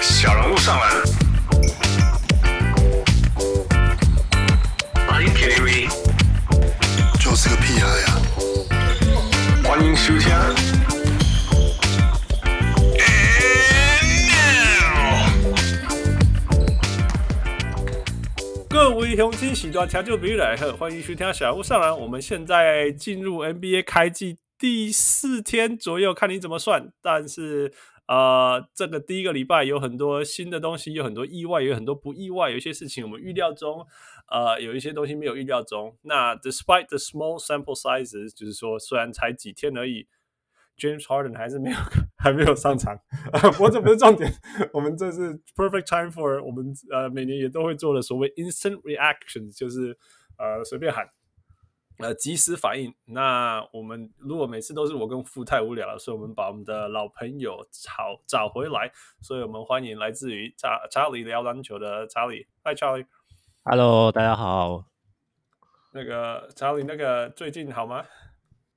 小人物上篮。Are you kidding me？就是个屁孩啊呀、欢迎收听。And now 各位雄心喜抓调酒比喻来喝，欢迎收听小屋上篮。我们现在进入 NBA 开季第四天左右，看你怎么算。但是呃，这个第一个礼拜有很多新的东西，有很多意外，有很多不意外，有一些事情我们预料中，呃，有一些东西没有预料中。那 despite the small sample sizes，就是说虽然才几天而已。James Harden 还是没有 还没有上场， 不过这不是重点，我们这是 perfect time for 我们呃每年也都会做的所谓 instant reaction，就是呃随便喊，呃及时反应。那我们如果每次都是我跟富太无聊了，所以我们把我们的老朋友找找回来，所以我们欢迎来自于查查理聊篮球的查理，嗨查理， Hello，大家好，那个查理那个最近好吗？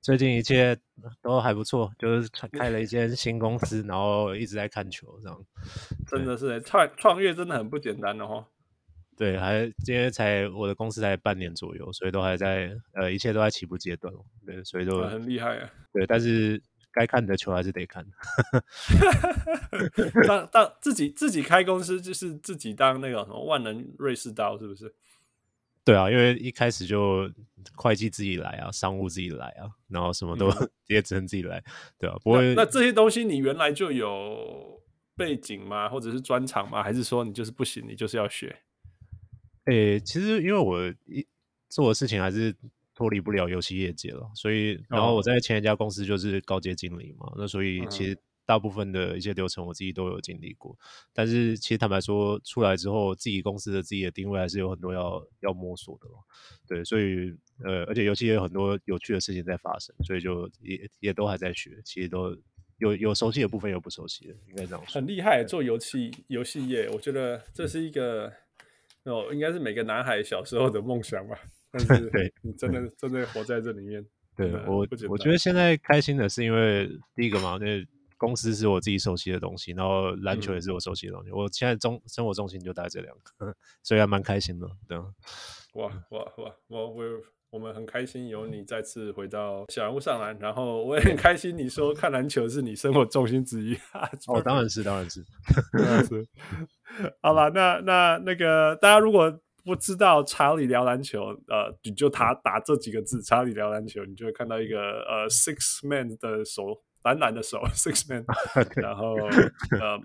最近一切都还不错，就是开嗯开了一间新公司，然后一直在看球，这样真的是创创业真的很不简单的哦。对，还今天才我的公司才半年左右，所以都还在呃，一切都在起步阶段哦，对，所以都、哇很厉害啊！对，但是该看的球还是得看， 当当自己自己开公司，就是自己当那个什么万能瑞士刀，是不是？对啊，因为一开始就会计自己来啊，商务自己来啊，然后什么都、 也只能自己来，对啊，不过嗯那那这些东西你原来就有背景吗？或者是专长吗？还是说你就是不行，你就是要学？诶、其实因为我一做的事情还是脱离不了游戏业界了，所以然后哦我在前一家公司就是高阶经理嘛，那所以嗯其实大部分的一些流程我自己都有经历过，但是其实坦白说，出来之后自己公司的自己的定位还是有很多要要摸索的咯，对，所以呃，而且游戏也有很多有趣的事情在发生，所以就也也都还在学，其实都有有熟悉的部分，有不熟悉的，应该这样说。很厉害，做游戏游戏业，我觉得这是一个哦，应该是每个男孩小时候的梦想吧。但是 对你真的真的活在这里面，对真的我啊不简，我单觉得现在开心的是因为第一个嘛，那公司是我自己熟悉的东西，然后篮球嗯也是我熟悉的东西。我现在中生活重心就待这两个，所以还蛮开心的。对啊， 哇哇哇！我我我们很开心嗯有你再次回到小人物上篮，然后我也很开心你说看篮球是你生活重心之一。嗯 哦，当然是，当然是。是。好了，那那那个大家如果不知道查理聊篮球，呃，你就打打这几个字“查理聊篮球”，你就会看到一个呃 six man 的手，懒懒的手 six man，然后呃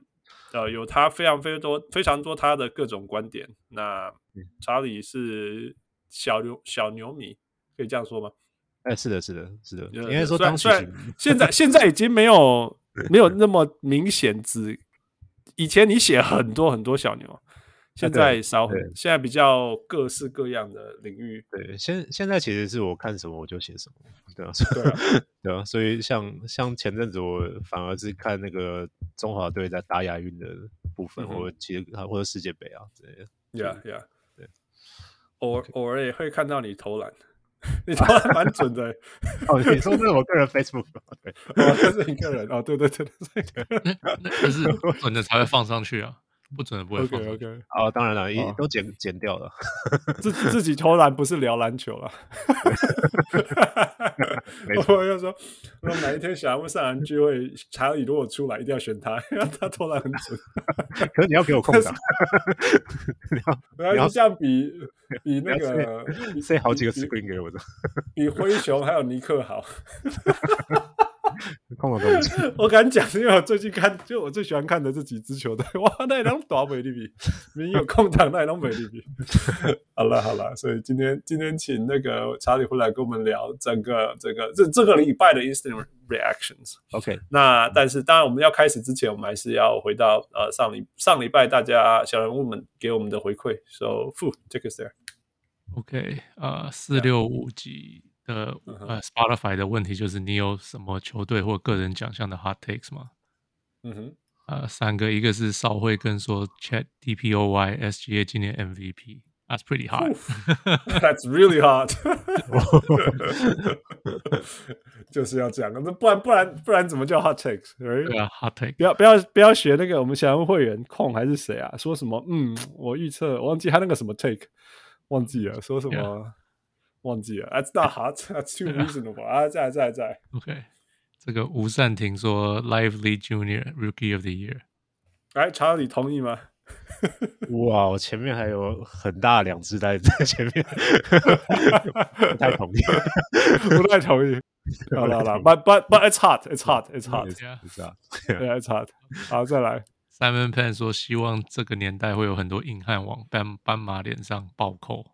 呃有他非常非常多非常多他的各种观点。那查理是小牛小牛米，可以这样说吗？哎，是的，是的，是的，呃应该说虽然当时虽然现 在现在已经没有没有那么明显只，以前你写很多很多小牛，现在少很，啊对现在比较各式各样的领域。对，现现在其实是我看什么我就写什么，对啊，对啊 对啊，所以像像前阵子我反而是看那个中华队在打亚运的部分，嗯哼我其实或者世界杯啊之类的。 ，Yeah Yeah，对，偶尔偶尔也会看到你投篮， 你投篮蛮准 的、哦，你说是我个人 Facebook 吗？对，哦，这是一个人哦，对对对对那那可是准的才会放上去啊，不准的不会放上，OK 去。 OK，哦，当然了，一哦都剪剪掉了。自自己投篮不是聊篮球了。 没我就说，我哪一天小人物上篮聚会，查理如果出来，一定要选他， 因为他投篮很准。可是你要给 我空档，然后就这样比比那 个比塞好几个比 screen 给我的，比灰熊还有尼克好。空档都不行。我敢讲，因为我最近看，就我最喜欢看的这几支球队，哇， 那两打美利比，你有空档那两美利比。 好了好了，所以今天今天请那个查理回来跟我们聊整个整个这这个礼拜的 instant reactions。 OK， 那但是当然我们要开始之前，我们还是要回到呃上礼上礼拜大家小人物们给我们的回馈。So, Fu, take us there. OK，呃，四六五级的嗯哼呃 Spotify 的问题就是你有什么球队或个人奖项的 hot takes 吗？嗯哼。呃，三个，一个是邵慧跟说 Chat DPOY SGA 今年 MVP， That's pretty hot. That's really hot，就是 要这样，那不然不然不然怎么叫 hot takes？哎对啊，hot take 不。要不要不要学那个我们小人会员控还是谁啊？说什么嗯，我预测我忘记他那个什么 take，忘记了说什么 Yeah. 忘记了。That's not hot. That's too Yeah. reasonable. 啊，在在在 OK，这个吴善廷说 Lively Junior Rookie of the Year。来，查理哎同意 吗？哇，我前面还有很大两只在在前面，不太 同意。不太同意。好了好了，But but but it's hot. It's hot. It's hot. 对啊是啊， Yeah, it's hot. 好，再来。 Simon Pan 说希望这个年代会有很多硬汉往斑斑马脸上暴扣。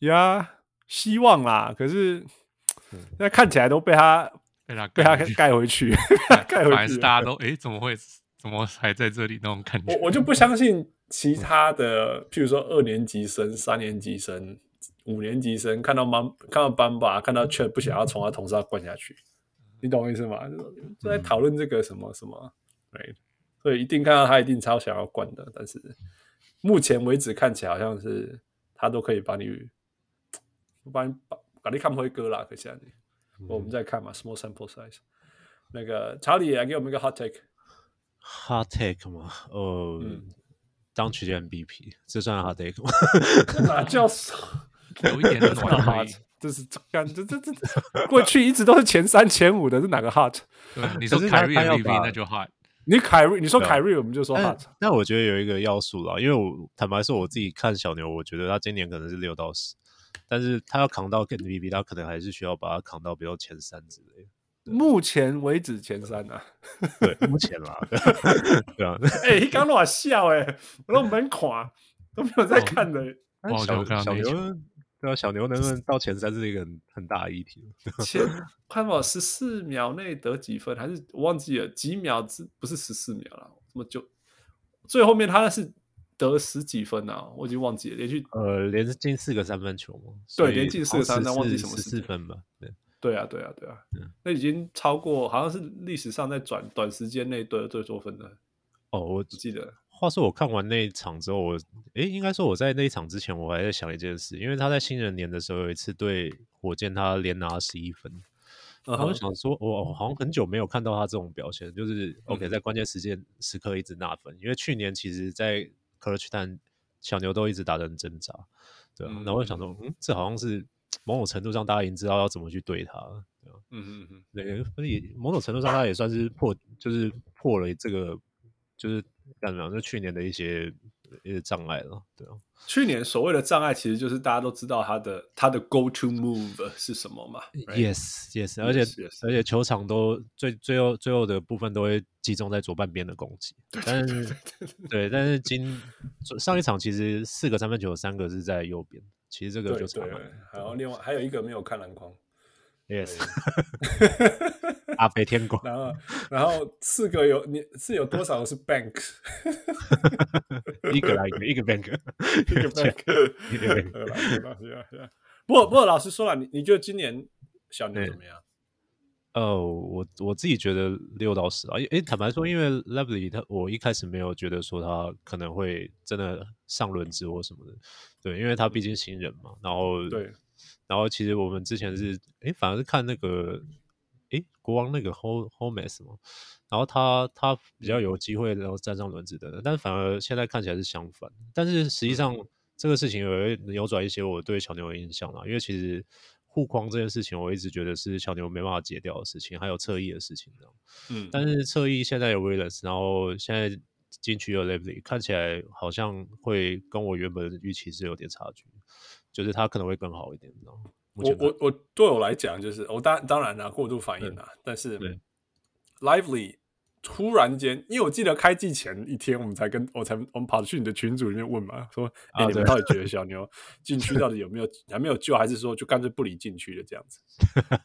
呀，希望啦，可是嗯那看起来都被他被他被他干进去盖回去，盖反回而去是了。大家都诶，怎么会怎么还在这里那种感觉 我？我就不相信其他的，譬如说二年级生、三年级生、五年级生看到芒看到斑吧，看到券不想要从他头上灌下去，你懂我意思吗？就是就在讨论这个什么什么，嗯对，所以一定看到他一定超想要灌的，但是目前为止看起来好像是他都可以把你把你把把你看不会割啦，可惜啊你，我们再看嘛，small sample size。那个查理来给我们一个 hot take， Hard take 嘛，呃，嗯当取决 MVP，这算 hard take 吗？哪叫？有一点的暖哈意。， 这是这干这这这这过去一直都是前三前五的，是哪个 hot？对啊，你说可是他凯瑞他要 MVP 把那就 hot。你凯瑞，你说对啊凯瑞，我们就说但 hot。 但我觉得有一个要素啦，因为我坦白说，我自己看小牛，我觉得他今年可能是六到十，但是他要扛到 MVP，他可能还是需要把它扛到比如前三之类的。目前为止前三啊，对，目前 啦，对 啊。哎，他刚乱笑哎，我都没看，都没有在看的，哇我觉得小我看到小那一牛球，对啊，小牛能不能到前三是一个很很大的议题。前看我十四秒内得几分，还是我忘记了几秒之不是十四秒了，怎么就最后面他是得十几分啊，我已经忘记了，连续呃，连进四个三分球嘛，对连进四个三分分，忘记什么十时间四分吧，对，对啊对啊对啊，嗯那已经超过好像是历史上在短短时间内得最多分的，哦，我不记得。话说我看完那一场之后，我诶，应该说我在那一场之前，我还在想一件事，因为他在新人年的时候有一次对火箭，他连拿十一分，然后我嗯哼嗯想说，我、我好像很久没有看到他这种表现，就是、OK 在关键时间时刻一直拿分，因为去年其实，在 clutch time 小牛都一直打得很挣扎，对啊，然后我想说，嗯，这好像是某种程度上大家已经知道要怎么去对他了，对啊。嗯嗯嗯，对，所以某种程度上，他也算是破，就是破了这个，就是干什么？就去年的一些呃一些障碍了，对啊，去年所谓的障碍其实就是大家都知道他的他的 go to move 是什么嘛 right？ Yes, yes，而且 Yes, yes. 而且球场都最最后最后的部分都会集中在左半边的攻击，但是对，但是今上一场其实四个三分球有三个是在右边，其实这个对就差对蛮多。，然后另外还有一个没有看篮哦筐， Yes，阿飞天狗，然后然后四个有你是有多少个是 bank 一个来一个一个 bank， 一 个 bank，一个 bank 对吧对吧对啊吧对吧不过不过老实说了，你你觉得今年小牛怎么样？哦，我我自己觉得六到十啊，诶，坦白说，因为 Lovely 他，我一开始没有觉得说他可能会真的上轮值或什么的，对，因为他毕竟新人嘛，然后对，然后其实我们之前是，诶，反而是看那个，诶，国王那个 Home Homes 嘛，然后他他比较有机会然后站上轮值的，但反而现在看起来是相反，但是嗯实际上这个事情有扭转一些我对小牛的印象啦，因为其实护框这件事情，我一直觉得是小牛没办法解掉的事情，还有侧翼的事情这样。嗯，但是侧翼现在有 Williams，然后现在禁区有 Lively，看起来好像会跟我原本的预期是有点差距，就是他可能会更好一点，你知道吗？我目前看我我对我来讲，就是我当当然啦、过度反应啦、但是对 Lively 突然间，因为我记得开季前一天，我们才跟我才我们跑去你的群组里面问嘛，说哎、啊你们对到底觉得小牛 禁区到底有没有还没有救，还是说就干脆不理禁区的这 样子？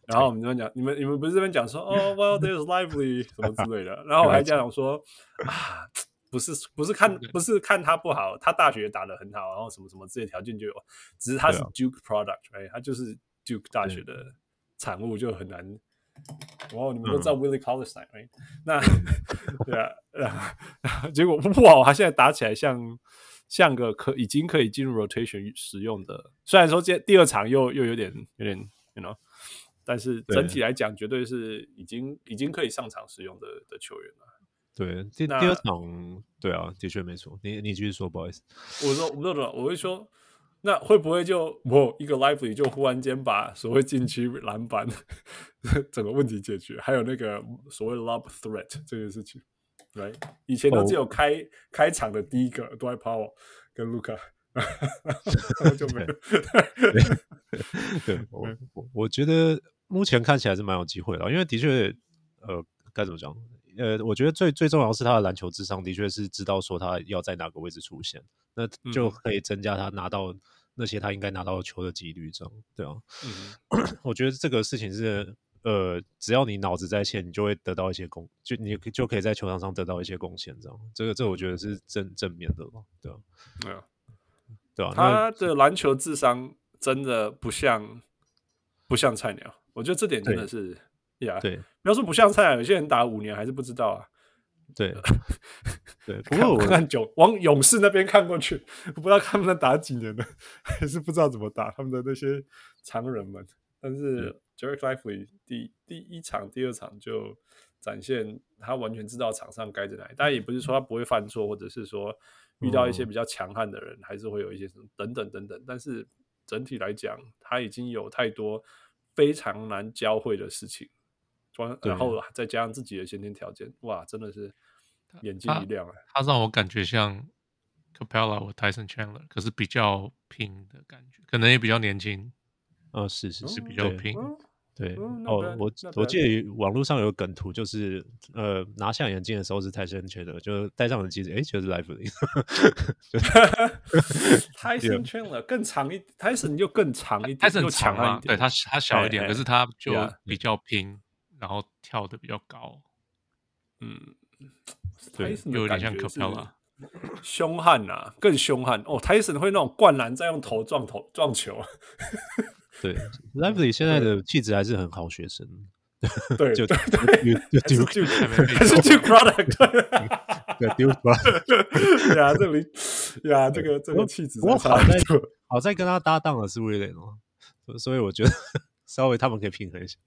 然后我们这边讲，你们你们不是这边讲说哦，Well there's Lively 什么之类的，然后我还这样说啊。不是不是看不是看他不好，他大学打得很好，然后什么什么这些条件就有，只是他是对啊 Duke product，哎、他就是 Duke 大学的产物，就很难。哇，你们都知道 Willie Collins，哎、那对啊，然后然后结果哇，他现在打起来像像个可已经可以进入 rotation 使用的。虽然说这第二场又又有点有点，you know，但是整体来讲，绝对是已经已经可以上场使用的的球员了。对，第第那二场，对啊，的确没错。你你继续说，不好意思。我说，我说什么？我会说，那会不会就我一个 lively 就忽然间把所谓禁区篮板 整个问题解决，还有那个所谓 lob threat 这件事情，right？以前哦都只有开、开场的第一个 d w i g h Power 跟 Luca，就没 有。对我嗯我我觉得目前看起来是蛮有机会的啊，因为的确，呃，该怎么讲？呃，我觉得最最重要的是他的篮球智商，的确是知道说他要在哪个位置出现，那就嗯可以增加他拿到那些他应该拿到的球的几率，这样对啊。嗯 我觉得这个事情是，呃，只要你脑子在线，你就会得到一些贡，就你就可以在球场上得到一些贡献，这样。这个这个我觉得是正正面的吧，对啊，没有，对啊。他那的篮球智商真的不像不像菜鸟，我觉得这点真的是呀。对不要说不像菜鸟，有些人打五年还是不知道啊。 对对，不看过我看勇往勇士那边看过去， 不知道他们在打几年了， 还是不知道怎么打他们的那些常人们。但是 Jerry Lively 第第一场、第二场就展现他完全知道场上该在哪里，但也不是说他不会犯错，或者是说遇到一些嗯比较强悍的人，还是会有一些什么等等等等。但是整体来讲，他已经有太多非常难教会的事情，装对然后再加上自己的先天条件，哇，真的是眼睛他一亮啊！他让我感觉像 Capella 或 Tyson Chandler，可是比较拼的感觉，可能也比较年轻，啊，是是是是，比较对拼。嗯对，嗯，not 哦 bad，，我 not 我 bad 记得网络上有梗图，就是呃，拿下眼镜的时候是泰森圈的，就是戴上眼镜，诶，就是 Lively， Tyson Chandler 更长一，Tyson 又更长一点，他是又很强长悍嘛一，啊对点。他他小一点，哎可是哎他就 yeah 比较拼，然后跳的比较 高，嗯对，Tyson 又有的感点像觉是 Capella。凶悍呐、啊，更凶悍哦。Tyson 会那种灌篮再用头撞头撞球， 对，Lively 现在的气质还是很好学生，对，就对就对，就还是 Duke， Duke， Duke 还是 Duke product。 对 Duke，呀，这里呀，这个这个气质不过真的差好很在多。好在跟他搭档的是威廉哦，所所以我觉得稍微他们可以平衡一下，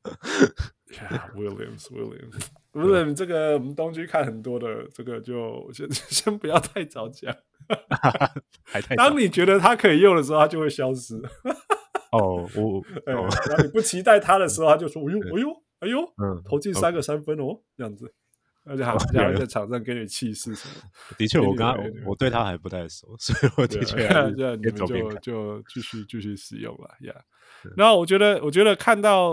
Williams，Williams，Williams，Williams 这个我们东区看很多的，这个就先 先不要太早讲。还太早当你觉得他可以用的时候，他就会消失。哦，我哎，哦，然后你不期待他的时候，他就 说：“哎呦，哎呦，哎呦，嗯，投进三个三分哦，这样子。”而且还还会在场上给你气势什么的确，我对对跟他对对我对他还不太熟，所以我的，的哎 确对还啊是这样你边们走边就看，就继续继续使用了呀。然后我觉得，我觉得看到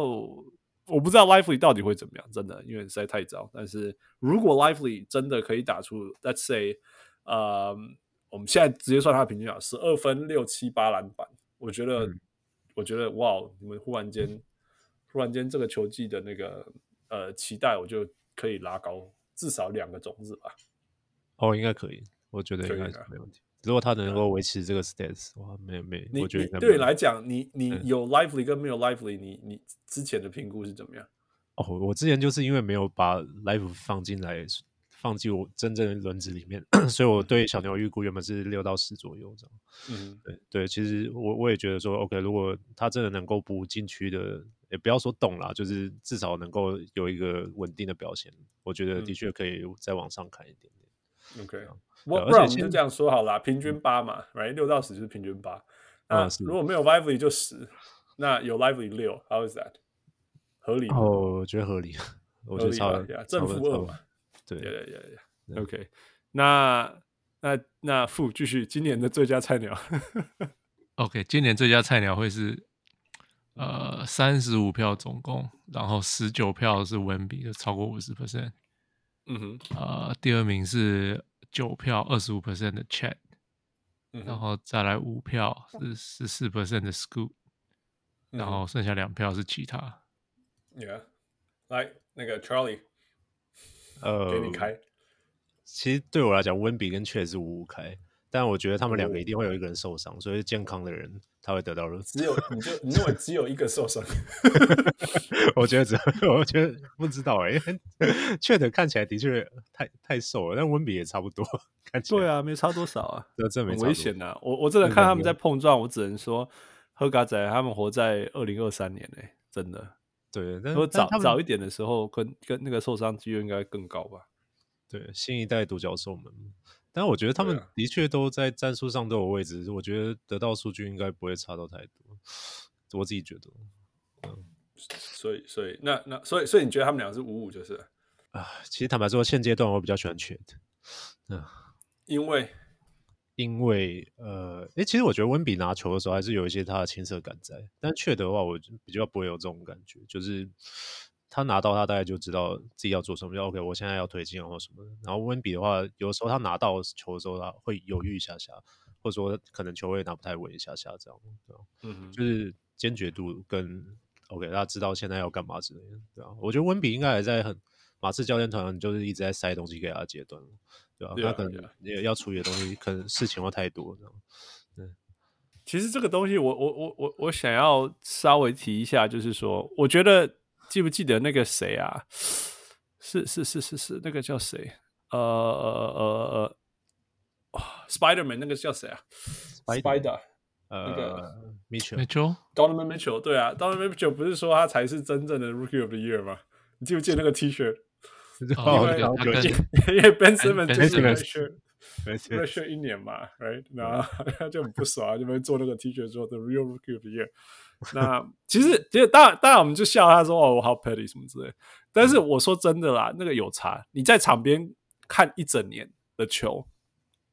我不知道 Lively 到底会怎么样，真的，因为实在太早。但是如果 Lively 真的可以打出，Let's say，呃，我们现在直接算他的平均啊，十二分、六七八篮板，我觉得，嗯我觉得，哇，哦你们忽然间，忽然间这个球季的那个呃期待，我就可以拉高至少两个种子吧。哦，应该可以，我觉得可应该以啊是的没问题。如果他能够维持这个 status，哇，没没，你我觉得你应该没对你问题来讲，你你嗯有 Lively 跟没有 Lively，你你之前的评估是怎么样？哦，我之前就是因为没有把 live 放进来，放进我真正的轮子里面， 所以我对小牛预估原本是六到十左右这样。嗯，对对，其实我我也觉得说，OK，如果他真的能够补禁区的，也不要说动啦，就是至少能够有一个稳定的表现，我觉得的嗯确可以再往上看一点点。 OK，啊我而不然我们且就现这样说好啦，平均八嘛，right，六到十就是平均八。那是如果没有 lively 就十，那有 lively 六，how is that？合理吗，哦，我觉得合理，我觉嗯合得理啊差吧呀正不，多，差不多负差二不多嘛，对对对对对对，OK，那那那负继续今年的最佳菜鸟， OK，今年最佳菜鸟会是呃三十五票总共，然后十九票是文笔，就超过五十 percent。嗯哼，呃，第二名是九票二十五 percent 的 Chat，嗯然哼，后再来五票是十四 percent 的 Scoop，然嗯后剩下两票是其他。 yeah，来那个 Charlie 呃，给你开，其实对我来讲，温比跟确实是五五开，但我觉得他们哦两个一定会有一个人受伤，所以健康的人他会得到热刺。只有你就你认为只有一个受伤， 我觉得只，我觉得不知道哎、欸，确的看起来的确太太瘦了，但温比也差不多，看起来对，啊，没差多少啊，这这没很差危多险呐、我我真的看他们在碰撞，我只能说，喝嘎仔他们活在二零二三年哎、真的。对，但如果但早他们早一点的时候，跟跟那个受伤几率应该更高吧？对新一代独角兽们，但我觉得他们啊的确都在战术上都有位置，我觉得得到数据应该不会差到太多，我自己觉得。所以所以那那所以所以你觉得他们俩是五五，就是啊，其实坦白说，现阶段我比较喜欢缺的，因为因为呃，诶，其实我觉得温比拿球的时候还是有一些他的青涩感在，但确的话，我就比较不会有这种感觉，就是他拿到他大概就知道自己要做什么，要 OK，我现在要推进啊或什么的。然后温比的话，有时候他拿到球的时候，他会犹豫一下下，或者说可能球会拿不太稳一下下这样，对啊吧嗯哼，就是坚决度跟 OK，大家知道现在要干嘛之类的，对啊，我觉得温比应该还在很马刺教练团就是一直在塞东西给他的阶段，对吧、对啊他可对能啊也要处理的东西，可能事情会太多，这样。其实这个东西我，我我我我想要稍微提一下，就是说，我觉得记不记得那个谁啊？是是是是是，那个叫谁？呃呃呃呃，Spider Man 那个叫谁啊 Spider ？Spider 那个呃，Mitchell，没错， Donovan Mitchell 对啊，Donovan Mitchell 不是说他才是真正的 Rookie of the Year 吗？你记不记得那个 T 恤？ 哦对对啊他有跟印因为 Ben Simmons 就是 Ben 热 Simmons 血没热错，血一年嘛，right？然后 他就很不爽，啊就边做那个 T 恤说 The Real Rookie of the Year。那其实其实当然当然我们就笑他说哦我好 petty 什么之类，但是我说真的啦，那个有差。你在场边看一整年的球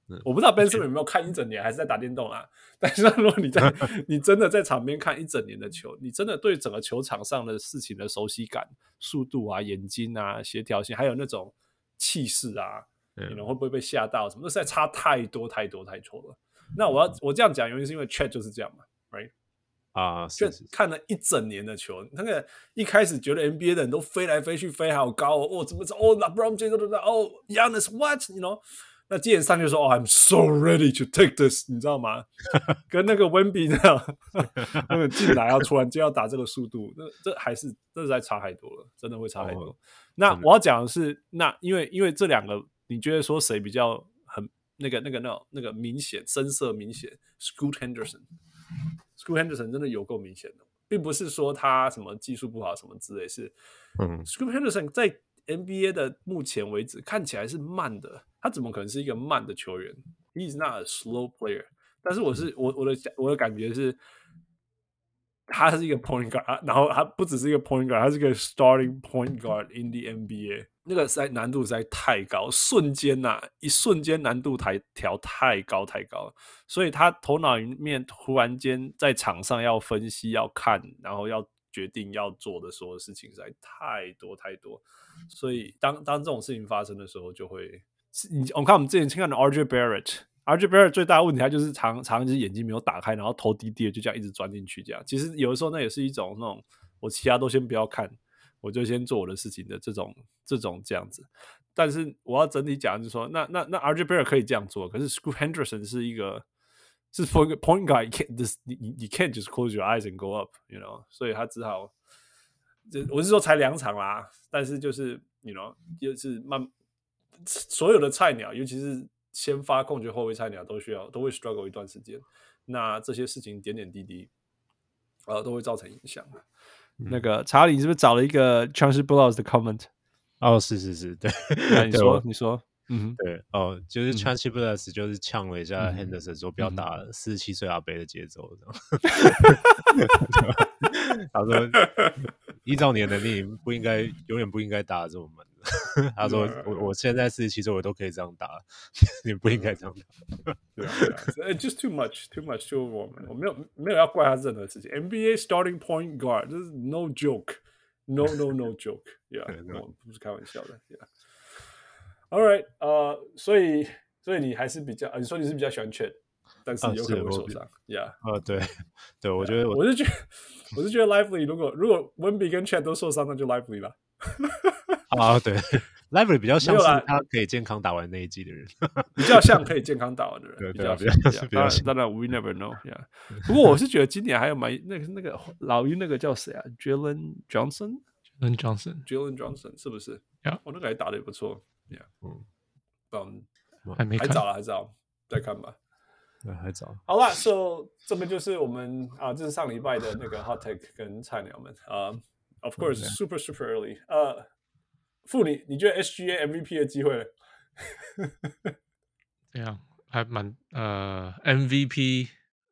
嗯。我不知道 Ben Simmons 有没有看一整年，还是在打电动啊啦。但是如果你在 你真的在场边看一整年的球，你真的对整个球场上的事情的熟悉感、速度啊、眼睛啊、协调性，还有那种气势啊，你嗯们会不会被吓到？什么？那实在差太多太多太多了。那我要我这样讲，原因是因为 Chat 就是这样嘛，right？啊，是 Chat 是看了一整年的球，那个一开始觉得 NBA 的人都飞来飞去，飞好高哦，哦怎么怎哦，LeBron James 都哦，Yanis what，you know？那基本上就说哦，I'm so ready to take this，你知道吗？ 跟那个温比那样，那个进来要突然间要打这个速度，那这还是这实在差太多了，真的会差太多。哦那真的我要讲的是，那因为因为这两个，你觉得说谁比较很那个那个那种那个明显深色明显？Scoot Henderson，Scoot Henderson 真的有够明显的，并不是说他什么技术不好什么之类，是嗯 Scoot Henderson 在 NBA 的目前为止看起来是慢的，他怎么可能是一个慢的球员？He is not a slow player。但是我是我我的我的感觉是，他是一个 point guard，啊然后他不只是一个 point guard，他是一个 starting point guard in the NBA。那个实在难度实在太高，瞬间呐、一瞬间难度台调太高太高了，所以他头脑里面突然间在场上要分析、要看，然后要决定要做的所有事情实在太多太多，所以当当这种事情发生的时候，就会是你我看我们之前看的 RJ Barrett。RJ Barrett 最大的问题，他就是常常一只眼睛没有打开，然后头低低的就这样一直钻进去，这样。其实有的时候那也是一种那种，我其他都先不要看，我就先做我的事情的这种这种这样子。但是我要整体讲，就是说，那那那 RJ Barrett 可以这样做，可是 Scoot Henderson 是一个是 point point guard，you can't just, you you can't just close your eyes and go up，you know，所以他只好，这我是说才两场啦，但是就是你 you know，就是慢所有的菜鸟，尤其是先发控球后卫菜鸟都需要都会 struggle 一段时间，那这些事情点点滴滴，呃，都会造成影响。嗯那个查理，你是不是找了一个 Chance b l o s 的 comment？哦，是是是，对，那你对说我，你说，嗯哼，对哦，就是嗯 Chanchi Bless 就是呛了一下嗯哼 Henderson 说不嗯要哼打四十七岁阿北的节奏，这 样他说依照你的能力，不应该永远不应该打得这么慢。他说啊我我现在四十七岁我都可以这样打， 你不应该这样 打。对啊对啊呃，just too much, too much to 我们，我没有没有要怪他任何事情。NBA starting point guard，这是 no joke, no no no joke, yeah，我不是开玩笑的，yeah。All right，呃，所以所以你还是比较，呃你说你是比较喜欢 c h a t 但是啊有可能会是我受比伤，yeah。哦，对对，我觉得我啊 我是觉得我是觉得 Lively 如果如果温比跟 c h a t 都受伤，那就 Lively 吧。啊，对 l i v e r y 比较像没是有啦他可以健康打完那一季的 人，比较像可以健康打完的对人，对啊较比较像比较当然像当然，we never know，yeah。不过我是觉得今年还有蛮那个那个老鹰那个叫谁啊，Jalen Johnson，Jalen ，Jalen Johnson Johnson 是不是哦 Yeah 我那个也打的也不错，yeah。嗯嗯，还没还看，早啊了，还早，再看吧。对，还早。好了，so 这边就是我们啊，这是上礼拜的那个 hot take 跟菜鸟们啊、o Oh， f course super super early。呃，妇女，你觉得 SGA MVP 的机会呢？这样还蛮呃 MVP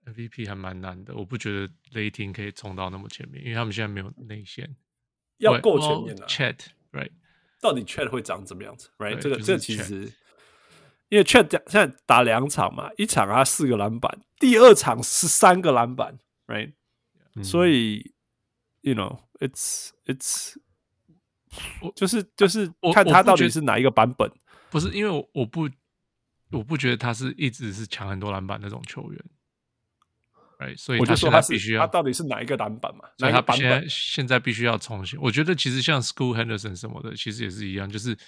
MVP 还蛮难的，我不觉得雷霆可以冲到那么前面，因为他们现在没有内线，要喂够哦全面啊 Chat right 到底 Chat 会长怎么样子？Right，对这个、就是这个其 Chat 实，因为 Chat 打现在打两场嘛，一场他四个篮板，第二场十三个篮板，Right，、所嗯以，you know，it's it's 我啊就是就是我看我他不到觉底得是哪一个版本。不是因为我我不我不觉得他是一直是抢很多篮板那种球员，right，所以我就说现他在是必须他要。到底是哪一个篮板嘛？哪所以一个他版现在本？现在必须要重新。我觉得其实像 School Henderson 什么的，其实也是一样，就是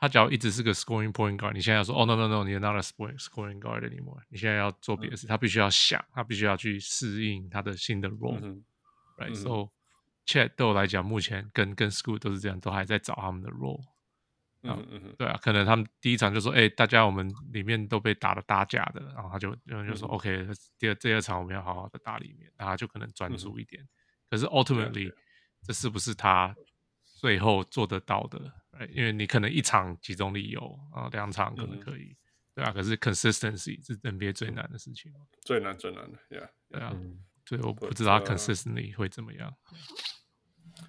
他只要一直是个 scoring point guard，你现在要说哦 no no no，you're not a scoring scoring guard anymore，你现在要做别的事，他必须要想，他必须要去适应他的新的 role、嗯嗯 right？、嗯 So Chat 对我来讲，目前跟跟 School 都是这样，都还在找他们的 role。嗯嗯嗯，对啊，可能他们第一场就说，哎、大家我们里面都被打的打假的，然后他就有人就说、嗯 o k 第二第二场我们要好好的打里面，那他就可能专嗯注一点。可是啊 ultimately，、这是不是他最后做得到的？哎因为你可能一场集中力有啊，两场可能嗯可以，对啊。可是 consistency 是 NBA 最难的事情，最难最难的，Yeah。对啊。嗯所以我不对啊知道他这 consistently 会怎么样。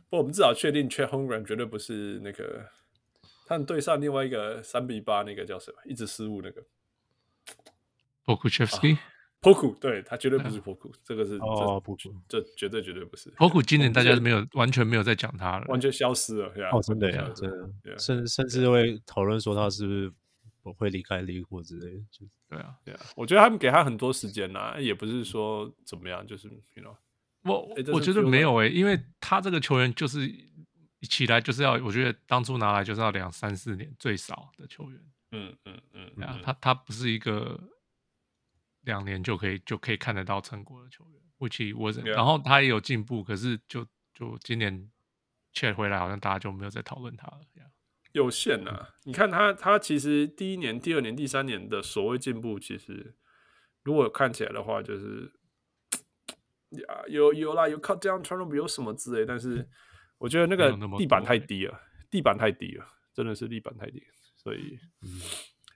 不过我们至少确定 c h a Home Run 绝对不是那个他们对上另外一个三比八那个叫什么，一直失误那个 p o k u c h e v s k y 啊 Poku，对他绝对不是 Poku，这个是嗯哦这 Poku 哦这绝对绝对不是 p o k u 今年大家我们之前没有完全没有在讲他了，完全消失了，Yeah，哦，真的呀完，全消真失了的， Yeah 甚甚至会讨论说他是不是不会离开利物浦之类的。就对啊。 Yeah，我觉得他们给他很多时间啦，也不是说怎么样，就是 you know，我 It 我 doesn't 觉得 feel 没 like- 有诶、因为他这个球员就是起来就是要，我觉得当初拿来就是要两三四年最少的球员，嗯嗯嗯，对啊，嗯他他不是一个两年就可以就可以看得到成果的球员，which he wasn't。 Yeah 然后他也有进步，可是就就今年 c 回来，好像大家就没有再讨论他了。这样有限呐、嗯你看他，他其实第一年、第二年、第三年的所谓进步，其实如果看起来的话，就是呀，有有啦，有 cut down turnover 有什么之类，但 是我觉得那没个有那么地板多太欸低了，地板太低了，真的是地板太低，所以嗯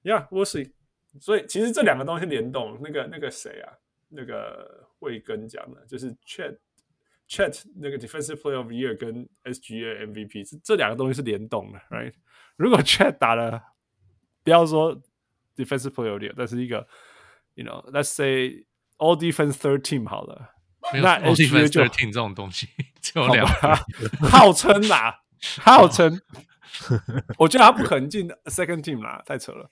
呀，我 see。所以其实这两个东西联动，那个那个谁啊，那个慧根讲的，就是 Chat Chat 那个 Defensive Player of the Year 跟 SGA MVP 是这两个东西是联动的，right？如果 Chat 打了，不要说 Defensive Player of the Year，但是一个 you know，let's say All Defense Third Team 好了，没有那 o d f e n SGA s 就 e 听这种东西，只有好两个吧， 号称啦，号称，我觉得他不可能进 second team 啦，太扯了。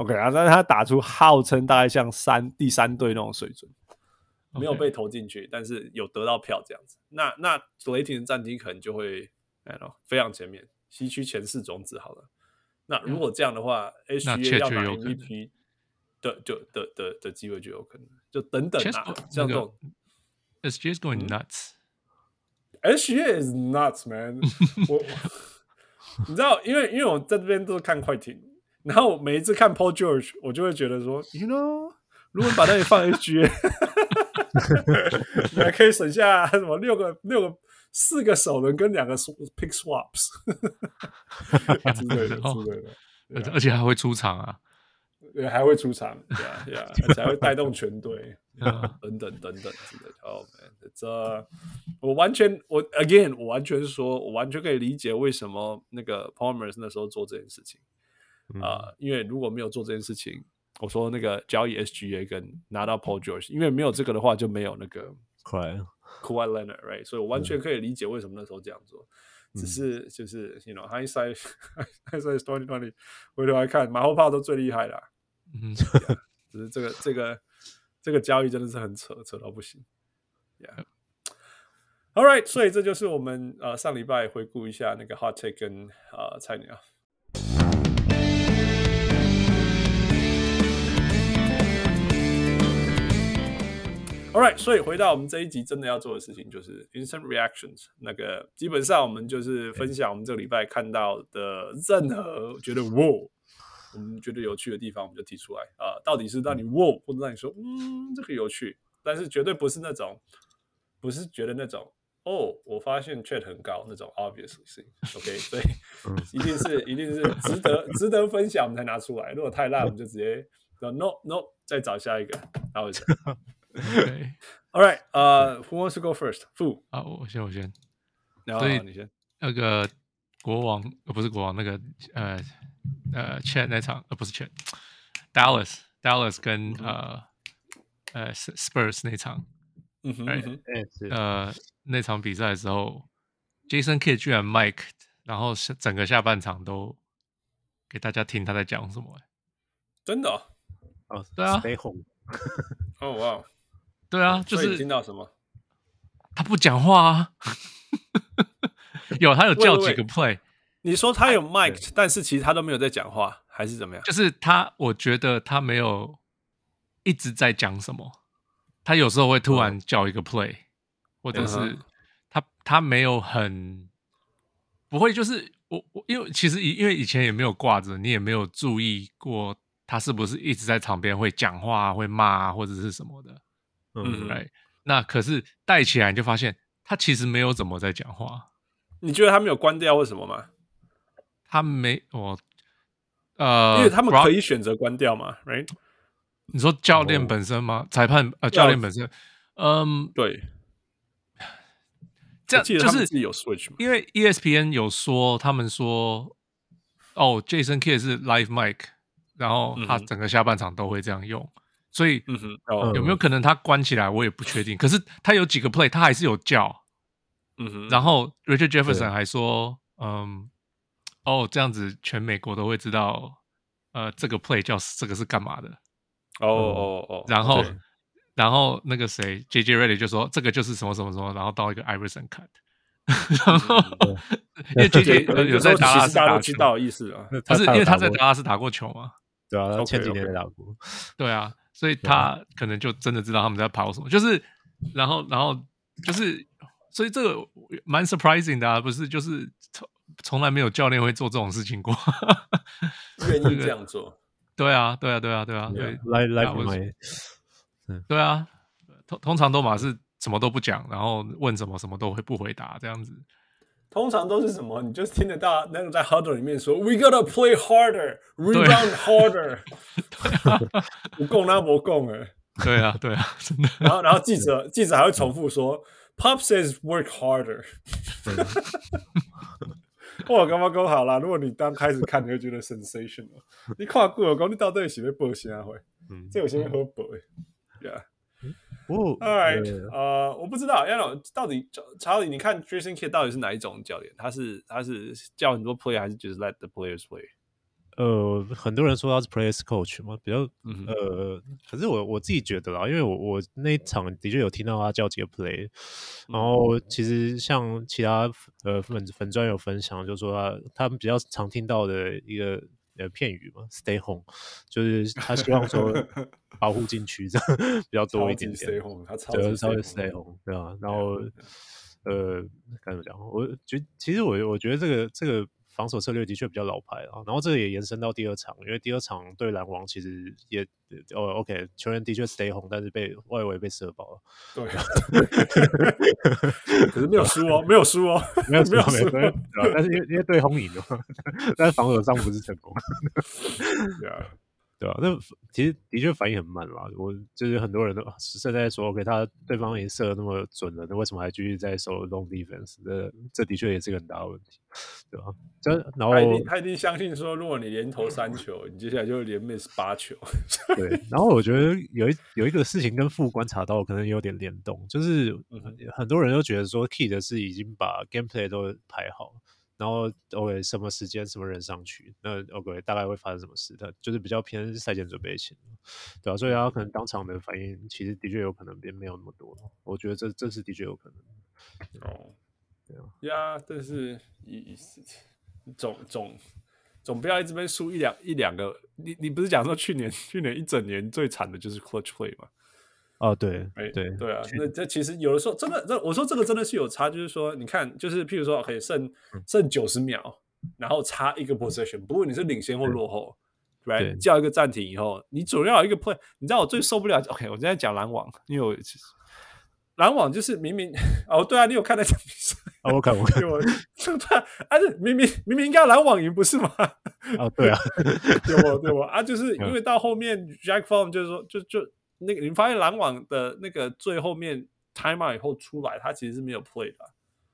OK 啊，但是他打出号称大概像三第三队那种水准，没有 OK 被投进去，但是有得到票这样子。那那雷霆的战绩可能就会，哎呦，非常前面，西区前四种子好了。那如果这样的话嗯那，HGA Chet 要就拿有可能 MVP 的就的的的机会就有可能，就等等 c h 啊 e，那像这个种 SG is 嗯 going nuts。 SGA is nuts, man 我。我你知道，因为因为我在这边都是看快艇，然后我每一次看 Paul George，我就会觉得说，you know，如果你把那里放 SGA，你还可以省下什么六个六个四个首轮跟两个 sw- pick swaps 之类的然后之类的。对啊而且还会出场啊！对，还会出场，对啊，对啊，而且还会带动全队，嗯 等等等等之类的。Oh man，这我完全，我 again，我完全说，我完全可以理解为什么那个 Palmer 那时候做这件事情啊、因为如果没有做这件事情，我说那个交易 SGA 跟拿到 Paul George，因为没有这个的话就没有那个快了 Kawhi Leonard，right？所以我完全可以理解为什么那时候这样做。只是就是，you know，hindsight hindsight twenty twenty，回头来看，马后炮都最厉害啦。 嗯，只是这个这个这个交易真的是很扯，扯到不行。Yeah， All right，所以这就是我们呃上礼拜回顾一下那个 Hot Take 跟呃菜鸟。All right，所以回到我们这一集真的要做的事情就是 instant reactions。那个基本上我们就是分享我们这个礼拜看到的任何觉得哇，我们觉得有趣的地方，我们就提出来啊、呃到底是让你哇，或者让你说嗯这个有趣，但是绝对不是那种，不是觉得那种哦，我发现 chat 很高那种 obviously 是 OK，所以嗯一定是一定是值得值得分享我们才拿出来，如果太烂我们就直接说 no no 再找下一个，然后。对 All right, 嗯 uh, who wants to go first? Fu，啊，我先我先然后所以你先。那个国王呃不是国王那个呃呃 Chat 那场呃不是 Chat Dallas Dallas 跟呃呃 Spurs 那场嗯哼，哎嗯哼哎，是呃那场比赛的时候，Jason Kidd 居然 Mike，然后下整个下半场都给大家听他在讲什么、欸真的哦？哦，对啊，Stay home，哦哇，对啊，就所以你听是到什么？他不讲话啊。 有他有叫喂喂几个 play，你说他有 mic，但是其实他都没有在讲话，还是怎么样？就是他，我觉得他没有一直在讲什么，他有时候会突然叫一个 play，、或者是嗯他他没有很不会，就是我我因为其实以因为以前也没有挂着，你也没有注意过他是不是一直在场边会讲话、会骂、啊、或者是什么的，嗯嗯， right？那可是带起来你就发现他其实没有怎么在讲话，你觉得他没有关掉或什么吗？他没我。呃，因为他们 Brock- 可以选择关掉嘛，right？你说教练哦本身吗？裁判呃，教练本身，嗯，对，这我样记得就他们是自己有 switch 嘛。因为 E ESPN 有说，他们说，哦，Jason Kidd 是 live mic，然后他嗯哼整个下半场都会这样用，所以嗯哼，哦，有没有可能他关起来，我也不确定。可是他有几个 play，他还是有叫，嗯哼，然后后 Richard 对 Jefferson 还说，嗯，哦，这样子全美国都会知道，呃，这个 play 叫这个是干嘛的。哦哦哦，然后对然后那个谁 J J Ready 就说这个就是什么什么什么，然后到一个 Iverson cut，然后因为 J 嗯对 J 可能有有时候在其达拉实斯大家打都知球，道的意思啊。不是因为他在打。达拉斯打过球嘛，对啊，他 OK，前几年 OK 也打过。对啊，所以他可能就真的知道他们在跑什么，就是然后然后就是所以这个蛮 surprising 的啊，不是就是从从来没有教练会做这种事情 过，愿意这样做，对啊对啊对啊对啊对来来啊我买，对啊，通通常都嘛是什么都不讲，然后问什么什么都会不回答这样子。通常都是什么？你就是听得到那个在 huddle 里面说，We gotta play harder, rebound harder。不 供那不供哎，对啊，对啊， 真的。然后然后记者记者还会重复说，Pop says work harder。哇，干嘛讲好啦？如果你刚开始看，你会觉得 sensational。你看过了，讲你到底是要报啥会？嗯，这有些会报诶。Yeah. 不过 All right，呃呃，我不知道，要到底查理，你看 Jason Kidd 到底是哪一种教练？他是他是叫很多 player，还是就是 let the players play？呃，很多人说他是 players coach 嘛，比较嗯哼呃，可是我我自己觉得啦，因为我我那一场的确有听到他叫几个 play，然嗯后其实像其他呃粉粉专有分享，就说他他们比较常听到的一个呃片语嘛，stay home，就是他希望 说保护禁区这样比较多一点超级点 stay。home，他超级对，稍 stay 微 home stay home，对啊，然后呃，该怎么讲？我觉其实我我觉得这个这个防守策略的确比较老牌啊。然后这个也延伸到第二场，因为第二场对篮网其实也哦 OK，球员的确 stay home，但是被外围被射爆了， 对，啊 可是没有输哦，没有输哦，没有没有没输有，对啊但是因为因为对轰赢了嘛， 但是防守上不是成功。 Yeah 对啊，那其实的确反应很慢啦。我就是很多人都现在说，OK，他对方已经射得那么准了，那为什么还继续在守 long defense？这这的确也是个很大的问题，对吧、啊？这然后他一定他一定相信说，如果你连投三球，你接下来就连 miss 八球。对，然后我觉得有一有一个事情跟副观察到，可能有点联动，就是嗯很多人都觉得说 Kid 是已经把 gameplay 都排好了，然后 OK 什么时间什么人上去，那 OK 大概会发生什么事，他就是比较偏赛前准备型，对啊，所以他可能当场的反应其实的确有可能变没有那么多，我觉得这这是的确有可能的。哦，呀，但是一一总总总不要一直被输一两一两个。你你不是讲说去年去年一整年最惨的就是 clutch play 吗？哦，对哎，对对啊，那这其实有的时候真的，这我说这个真的是有差，就是说，你看，就是譬如说，可以剩嗯剩九十秒，然后差一个 possession，不论你是领先或落后对，right？叫一个暂停以后，你总要有一个 play。你知道我最受不了，OK？我今天讲篮网，因为我篮网就是明明哦，对啊，你有看那场比赛？ 啊，我看我看，因为我 对啊，而且明明明明应该篮网赢不是吗？哦，对啊，对我对我啊，就是 因嗯为到后面 Jack Form 就是说，就就那个你发现篮网的那个最后面 timeout 以后出来，他其实是没有 play 的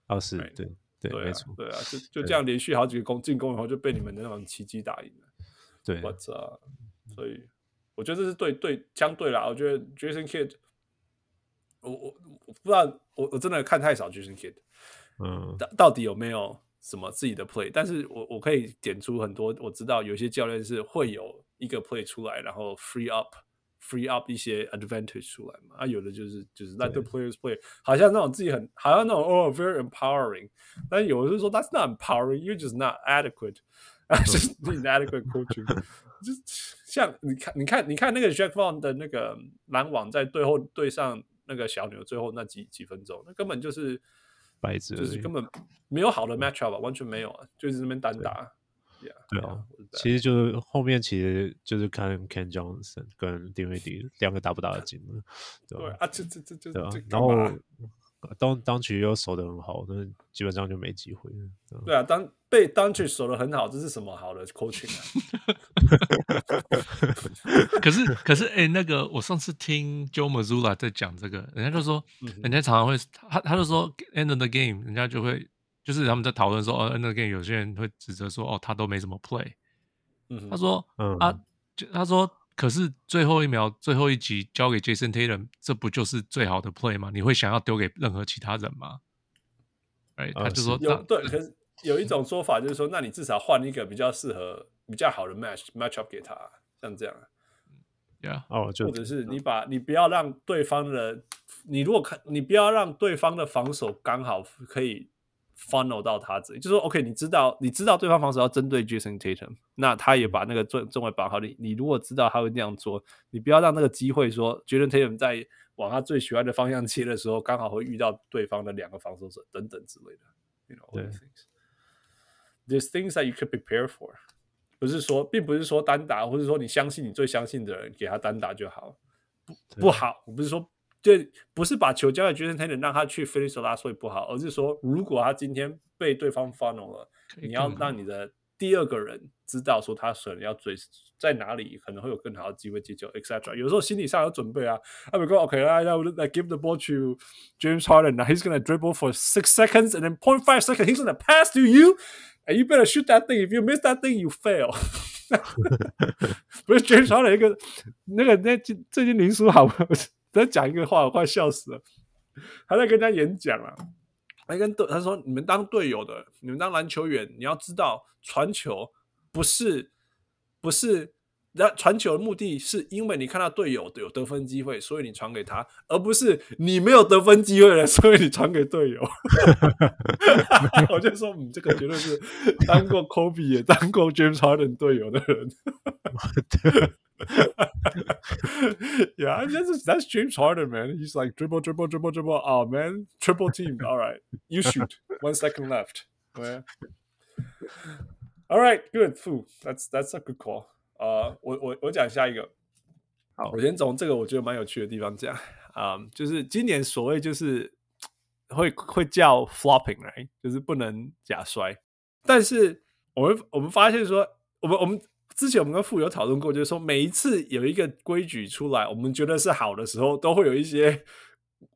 啊、哦是哎对对，对没啊错，，对啊，就就这样连续好几个攻进攻以后，就被你们的那种奇迹打赢了。对，我操！所以我觉得这是对对相对啦，我觉得 Jason Kidd，我我我不知道，我我真的看太少 Jason Kidd，嗯，到到底有没有什么自己的 play？但是我我可以点出很多，我知道有些教练是会有一个 play 出来，然后 free up free up 一些 advantage 出来嘛。啊，有的就是就是 let the players play，好像那种自己很好像那种哦 very empowering，但有的是说 that's not empowering，you just not adequate，啊， 就是 inadequate coaching 。 就像你看，你看，你看那个 Jack Vaughn 的那个篮网在最后对上那个小牛最后那几几分钟，那根本就是白纸就而是已根本没有好的 match up，啊完全没有啊，就是那边单打。Yeah，啊对对啊啊，我是这样其实就是后面其实就是看 Ken Johnson 跟 DVD 两个打不打得进了，对对吧？啊，这这这这对啊这，干然后呃嘛当当局又守得很好，那基本上就没机会了。对吧对啊，当被 d u n c h 守的很好，这是什么好的 coaching 啊？可是可是哎、诶那个我上次听 Joe Mazzulla 在讲这个，人家就说，嗯嗯人家常常会他他就说 end of the game，人家就会就是他们在讨论说哦 end of the game，有些人会指责说哦他都没怎么 play，嗯他哼，说嗯啊就他说可是最后一秒最后一集交给 Jason Tatum，这不就是最好的 play 吗？你会想要丢给任何其他人吗？哎、啊他就说是那有对，可是有一种说法就是说，那你至少换一个比较适合、比较好的 match match up 给他，啊像这样。 yeah 哦，就或者是你把你不要让对方的，你如果看你不要让对方的防守刚好可以 funnel 到他这里，就说 OK，你知道你知道对方防守要针对 Jason Tatum，那他也把那个正正位绑好，你你如果知道他会那样做，你不要让那个机会说 Jason Tatum 在往他最喜欢的方向切的时候，刚好会遇到对方的两个防守者等等之类的。You know, all 对 these things. There's things that you could prepare for. 不是说，并不是说单打，或是说你相信你最相信的人给他单打就好，不不好。我不是说，对，不是把球交给 Jason Tatum 让他去 finish the last play 不好，而是说，如果他今天被对方 funnel 了，以你要更好让你的第二个人知道说他可能要追在哪里，可能会有更好的机会接球，etc。有时候心理上有准备啊。啊，美国 OK，I I would like give the ball to James Harden. Now he's gonna dribble for six seconds and then point five seconds. He's gonna pass to you, and you better shoot that thing. If you miss that thing, you fail. 不是 James Harden 一个那个那最近林书豪 在讲一个话，我快笑死了。他在跟人家演讲啊，他跟队他说：“你们当队友的，你们当篮球员，你要知道传球不是不是，那传球的目的是因为你看到队友有得分机会，所以你传给他，而不是你没有得分机会了，所以你传给队友。” 我就说，嗯，这个绝对是当过 Kobe 也当过 James Harden 队友的人。yeah, I mean, that's just- that's James Harden, man. He's like dribble, dribble, dribble, dribble. Oh man, triple team. All right, you shoot. One second left. Yeah. All right, good. Fu, that's that's a good call. 呃，我我我讲下一个。好我先从这个我觉得蛮有趣的地方讲啊、嗯就是今年所谓就是会会叫 flopping right，就是不能假摔。但是我们我们发现说，我们我们之前我们跟富有讨论过，就是说每一次有一个规矩出来，我们觉得是好的时候，都会有一些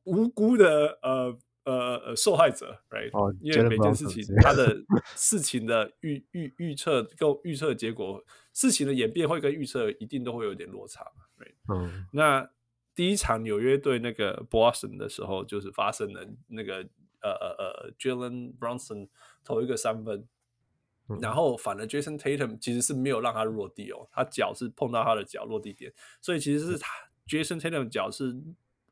无辜的呃呃呃受害者，right？、哦因为 Jalen 每件事 Brunson 情之类它 的事情的预预预测跟预测结果，事情的演变会跟预测一定都会有点落差嘛，right？嗯，那第一场纽约对那个 Boston 的时候，就是发生了那个呃呃呃 Jalen Brunson 投一个三分，然后反而 Jason Tatum 其实是没有让他落地哦，他脚是碰到他的脚落地点，所以其实是他 Jason Tatum 脚是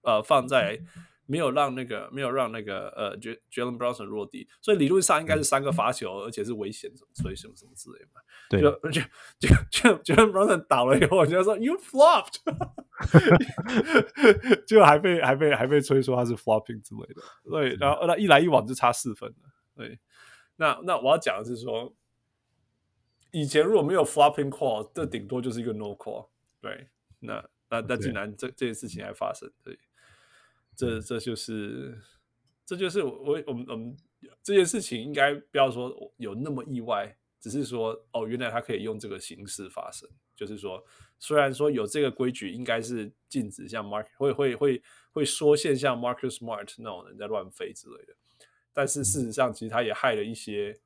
呃放在没有让那个没有让那个呃，J Jalen Brunson 落地，所以理论上应该是三个罚球，而且是危险的，所以什么什么之类的嘛。对，就就就就 Jalen Brunson 倒了以后，人家说 You flopped，就 还被还被还被吹说他是 flopping 之类的。对，然后那一来一往就差四分了。对，那那我要讲的是说，以前如果没有 flopping call，这顶多就是一个 no call。对，那那那竟然这这件事情还发生，对，这这就是这就是我我们我们这件事情应该不要说有那么意外，只是说哦，原来它可以用这个形式发生。就是说，虽然说有这个规矩，应该是禁止像 Mark 会会会会缩限像 Marcus Smart 那种人在乱飞之类的，但是事实上，其实他也害了一些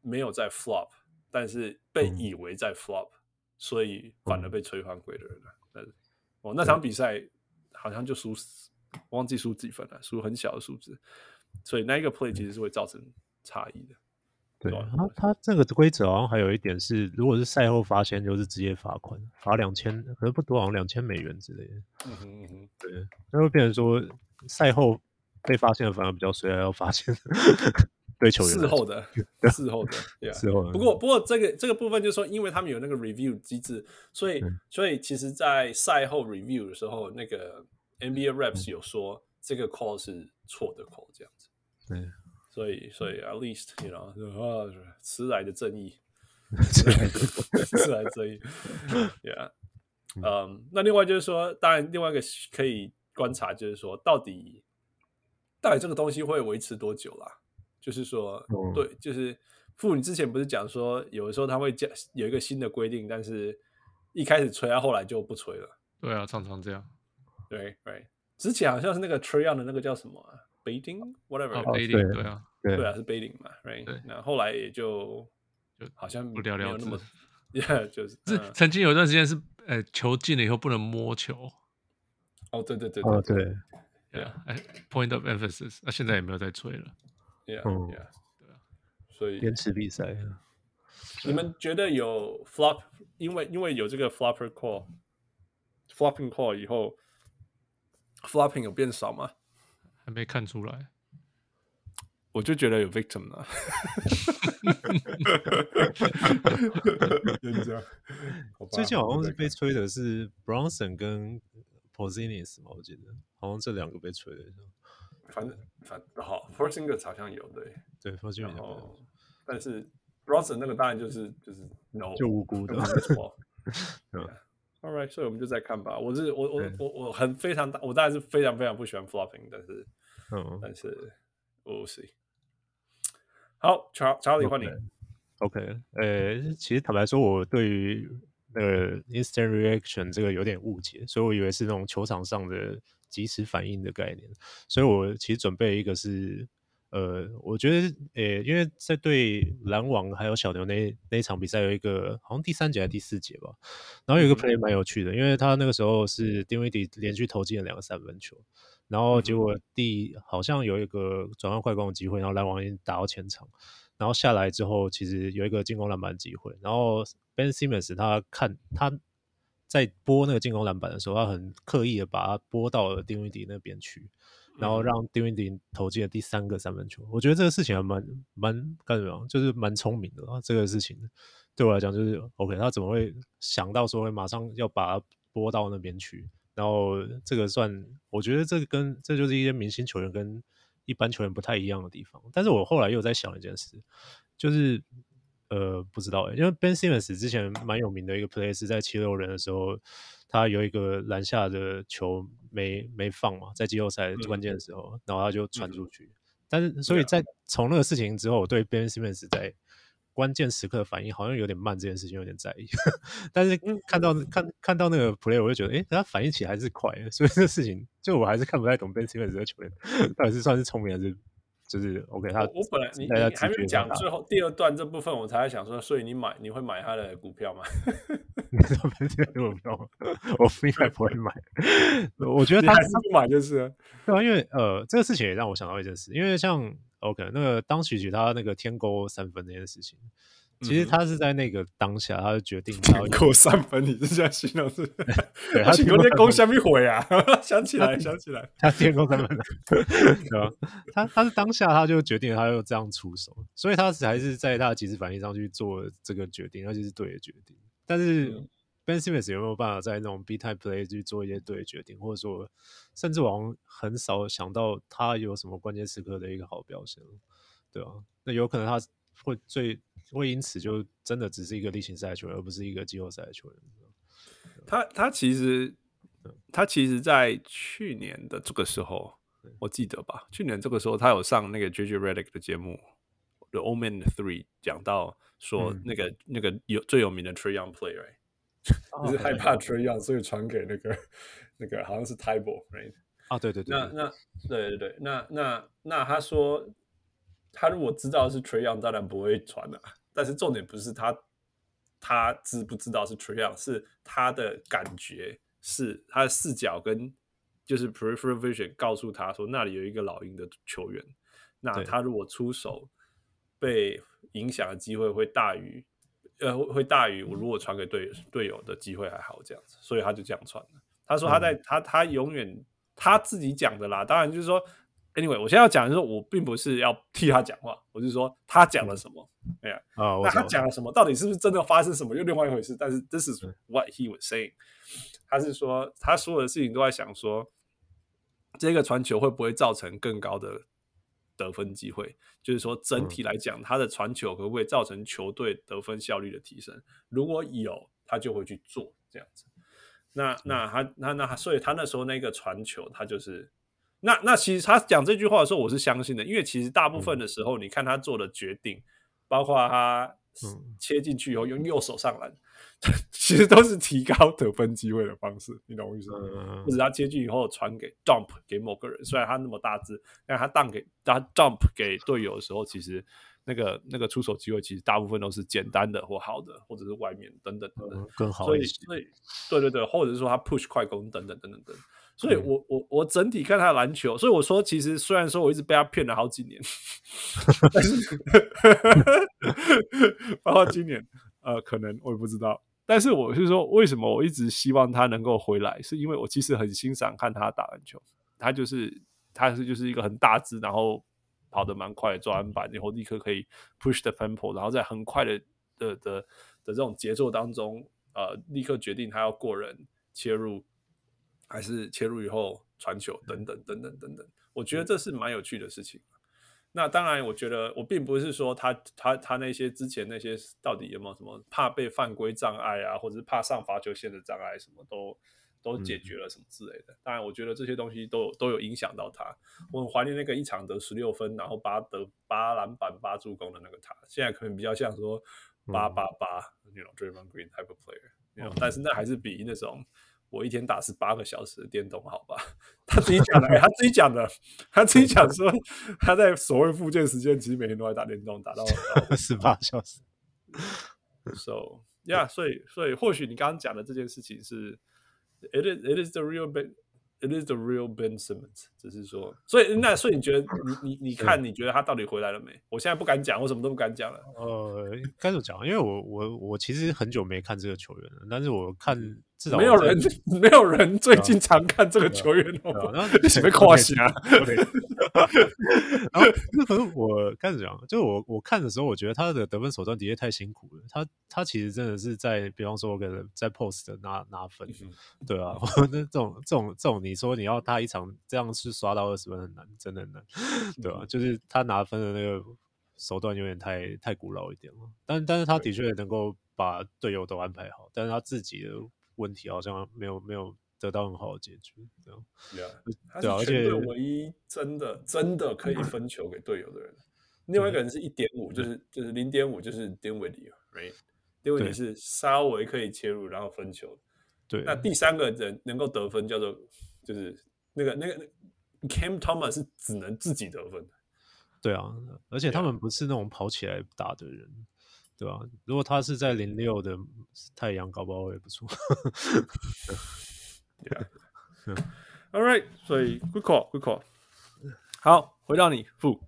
没有在 flop，但是被以为在 flop，、所以反而被吹犯规的人了。但是我、那场比赛好像就输死，忘记输几分了，输很小的数字，所以那一个 play 其实是会造成差异的。对，吧他他这个规则好像还有一点是，如果是赛后罚钱，就是直接罚款，罚两千，可是不多，好像两千美元之类的。嗯哼嗯哼，对，那会变成说赛后被发现的反而比较衰，还要 罚钱。对球员来事说后的，事 后的，对啊。事后的不过，不过这个这个部分就是说，因为他们有那个 review 机制，所以所以其实，在赛后 review 的时候，那个 NBA reps 有说这个 call 是错的 call 这样子。对，所以所以 at least you know 就啊，迟来的正义， 迟来的正义，yeah。嗯，那另外就是说，当然另外一个可以观察就是说，到底到底这个东西会维持多久啦？就是说，嗯对，就是父，你之前不是讲说，有的时候他会加有一个新的规定，但是一开始吹，他后来就不吹了。对啊，常常这样。对对，之前好像是那个 t r y o n 的那个叫什么、啊、Baiting whatever，、啊哦 b a 对对啊，对对啊，是 Baiting 嘛，right？对那后来也就就好像不了没有了那么之，yeah，就是 是嗯曾经有一段时间是，呃，球进了以后不能摸球。哦，对对对哦，对对，对啊，哎，point of emphasis，那、现在也没有在吹了。 ，yeah 嗯 yeah，所啊以延迟比赛，啊你们觉得有 flop，因为因为有这个 flopper call flopping call 以后，flopping 有变少吗？还没看出来。我就觉得有 victim 了，认真。好吧最近好像是被吹的是 Bronson 跟 Posinis 嘛，我记得好像这两个被吹的。反正反好 f o r s i n g e r 好像有对，对 p o s i 然 n 后但是 Bronson 那个当然就是就是 no。就无辜的 嗯 All right，所以我们就再看吧。我是我我对我我很非常大，我当然是非常非常不喜欢 flopping，但是嗯但是我 see。好，查查理换你。 ，OK，呃，其实坦白说，我对于呃 instant reaction 这个有点误解，所以我以为是那种球场上的即时反应的概念。所以我其实准备一个是，呃，我觉得，呃，因为在对篮网还有小牛那那一场比赛有一个好像第三节还是第四节吧，然后有一个 play 蛮有趣的，因为他那个时候是丁威迪连续投进了两个三分球，然后结果第好像有一个转换快攻的机会，然后篮网已经打到前场，然后下来之后其实有一个进攻篮板的机会，然后 Ben Simmons 他看他在拨那个进攻篮板的时候，他很刻意的把它拨到了丁威迪那边去，然后让丁威迪投进了第三个三分球。我觉得这个事情还蛮蛮干什么，就是蛮聪明的啊。这个事情对我来讲就是 OK，他怎么会想到说会马上要把它拨到那边去？然后这个算，我觉得这个跟这就是一些明星球员跟一般球员不太一样的地方。但是我后来又在想一件事，就是呃，不知道欸，因为 Ben Simmons 之前蛮有名的一个 play 是在七六人的时候，他有一个篮下的球没没放嘛，在季后赛关键的时候，然后他就传出去。但是，所以在从那个事情之后，我对 Ben Simmons 在关键时刻的反应好像有点慢，这件事情有点在意。 但是看到看看到那个 play，我就觉得，诶，他反应起来还是快的，所以这事情就我还是看不太懂 Ben Simmons 这个球员 到底是算是聪明还是就是 OK 他我我本来你大家你还没直有觉讲上最后第二段这部分，我才在想说，所以你买你会买他的股票吗？照片这 个我不要，我应该不会买。 我觉得你他还是不买就是了。对啊，因为呃，这个事情也让我想到一件事，因为像 OK 那个当许许他那个天勾三分那件事情，其实他是在那个当下，他就决 定他要用扣三分，你是这样形容是不是？对他他请进过那攻三攻分下面毁 啊！想起来，想起来，他天空三分的，对吧？他他是当下他就决定了他要这样出手，所以他还是在他的即时反应上去做了这个决定，而且是对的决定。但是嗯 Ben Simmons 有没有办法在那种 B type play 去做一些对的决定，或者说甚至往往很少想到他有什么关键时刻的一个好表现，对吧、那有可能他会最会因此就真的只是一个例行赛球员，而不是一个季后赛的球员。啊他他其实他其实，在去年的这个时候，我记得吧，去年这个时候他有上那个 JJ Redick 的节目《The Omen Three》，讲到说嗯那个、那个有最有名的 Trey Young play right，哦就是害怕 Trey Young，所以传给那个那个好像是 Tybo right？啊？对对对那对那对对对，那那那他说，他如果知道是 Trey Young，当然不会传了、但是重点不是他他知不知道是 Trey Young，是他的感觉，是他的视角跟就是 peripheral vision 告诉他说那里有一个老鹰的球员，那对他如果出手被影响的机会会大于。呃，会会大于我如果传给队队友的机会还好这样子，所以他就这样传了。他说他嗯在、他他永远他自己讲的啦，当然就是说，anyway，我现在要讲的是，我并不是要替他讲话，我是说他讲了什么，啊，嗯我那他懂讲了什么，到底是不是真的发生什么，又另外一回事。但是 this is 嗯 what he was saying，他是说他所有的事情都在想说，这个传球会不会造成更高的得分机会？就是说嗯整体来讲，他的传球会不会造成球队得分效率的提升？如果有，他就会去做这样子。嗯那那他那那他，所以他那时候那个传球，他就是那那其实他讲这句话的时候，我是相信的，因为其实大部嗯分的时候，你看他做的决定，包括他嗯切进去以后用右手上篮， 其实都是提高得分机会的方式，你懂我意思吗？嗯或者他切进以后传给 dump 给某个人，虽然他那么大只，但他 dump 给他 dump 给队友的时候，其实那个那个出手机会其实大部分都是简单的或好的，或者是外面等等等等。嗯更好所一以些。所以对对对，或者是说他 push 快攻等等等等等。所以嗯我我我整体看他的篮球，所以我说其实虽然说我一直被他骗了好几年，但是包括今年，呃，可能我也不知道。但是我是说，为什么我一直希望他能够回来，是因为我其实很欣赏看他打篮球，他就是他是就是一个很大只，然后跑得蛮快的抓篮板，然后立刻可以 push the tempo，然后在很快的的的的这种节奏当中，呃，立刻决定他要过人切入，还是切入以后传球等等等等等等。我觉得这是蛮有趣的事情。啊那当然，我觉得我并不是说他他他那些之前那些到底有没有什么怕被犯规障碍啊，或者是怕上罚球线的障碍，什么都都解决了什么之类的。当然，我觉得这些东西都有都有影响到他。我很怀念那个一场得十六分，然后八得八篮板八助攻的那个他，现在可能比较像说八八八那种 Draymond Green type of player，you know，但是那还是比那种我一天打十八个小时的电动好吧？ 他自己讲的、哎他自己讲的，他自己讲说他在所谓复健时间，其实每天都在打电动，打到十八小时。 So yeah，所以所以或许你刚刚讲的这件事情是，it is it is the real Ben it is the real Ben Simmons，只是说，所以那所以你觉嗯得你你你看你觉得他到底回来了没？我现在不敢讲，我什么都不敢讲了。呃，该怎么讲？因为我我我其实很久没看这个球员了，但是我看至少嗯没有我在人， 没有人最近常看这个球员，好对不啊好？然后你是啊被胯下？对，然后哦那可是我该怎么讲？啊就是我我看的时候，我觉得他的得分手段的确太辛苦了。他他其实真的是在，比方说，我可能在 post 的拿拿分，嗯对啊， 那这种这种这种，你说你要他一场这样是刷到二十分很难，真的很难，对啊，就是他拿分的那个手段有点太太古老一点了。但但是他的确能够把队友都安排好，但是他自己的问题好像没有没有得到很好的解决，这样。他对啊是而全且队唯一真的真的可以分球给队友的人。另外一个人是一点五，就是就是零点五，就是丁伟迪，right？丁伟迪对是稍微可以切入然后分球。对，那第三个人能够得分叫做就是那个那个那 Cam Thomas 是只能自己得分的。对啊，而且他们不是那种跑起来打的人，对吧、如果他是在零六的太阳，搞不好也不错。 All right，所以 good call，good call。好，回到你，傅。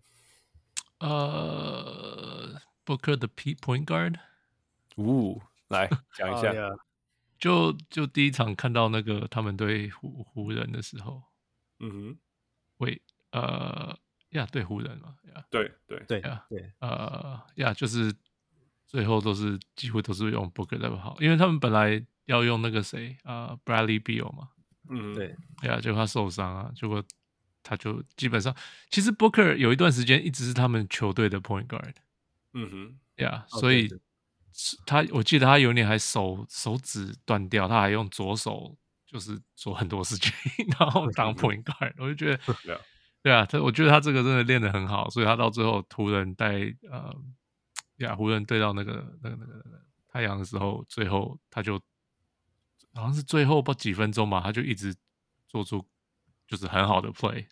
呃， Booker the P point guard。呜、 来讲一下，呀，就就第一场看到那个他们对湖湖人的时候，嗯哼，喂，呃，呀，对湖人嘛，呀，对对，对呀对，呃，呀，就是最后都是几乎都是用 Booker 在跑，因为他们本来要用那个谁啊、呃、，Bradley Beal 嘛，嗯对对啊，结果他受伤啊，结果他就基本上，其实 Booker 有一段时间一直是他们球队的 point guard，嗯哼，呀、哦所对以对是他我记得他有一年还手手指断掉，他还用左手就是做很多事情， 然后 当 point guard，我就觉得对啊，对啊，他我觉得他这个真的练得很好，所以他到最后湖人带呃呀湖人对到那个那个那个那个太阳的时候，最后他就好像是最后不知道几分钟嘛，他就一直做出就是很好的 play，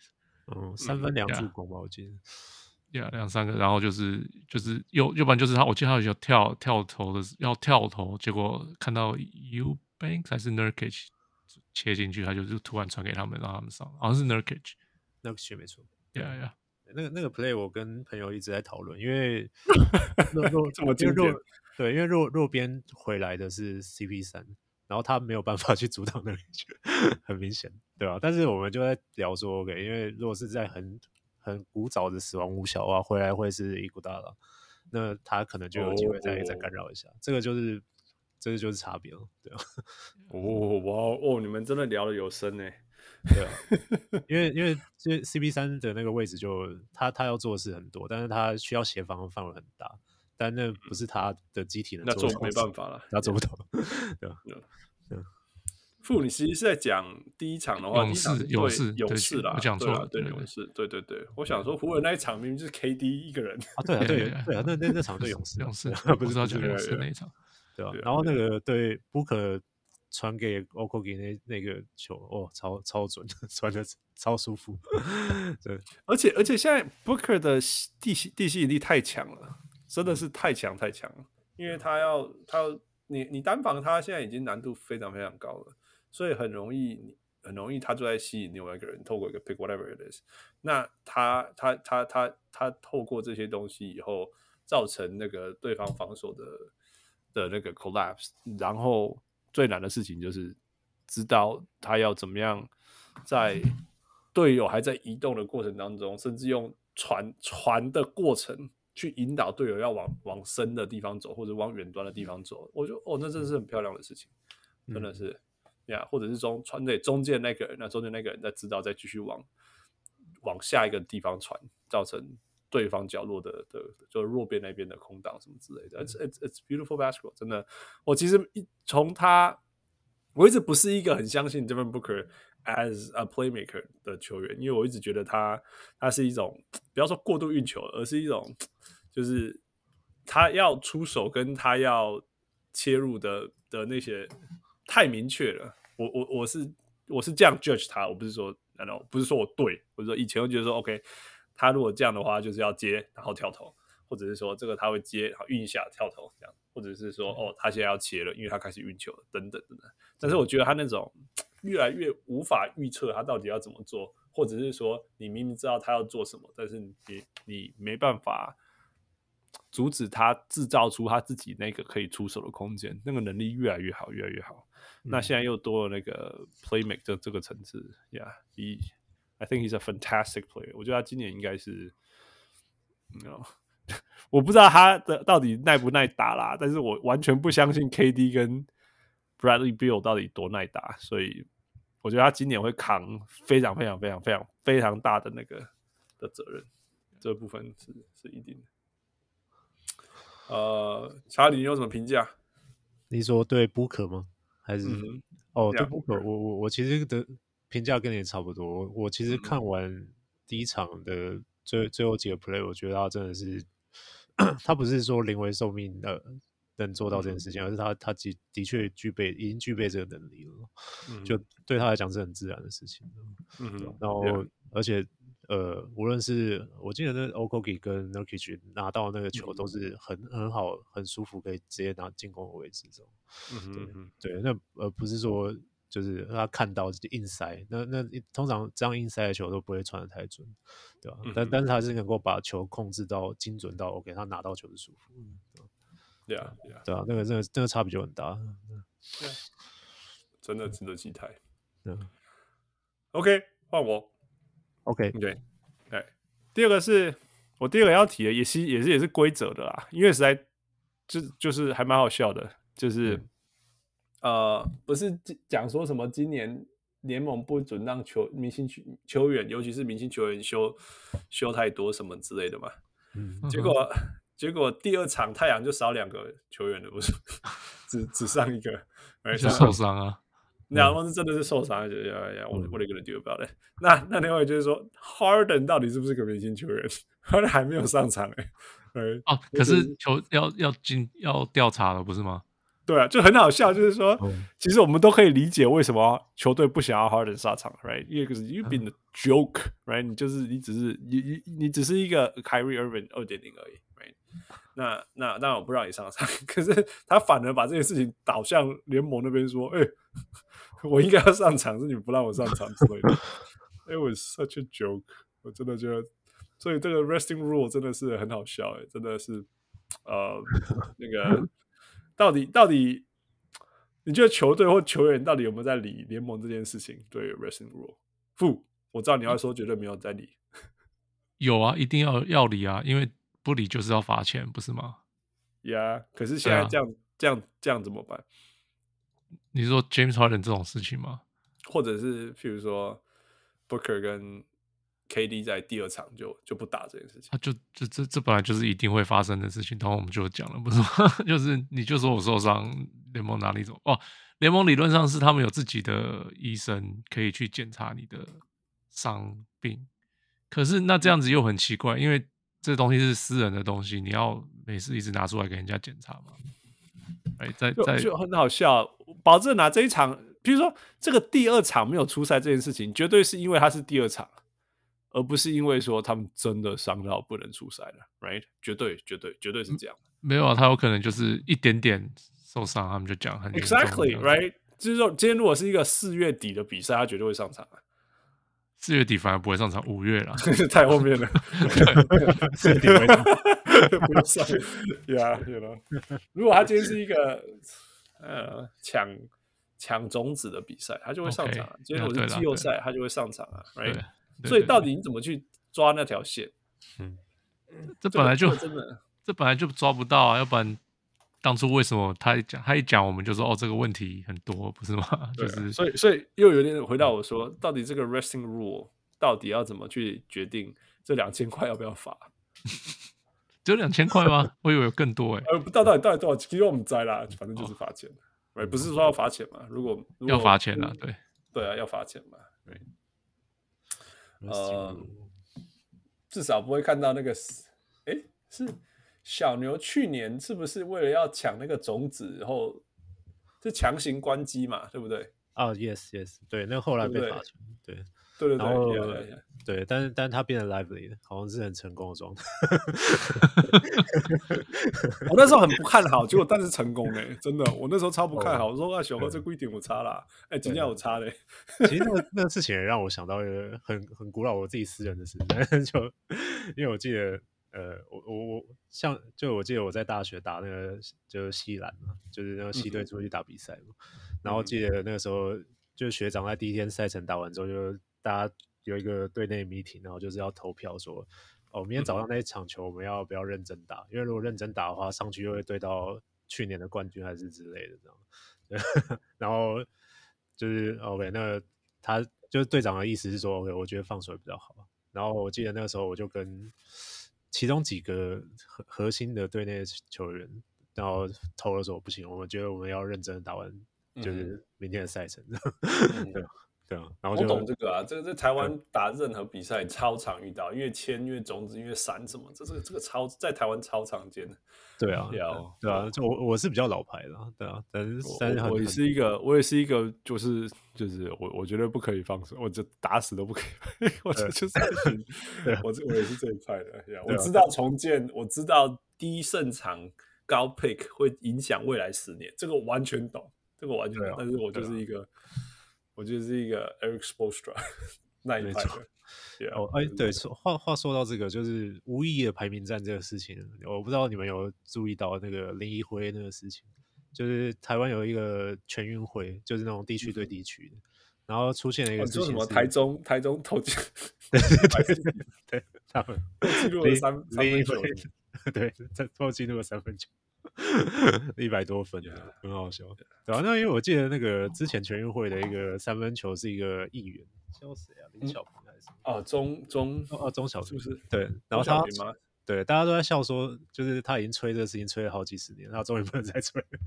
嗯，三分两呀助攻吧，我记得。呀，两三个，然后就是就是又要不然就是他，我记得他有跳跳投的，要跳投，结果看到 U Bank 还是 Nurkic 切进去，他就是突然传给他们，让他们上，好像是 Nurkic，那个学没错。呀呀，那个那个 play 我跟朋友一直在讨论，因 为若若这么因为经典若对，因为若若边回来的是 CP 三，然后他没有办法去阻挡那个球， 很明显，对啊吧、但是我们就在聊说，OK，因为如果是在很很古早的死亡五小啊，回来会是伊古达拉，那他可能就有机会再、再干扰一下，这个就是这个就是差别了，对啊吧、哦哇哦，你们真的聊的有深呢，对啊，因为因为这 CP 三的那个位置就他他要做的事很多，但是他需要协防的范围很大，但那不是他的机体能嗯那做做到的没事办，法了。他做不到。傅，你其实是在讲第一场的话，第勇一场士是对勇士对勇不士起啦，我讲对错啦了对对对勇士，对对对，我想说湖人那一场明明就是 KD 一个人，啊，对啊，对对对对啊，那那那场对勇士啊，勇士对啊，不不知是道不是讲勇勇士士那一场，对啊对啊。然后那个对 Booker 传给 Okogi 那那个球，哦，超超准， 传的超舒服。对，而且而且现在 Booker 的吸地吸地吸引力太强了，真的是太强太强了，因为他要他要你你单防他现在已经难度非常非常高了，所以很容易你很容易他就在吸引另外一个人，透过一个 pick whatever it is，那他他他他他透过这些东西以后，造成那个对方防守的的那个 collapse，然后最难的事情就是知道他要怎么样在队友还在移动的过程当中，甚至用传传的过程去引导队友要往往深的地方走，或者往远端的地方走。我觉得哦，那真的是很漂亮的事情，真的是呀或者是中传给中间那个人，那中间那个人再知道再继续往往下一个地方传，造成。对方角落的的，就是弱边那边的空档什么之类的。It's it's it's beautiful basketball，真的。我其实一从他我一直不是一个很相信 Devin Booker as a playmaker 的球员，因为我一直觉得他他是一种不要说过度运球，而是一种就是他要出手跟他要切入的的那些太明确了。我我我是我是这样 judge 他，我不是说难道不是说我对，我是说以前我觉得说 OK，他如果这样的话就是要接然后跳投，或者是说这个他会接然后运一下跳投这样，或者是说哦他现在要切了，因为他开始运球了等等等等。但是我觉得他那种越来越无法预测他到底要怎么做，或者是说你明明知道他要做什么，但是你你没办法阻止他制造出他自己那个可以出手的空间，那个能力越来越好，越来越好。那现在又多了那个 playmake 这这个层次，Yeah，he I think he's a fantastic player。我觉得他今年应该是，you know, 我不知道他的到底耐不耐打啦，但是我完全不相信 KD 跟 Bradley Beal 到底多耐打，所以我觉得他今年会扛非常非常非常非常非常大的那个的责任，这部分是是一定的。呃，查理，你有什么评价？你说对 Booker 吗？还是、嗯哦，对对啊 Booker，我我我其实的评价跟你差不多。我我其实看完第一场的最最后几个 play，我觉得他真的是，他不是说临危受命的能做到这件事情，而是他他的的确具备已经具备这个能力了，就对他来讲是很自然的事情。嗯哼，然后而且呃，无论是我记得那 Okogi 跟 Nurkic 拿到那个球都是很很好、很舒服，可以直接拿进攻的位置这种。嗯哼，嗯哼对，那呃不是说就是让他看到就硬塞。那那通常这样硬塞的球都不会传的太准，对嗯吧、但但是他是能够把球控制到精准到 OK，他拿到球是舒服，嗯对啊，对啊，对吧、那个那个那个差别就很大。真的值得期待。嗯 OK，换我。 ，OK，对，哎，第二个是我第二个要提的，也是也是也是规则的啦，因为实在就就是还蛮好笑的，就是、呃，不是今讲说什么今年联盟不准让球明星球球员，尤其是明星球员休休太多什么之类的嘛，嗯， 结果结果第二场太阳就少两个球员了，不是 只只上一个，哎而 就受伤啊，那我是真的是受伤，就呀呀，我我 a t gonna do about it？那那另外就是说，Harden 到底是不是个明星球员 ？Harden 还没有上场哎、欸， 哦，可是球要要进要调查了，不是吗？对啊，就很好笑，就是说，其实我们都可以理解为什么球队不想要 Harden 上场，right？因为就是 you been a joke，right？你就是你只是你你你只是一个 Kyrie Irving 二点零而已，right？那那那我不让你上场，可是他反而把这件事情导向联盟那边说，哎、 我应该要上场，是你不让我上场之类的。It was such a joke，我真的觉得，所以这个 resting rule 真的是很好笑、欸，真的是，呃，那个到底到底，你觉得球队或球员到底有没有在理联盟这件事情？对 resting rule，不，我知道嗯你要说绝对没有在理，有啊，一定要要理啊，因为不理就是要罚钱，不是吗？呀、可是现在对啊这样、这样这样怎么办？你是说 James Harden 这种事情吗？或者是譬如说 Booker 跟 KD 在第二场就就不打这件事情啊，就这这这本来就是一定会发生的事情，然后我们就讲了，不是吗？ 就是你就说我受伤，联盟哪里走？哦，联盟理论上是他们有自己的医生可以去检查你的伤病，可是那这样子又很奇怪，因为这东西是私人的东西，你要每次一直拿出来给人家检查嘛？哎，在就在就很好笑。保证啊拿、这一场，比如说这个第二场没有出赛这件事情，绝对是因为他是第二场，而不是因为说他们真的伤到不能出赛了，right？绝对绝对绝对是这样。没有啊，他有可能就是一点点受伤，他们就讲很严重 Exactly right，就是说今天如果是一个四月底的比赛，他绝对会上场啊， 四月底反而不会上场，五月啦。太后 面了，四月底没打， 不用上，Yeah，you know，如果他今天是一个呃抢抢种子的比赛，他就会上场、啊。 OK，今天如果那是对啦季后对赛，他就会上场啊对，Right？，对所以对到对底你怎么去抓那条线？这本来就这个真的这本来就抓不到啊，要不然当初为什么他一讲他一讲我们就说哦这个问题很多不是吗？对就啊是所以所以又有点回到我说，到底这个 resting rule 到底要怎么去决定这两千块要不要罚？只有两千块吗？我以为有更多哎、 呃，不知道到底到底多少钱，因为我们摘啦，反正就是罚钱。right，不是说要罚钱嘛？如果如果哦要罚钱了、对，对啊，要罚钱嘛。呃，至少不会看到那个是，哎，是小牛去年是不是为了要抢那个种子，然后是强行关机嘛？对不对？啊，yes yes，对，那后来被对罚球，对对对对然后，yeah, yeah, yeah 对，但是但是他变得 lively 了，好像是很成功的状态。我那时候很不看好，结果但是成功嘞、真的，我那时候超不哦看好，我说啊，小哥这规定我差啦，哎、今天我差嘞，其实那个那个事情也让我想到一个很很古老我自己私人的事，但是 就因为我记得，呃，我我我像就我记得我在大学打那个就是西篮嘛，就是那个西队出去打比赛嘛，然后记得那个时候就学长在第一天赛程打完之后，就大家有一个队内 meeting，然后就是要投票说。哦，明天早上那一场球我们要不要认真打？因为如果认真打的话，上去又会对到去年的冠军还是之类的这样。 然后就是 OK，那他就是队长的意思是说 OK，我觉得放手比较好。然后我记得那个时候我就跟其中几个核核心的队内球员，然后投了说不行，我们觉得我们要认真地打完，嗯就是明天的赛程， 对吧？对啊，然后我就懂这个啊，这个在台湾打任何比赛超常遇到，因为签、因为种子、因为闪什么，这这个这个超在台湾超常见的。对啊，对啊对啊，就我我是比较老牌的啊，对啊，但是但是我很我也很是一个，我也是一个，就是就是我我觉得不可以放手，我就打死都不可以， 我这就是不行 对啊我这我也是这一派的。yeah，我知道重建，我知道低胜场高啊 pick 会影响未来十年，这个我完全懂，这个我完全懂，但是我就是一个我觉得是一个 Eric Spoelstra 那一没派错的。对啊哦，哎，对，说话话说到这个，就是无意义的排名战这个事情，我不知道你们有注意到那个林一辉那个事情，就是台湾有一个全运会，就是那种地区对地区的，然后出现了一嗯哦个你事说情什是，么？台中台中投 进对他们记录了林三三林一分球辉， 对，他后进入了三分球，一百多分的 Yeah 很好笑。对啊，那因为我记得那个之前全运会的一个三分球是一个议员叫谁啊？林小平还是什么？哦，中中哦哦，钟小嗯是平不是？对，然后小他平 吗？对，大家都在笑说，就是他已经吹这个事情吹了好几十年，他终于不能再吹了。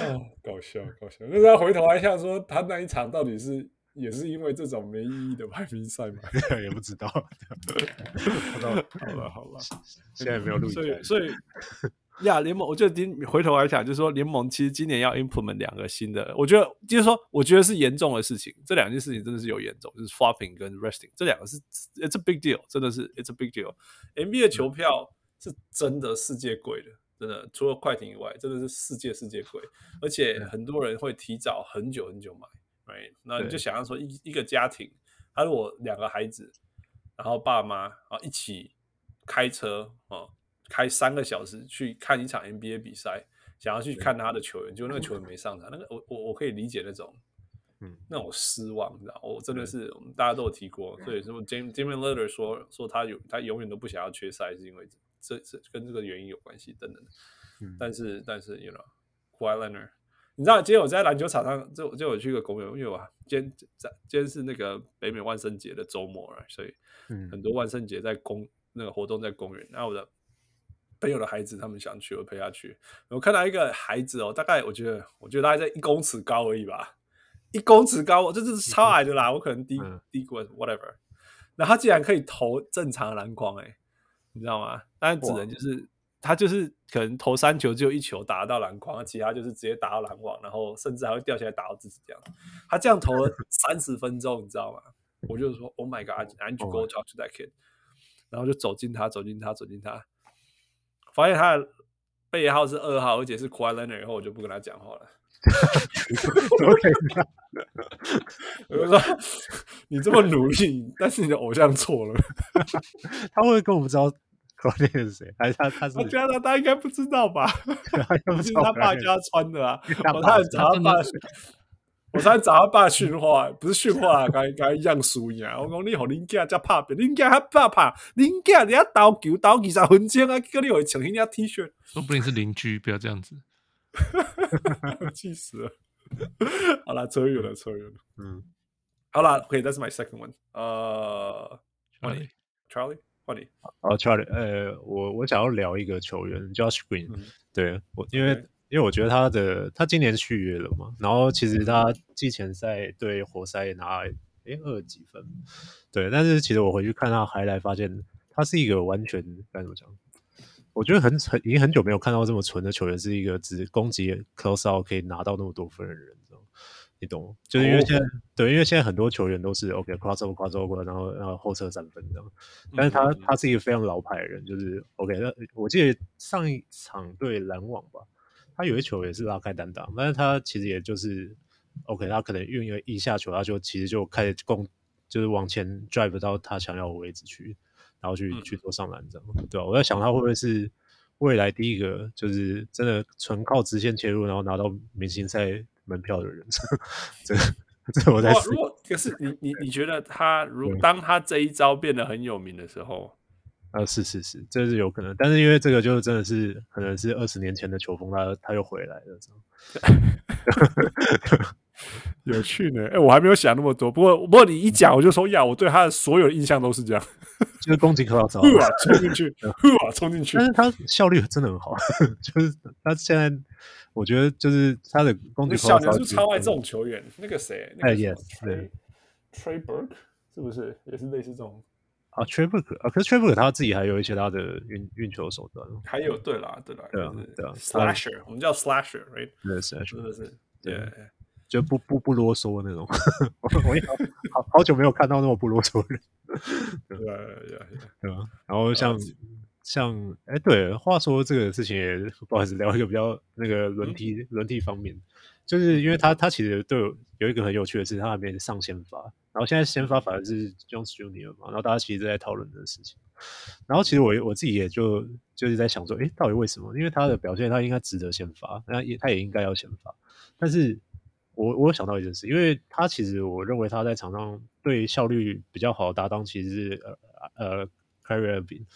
哦，搞笑搞笑。那他回头来想说，他那一场到底是也是因为这种没意义的排名赛吗？啊也不知道， 啊 好了好了，现在没有录所影带以，所以 呀，联盟，我觉得今回头来讲，就是说联盟其实今年要 implement 两个新的，我觉得就是说，我觉得是严重的事情，这两件事情真的是有严重，就是 flopping 跟 resting 这两个是 it's a big deal，真的是 it's a big deal。NBA 球票是真的世界贵的。真的，除了快艇以外，真的是世界世界贵，而且很多人会提早很久很久买，right？那你就对想象说一一个家庭，他如果两个孩子，然后爸妈啊一起开车哦，开三个小时去看一场 NBA 比赛，想要去看他的球员，结果那个球 员没上场，那个我我我可以理解那种嗯，那种失望，你知道，我真的对是我们大家都有提过，所以什么 James James l e t e r 说说他有他永远都不想要缺赛，是因为这这跟这个原因有关系等等的。嗯但是但是，you know，Kawhi Leonard，你知道今天我在篮球场上，就就有去一个公园，因为我今天在今天是那个北美万圣节的周末了，所以很嗯，多万圣节在公那个活动在公园，然后我的朋友的孩子他们想去，我陪他去。我看到一个孩子哦，大概我觉得我觉得大概在一公尺高而已吧，一公尺高，我这这是超矮的啦，我可能低嗯低过 whatever。然后他竟然可以投正常的篮筐、欸，哎，你知道吗？但是只能就是他就是可能投三球只有一球打得到篮筐，其他就是直接打到篮网，然后甚至还会掉下来打到自己这样。他这样投了三十分钟，你知道吗？我就说 Oh my God，I need to go talk to that kid，然后就走近他，走近他，走近他，发现他的背号是二号，而且是 Kawhi Leonard 以后，我就不跟他讲话了。我就说 你这么努力，但是你的偶像错了。他会跟我们知道 c o n 是谁，还是他他是他加拿大应该不知道吧？他又不啊是知道他爸 Cornet 叫他穿的啊。他我爸差点找他爸训，我差点找他爸训话，不是训话啊，该该样输赢啊。我讲你互恁囝才拍拼，恁囝还拍拍，恁囝你还投球投二十分钟啊，叫你会穿迄领 T 恤，说不定是邻居，不要这样子。 气死了。好啦，扯远了，扯远了。嗯，好啦，OK，that's、my second one。呃换你，Charlie，换你。然后 Charlie，呃，我我想要聊一个球员，Josh Green，、嗯对我，因为 OK 因为我觉得他的他今年续约了嘛，然后其实他季前赛对活塞也拿诶二十几分，对，但是其实我回去看他还来发现他是一个完全该怎么讲，我觉得很很已经很久没有看到这么纯的球员，是一个只攻击 close out 可以拿到那么多分的人，你知道吗你懂吗？就是因为现在、对，因为现在很多球员都是 OK cross over cross over，然后然后后撤三分这样。但是嗯他他是一个非常老牌的人，就是 OK 那。我记得上一场对篮网吧，他有一球也是拉开单打，但是他其实也就是 OK，他可能运了一下球，他就其实就开始攻，就是往前 drive 到他想要的位置去，然后去、嗯去做上篮这样，对吧、啊我在想他会不会是未来第一个就是真的纯靠直线切入，然后拿到明星赛门票的人？ 这这我在哇思哦如果可是你你你觉得他如当他这一招变得很有名的时候，啊，是是是，这是有可能，但是因为这个就真的是可能是二十年前的球风，他他又回来了，这样有趣呢，哎、我还没有想那么多。不过，不过你一讲，我就说呀，我对他的所有的印象都是这样，就是攻 击克劳斯呼，啊冲进 去，呼啊冲进去但。是他效率真的很好， 就是他现在我觉得就是他的攻那击克小牛劳是斯不是超嗯爱这种球员，那个谁，那哎个什么 yes， Trey- Trey Burke 是不是也是类似这种？啊 t r e v o r 啊，可是 t r e v o r 他自己还有一些他的运运球手段，还有对啦，对啦，对啊就是对啊他 Slasher，我们叫 Slasher，right？真的是还是真的是，对对。就不不不啰嗦那种， 我我也好好啊好久没有看到那么不啰嗦的人，对对对，对吧？然后像像哎，对，话说这个事情也不好意思聊一个比较那个轮替、轮替方面，就是因为他他其实都有有一个很有趣的是，他还没上先发，然后现在先发反而是 Jones Junior 嘛，然后大家其实都在讨论这个事情，然后其实我我自己也就就是在想说，哎，到底为什么？因为他的表现他应该值得先发，那也他也应该要先发，但是我我有想到一件事，因为他其实我认为他在场上对效率比较好的搭档其实是呃呃 c a r r y 尔饼。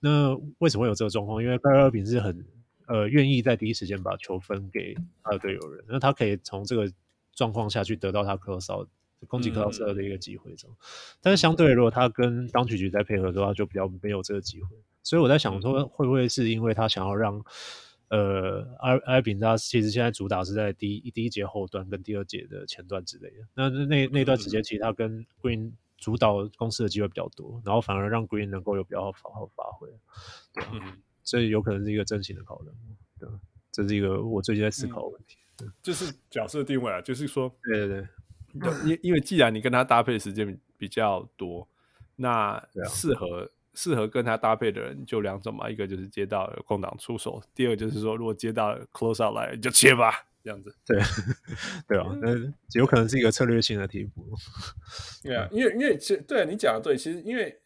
那为什么会有这个状况？因为 c a r r y 尔饼是很呃愿意在第一时间把球分给他的队友人，那他可以从这个状况下去得到他 close out 攻击 close out 的一个机会这样。但是相对如果他跟当局局在配合的话，就比较没有这个机会。所以我在想说，会不会是因为他想要让呃，阿阿尔比他其实现在主打是在第一第一节后端跟第二节的前段之类的。那那那那段时间，其实他跟 Green 主导公司的机会比较多，然后反而让 Green 能够有比较好发好发挥，对啊所以有可能是一个真情的考量。对啊，这是一个我最近在思考的问题。就是角色定位啊，就是说，嗯对对对，因因为既然你跟他搭配的时间比较多，那对啊适合、适合跟他搭配的人就两种嘛，一个就是接到有空档出手，第二个就是说如果接到 close out 来你就切吧，这样子。对 对啊，那有可能是一个策略性的替补。对啊，因为因为其实对、啊、你讲的对，其实因为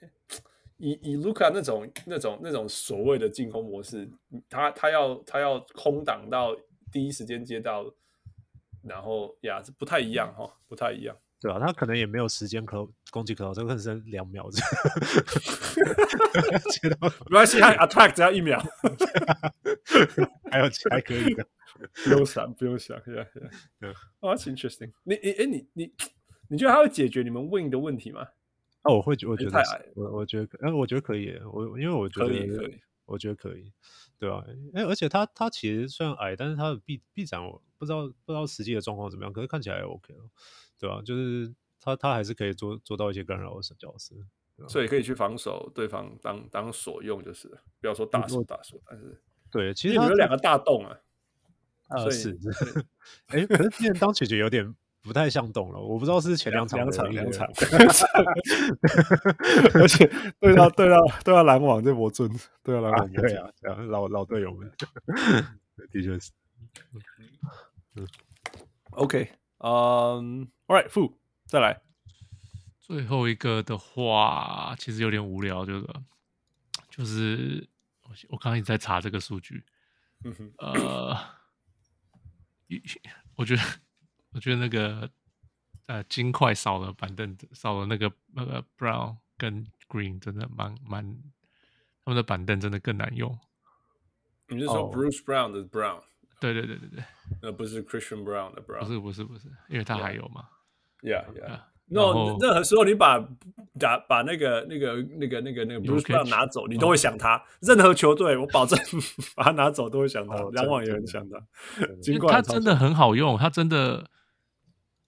以以卢卡那种那种那种所谓的进攻模式，他他要他要空挡到第一时间接到，然后呀，这不太一样哈、哦，不太一样。对啊，他可能也没有时间可攻击可到，这个剩两秒 这样。接到没关系，他 attack 只要一秒，还有其还可以的。 不用想，不用想。Yeah, yeah. 对 Oh, that's interesting. 你你哎你你你觉得他会解决你们 win 的问题吗？哦，我会觉我没觉太得是矮我我觉得可，嗯，我觉得可以耶，我因为我觉可得以可以，我觉得可以，对吧、哎，而且他他其实虽然矮，但是他的臂臂展我不知道不知道实际的状况怎么样，可是看起来还 OK 了，对吧、就是他他还是可以做做到一些干扰的角色。所以可以去防守对方当当所用，就是了不要说大手我大手，但是对，其因实为你他们有两个大洞啊。呃所以 是，是哎，可是之前当姐姐有点不太像动了，我不知道是前两场两的场一两个场而且对到对到对到篮网这魔尊，对到篮啊网，魔对尊，啊，对啊老老队友们，的确是。 OK，嗯、a l right，负再来。最后一个的话，其实有点无聊，这个就是我我刚刚一直在查这个数据，嗯哼，呃，一我觉得我觉得那个呃金块少了板凳少了那个那个 Brown 跟 Green 真的蛮蛮他们的板凳真的更难用，你是说哦 Bruce Brown 的 Brown，对对对对对，那不是 Christian Brown 的不 Brown。是不是不是，因为他还啊有嘛， Yeah, yeah. 啊 No，然后任何时候你把打把那个那个那个那个那个 Bruce Jokic Brown 拿走，你都哦会想他。任何球队，我保证 把他拿走都会想他哦，篮网也真很的想他。因尽为管他真的很好用，他真的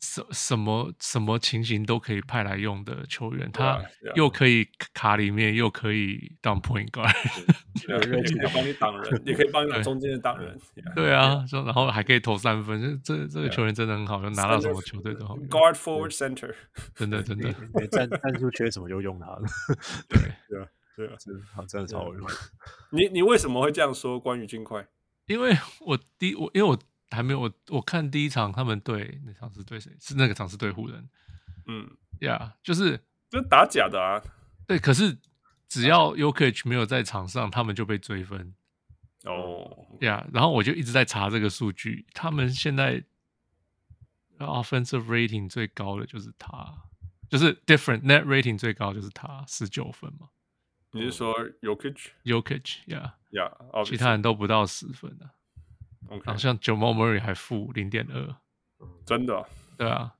什什么什么情形都可以派来用的球员，啊他对啊又可以卡里面，又可以当 point guard， 也可以帮你挡人，也可以帮你挡对中间的挡人。Yeah 对啊，说然后还可以投三分，这这这啊个球员真的很好用，拿到什么球队都好用，呃 Guard forward center，真的真的，你战战术缺什么就用啊 它了，对，对啊。真的好真的超好用。你你为什么会这样说？关于金块，因为我第我因为我还没有我我看第一场他们对那场是对谁？是那个场是对湖人，嗯，呀、yeah,，就是这打假的啊。对，可是只要 u k i c 没有在场上，他们就被追分，哦，呀然后我就一直在查这个数据，他们现在 offensive rating 最高的就是他，就是 different net rating 最高就是他，十九分嘛你是说 Yokich？ y o k i c 呀呀，嗯其他人都不到十分的、啊， OK，好像 Jamal Murray 还负零点二，真的啊对啊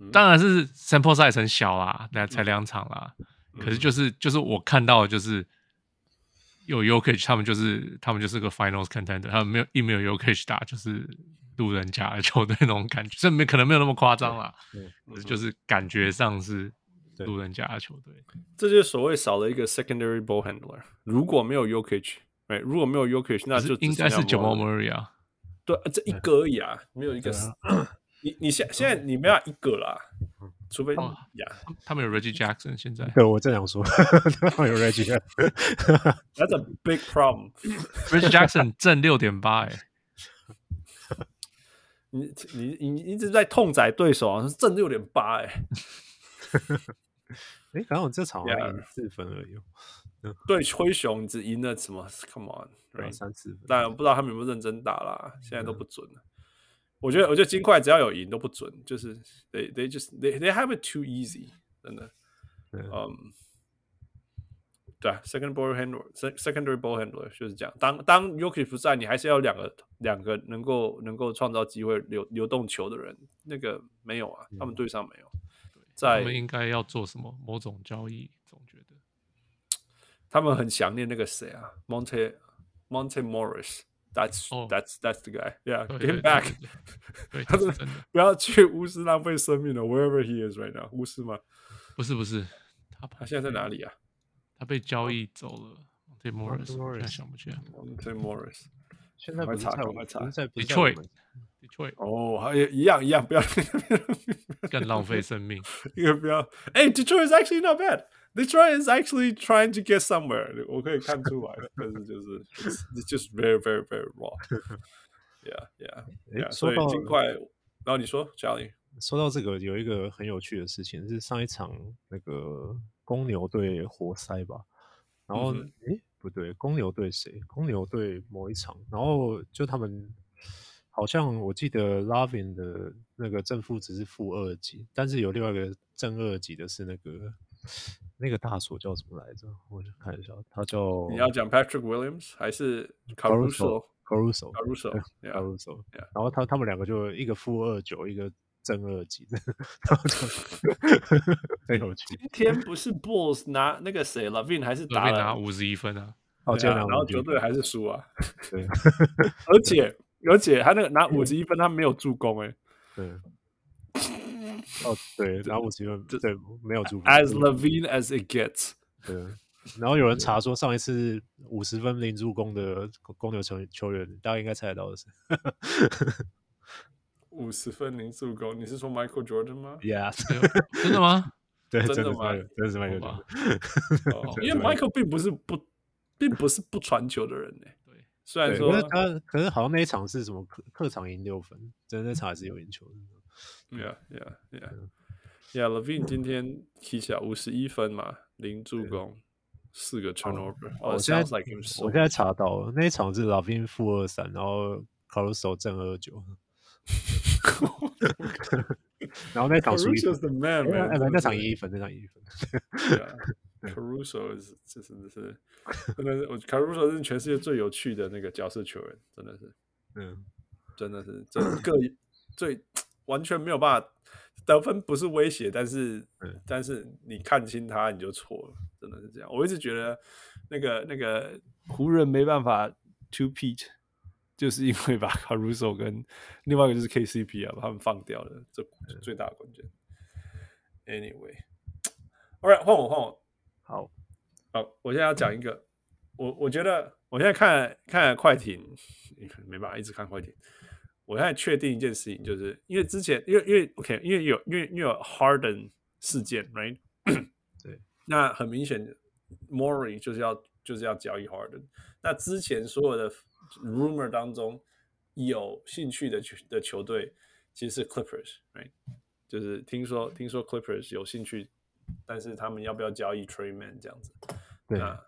嗯，当然是 sample size 很小啦，那才两场啦，嗯可是就是就是我看到的就是。有 y o k i c 他们就是他们就是个 Finals contender，他们没有一没有 y o k i c 打就是路人甲的球队那种感觉，这没可能没有那么夸张啦，可嗯是就是感觉上是对路人甲的球队。这就是所谓少了一个 secondary ball handler。如果没有 Yokich，哎，如果没有 Yokich，那可是就只应该剩是下 Jamal Murray Murray 啊， 对，这一个而已啊，没有一个。你你现现在你没有一个啦，除非嗯哦呀，他他们有 Reggie Jackson 现在对我正想说，他们有 Reggie， that's a big problem。 Reggie Jackson 正六点八哎，你你你你一直在痛宰对手，好像是正六点八哎，哎，刚好这场好像 Yeah 赢四分而已哦，对灰熊你只赢了什么？Come on，对吧 right？三四分，当然不知道他们有没有认真打啦，现嗯在都不准了。我觉得，我觉得金块只要有赢都不准，就是 they they just they they have it too easy，真的。对嗯，对啊，second ball handler，secondary ball handler 就是这样。当当 Yuki 不在，你还是要有两个两个能够能够创造机会流流动球的人，那个没有啊，他嗯们队上没有。他在们应该要做什么某种交易，总觉得他们很想念那个谁啊，Monte Monte Morris。That's、哦 that's that's the guy. Yeah, get 对对 him 对 back. 对，对他这们是真的不要去 巫师浪费生命了，wherever he is right now。巫师吗？不是不是，他他现在在哪里啊他被交易走了。对 Morris，我现在 Morris 想不起来。 ？Monte Morris。现在快不是查在我快们，查不是在不是在我 Detroit 们 Detroit 哦，还有一样一样，不要 更浪费生命。一个不要。哎、d e t r o i t is actually not bad. Detroit is actually trying to get somewhere. 我可以看出来， 但是就是 it's, it's just very very very raw. Yeah, yeah, 诶 yeah. 说所到以尽快。然后你说，Charlie，说到这个，有一个很有趣的事情是上一场那个公牛对活塞吧，然后诶、嗯不对，公牛对谁？公牛对某一场，然后就他们好像我记得 Lavin 的那个正负值是负二级，但是有另外一个正二级的是那个那个大锁叫什么来着？我就看一下，他叫你要讲 Patrick Williams 还是 Caruso Caruso？Caruso， Caruso yeah. 加入手 Yeah. 然后他他们两个就一个负二九，一个正二级，然后 就很有趣。今天不是 Bulls 拿那个谁 Lavin 还是准打备了拿五十一分啊！哦，对这啊两然后球队还是输啊， 对而且而且他那个拿嗯五十一分，他没有助攻哎、对。哦，对，然后我只有这对没有祝福 As Levine as it gets，对。然后有人查说上一次五十分零助攻的公牛球球员，大家应该猜得到 的是五十分零助攻，你是说 Michael Jordan 吗？ ，Yeah，对哦真的 吗？对，真真的的是吗？Oh 麦克真的是麦克好吧球哦，因为 Michael 并不是不，并不是不传球的人呢、对，虽然对，说可是他可是好像那一场是什么客客场赢六分，真嗯的那场还是有赢球的。 ，Yeah Yeah Yeah Yeah Levine 今天踢起来五十一分嘛，零助攻，四个 turnover，哦、我 s 现 o u n 在 d s like him so 我现在查到了那一场是老兵负二三，然后 Caruso 正二九，然后那场输一 Caruso's the 分，man，哎， man，哎真那的场是赢一分，那场赢一分，对 啊 Caruso 是这真的是，真的是我 Caruso 是全世界最有趣的那个角色球员，真的是，嗯，真的是 这个最完全没有办法得分不是威胁，但是嗯但是你看清他你就错了，真的是这样。我一直觉得那个那个湖人没办法 two peat，就是因为把 Caruso 跟另外一个就是 KCP 啊把他们放掉了，这最大的关键。Anyway，All right，换我换我。好，好，我现在要讲一个，我我觉得我现在看看快艇，没办法一直看快艇。我现在确定一件事情，就是因为之前，因为因为 OK，因为有因为因为有 Harden 事件，right？对， 那很明显，Murray 就是要就是要交易 Harden。那之前所有的 rumor 当中，有兴趣的球的球队其实是 Clippers，right？就是听说听说 Clippers 有兴趣，但是他们要不要交易 Trey Man 这样子？对，那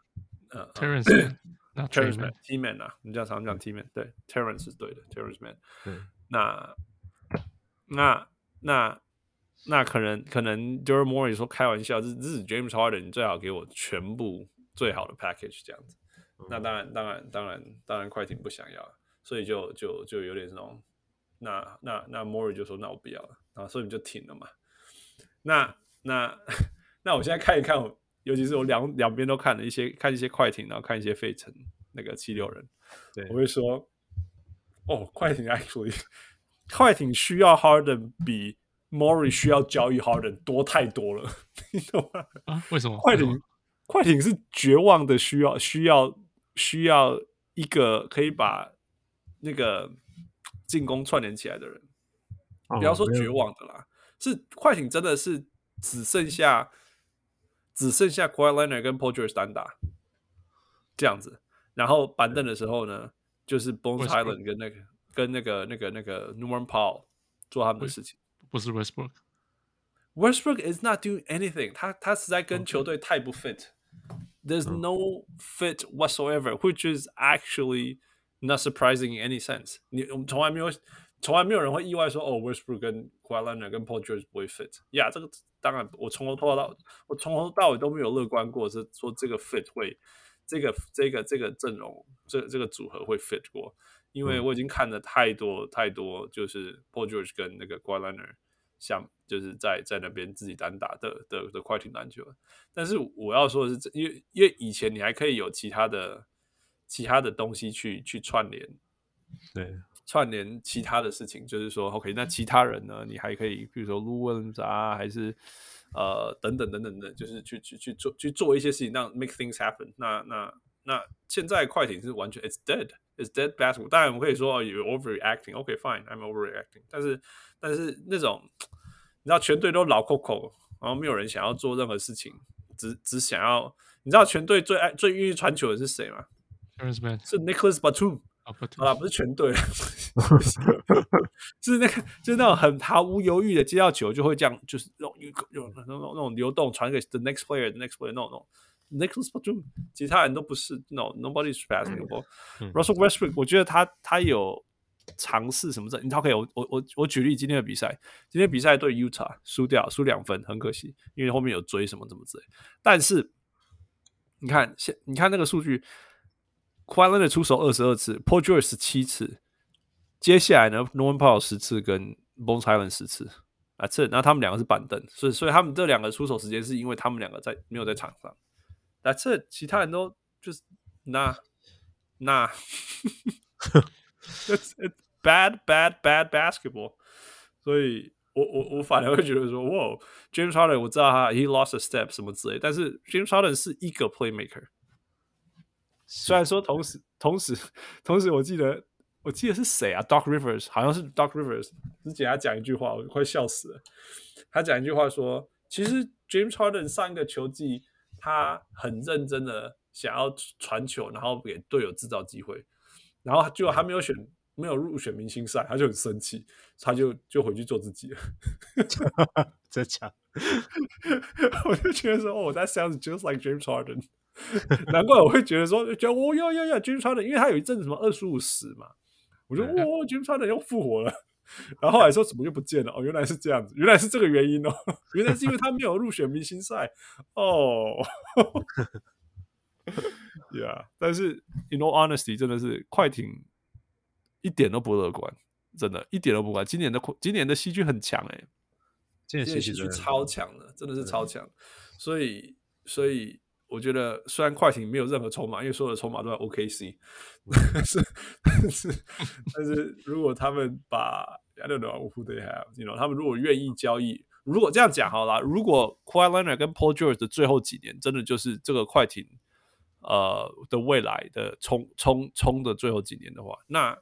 呃 Terrence，那 Terrence Terrence， Man，T Man 啊，我们叫常讲 T Man，对，Terrence 是对的，Terrence Man。对，那那那那可能可能 d u r a m o r y 说开玩笑，这这是 James Harden，你最好给我全部最好的 package 这样子。那当然当然当然当然快艇不想要，所以就就就有点那种，那那那 m o r y 就说那我不要了，然后所以你就停了嘛。那那 那我现在看一看我，尤其是我两两边都看了一些，看一些快艇，然后看一些费城那个七六人，对我会说，哦，快艇 actually，快艇需要 Harden 比 Murray 需要交易 Harden 多太多了，你懂吗？啊？为什么？快为什么 艇，快艇是绝望的需要需要需要一个可以把那个进攻串联起来的人。哦不要说没有绝望的啦，是快艇真的是只剩下只剩下 q u i e l i n e r 跟 p o r g e r 单打这样子，然后板凳的时候呢，就是 Bones Westbrook Island 跟那个跟那个那个那个 Norman Powell 做他们的事情。不是 Westbrook， Westbrook is not doing anything. 他他实在跟球队太不 fit. There's no fit whatsoever, which is actually not surprising in any sense. um, 你我们从来没有从来没有人会意外说哦，Westbrook oh, 跟 q u a l a n a 跟 Paul George 不会 fit。呀，这个当然，我从头到我从头到尾都没有乐观过，是说这个 fit 会这个这个这个阵容这这个组合会 fit 过，因为我已经看了太多太多，就是 Paul George 跟那个 q u a l a n a 像就是在在那边自己单打的的的快艇篮球。但是我要说的是这，因为因为以前你还可以有其他的其他的东西去去串联对，串联其他的事情，就是说，OK，那其他人呢，你还可以，比如说 Lou Williams 啊，还是呃等等等等的，就是去去去做去做一些事情，让 make things happen 那。那那现在快艇是完全 it's dead，it's dead basketball。当然我们可以说哦，you overreacting，OK、fine，I'm overreacting。但是但是那种你知道全队都老 Coco，然后没有人想要做任何事情，只只想要你知道全队最爱最愿意传球的是谁吗？ Terrence Mann 是 Nicholas Batum。啊不好啦，不是全对，是那个 就是那种很毫无犹豫的接到球就会这样，就是那种有有那种那种流动传给 the next player，the next player 那种那种。Nicholas Batum，其他人都不是那种 nobody's passing the ball。Russell Westbrook，我觉得他他有尝试什么的。你 OK，我我我我举例今天的比赛，今天比赛对 Utah 输掉，输两分，很可惜，因为后面有追什么怎么之类。但是你看现你看那个数据 q u a l a n 的出手二十二次 p o r g e r 十七次，接下来呢，Norman Powell 十次跟 Bones Highland 十次啊，这然后他们两个是板凳，所以所以他们这两个出手时间是因为他们两个在没有在场上，那这其他人都就是那那 ，it's it's bad bad bad basketball，所以。我我我反而会觉得说，哇，James Harden，我知道他 he lost a step 什么之类，但是 James Harden 是一个 playmaker，虽然说同时同时同时，我记得我记得是谁啊？Doc Rivers 好像是 Doc Rivers 之前他讲一句话，我快笑死了。他讲一句话说，其实 James Harden 上一个球季他很认真的想要传球，然后给队友制造机会，然后结果他没有选。没有入选明星赛，他就很生气，他就就回去做自己了。 真假？我就觉得说，哦、t h a t sounds just like James Harden。难怪我会觉得说，觉得哦要要要 James Harden，因为他有一阵子什么二十五十嘛，我觉得哇、哦、James Harden 又复活了。然后后来说怎么又不见了？哦，原来是这样子，原来是这个原因哦， 原来是因为他没有入选明星赛哦。yeah，但是 in all honesty，真的是快艇一点都不乐观，真的，一点都不乐观。今年的今年的西区很强哎、这这些件西事区情超强的，真的是超强。所以，所以我觉得，虽然快艇没有任何筹码，因为所有的筹码都在 OKC，但 是，但是，但是如果他们把 I don't know who they have，you know，他们如果愿意交易，如果这样讲好了，如果 k a w h i Leonard 跟 Paul George 的最后几年真的就是这个快艇呃的未来的冲冲冲的最后几年的话，那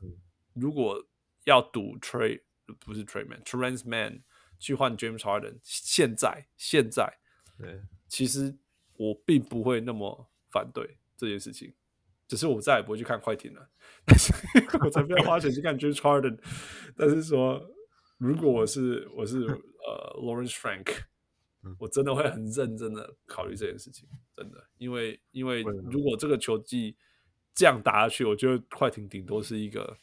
如果要赌 Trey 不是 Trey Man，Trans Man 去换 James Harden，现在现在对，其实我并不会那么反对这件事情，只是我再也不会去看快艇了。 但是我才不要花钱去看 James Harden。但是说，如果我是我是呃 Lawrence Frank，我真的会很认真的考虑这件事情，真的，因为因为如果这个球季这样打下去，我觉得快艇顶多是一个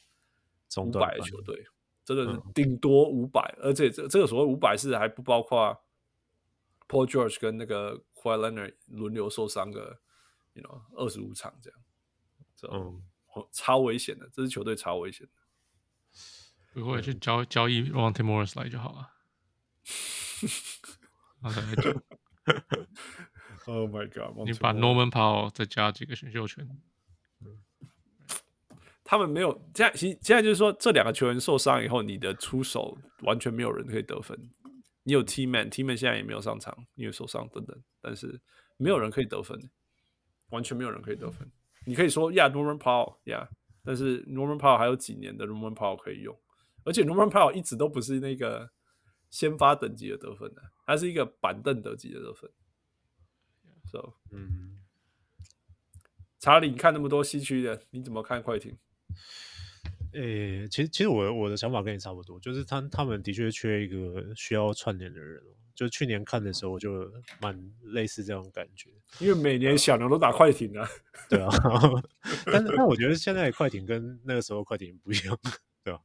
中五段百的班球队，真的是顶多五百、而且这这个所谓五百是还不包括 Paul George 跟那个 q u i l e n e r 轮流受伤个，you know 二十五场这样，这、嗯，超危险的，这支球队超危险的。如果去交交易 r o n t e Morris 来就 好了。然后再 Oh my god！你把 Norman Powell 再加几个选秀权，他们没有现在，其实现在就是说，这两个球员受伤以后，你的出手完全没有人可以得分。你有 T man，T man 现在也没有上场，因为受伤等等，但是没有人可以得分，完全没有人可以得分。你可以说呀、yeah,，Norman Powell 呀、但是 Norman Powell 还有几年的 Norman Powell 可以用，而且 Norman Powell 一直都不是那个先发等级的得分的，啊他是一个板凳等级的得分。So，嗯，查理，你看那么多西区的，你怎么看快艇？诶、哎其实其实我我的想法跟你差不多，就是他他们的确缺一个需要串联的人哦。就去年看的时候，我就蛮类似这种感觉，因为每年小牛都打快艇啊，对啊。 但是但我觉得现在的快艇跟那个时候快艇不一样，对吧、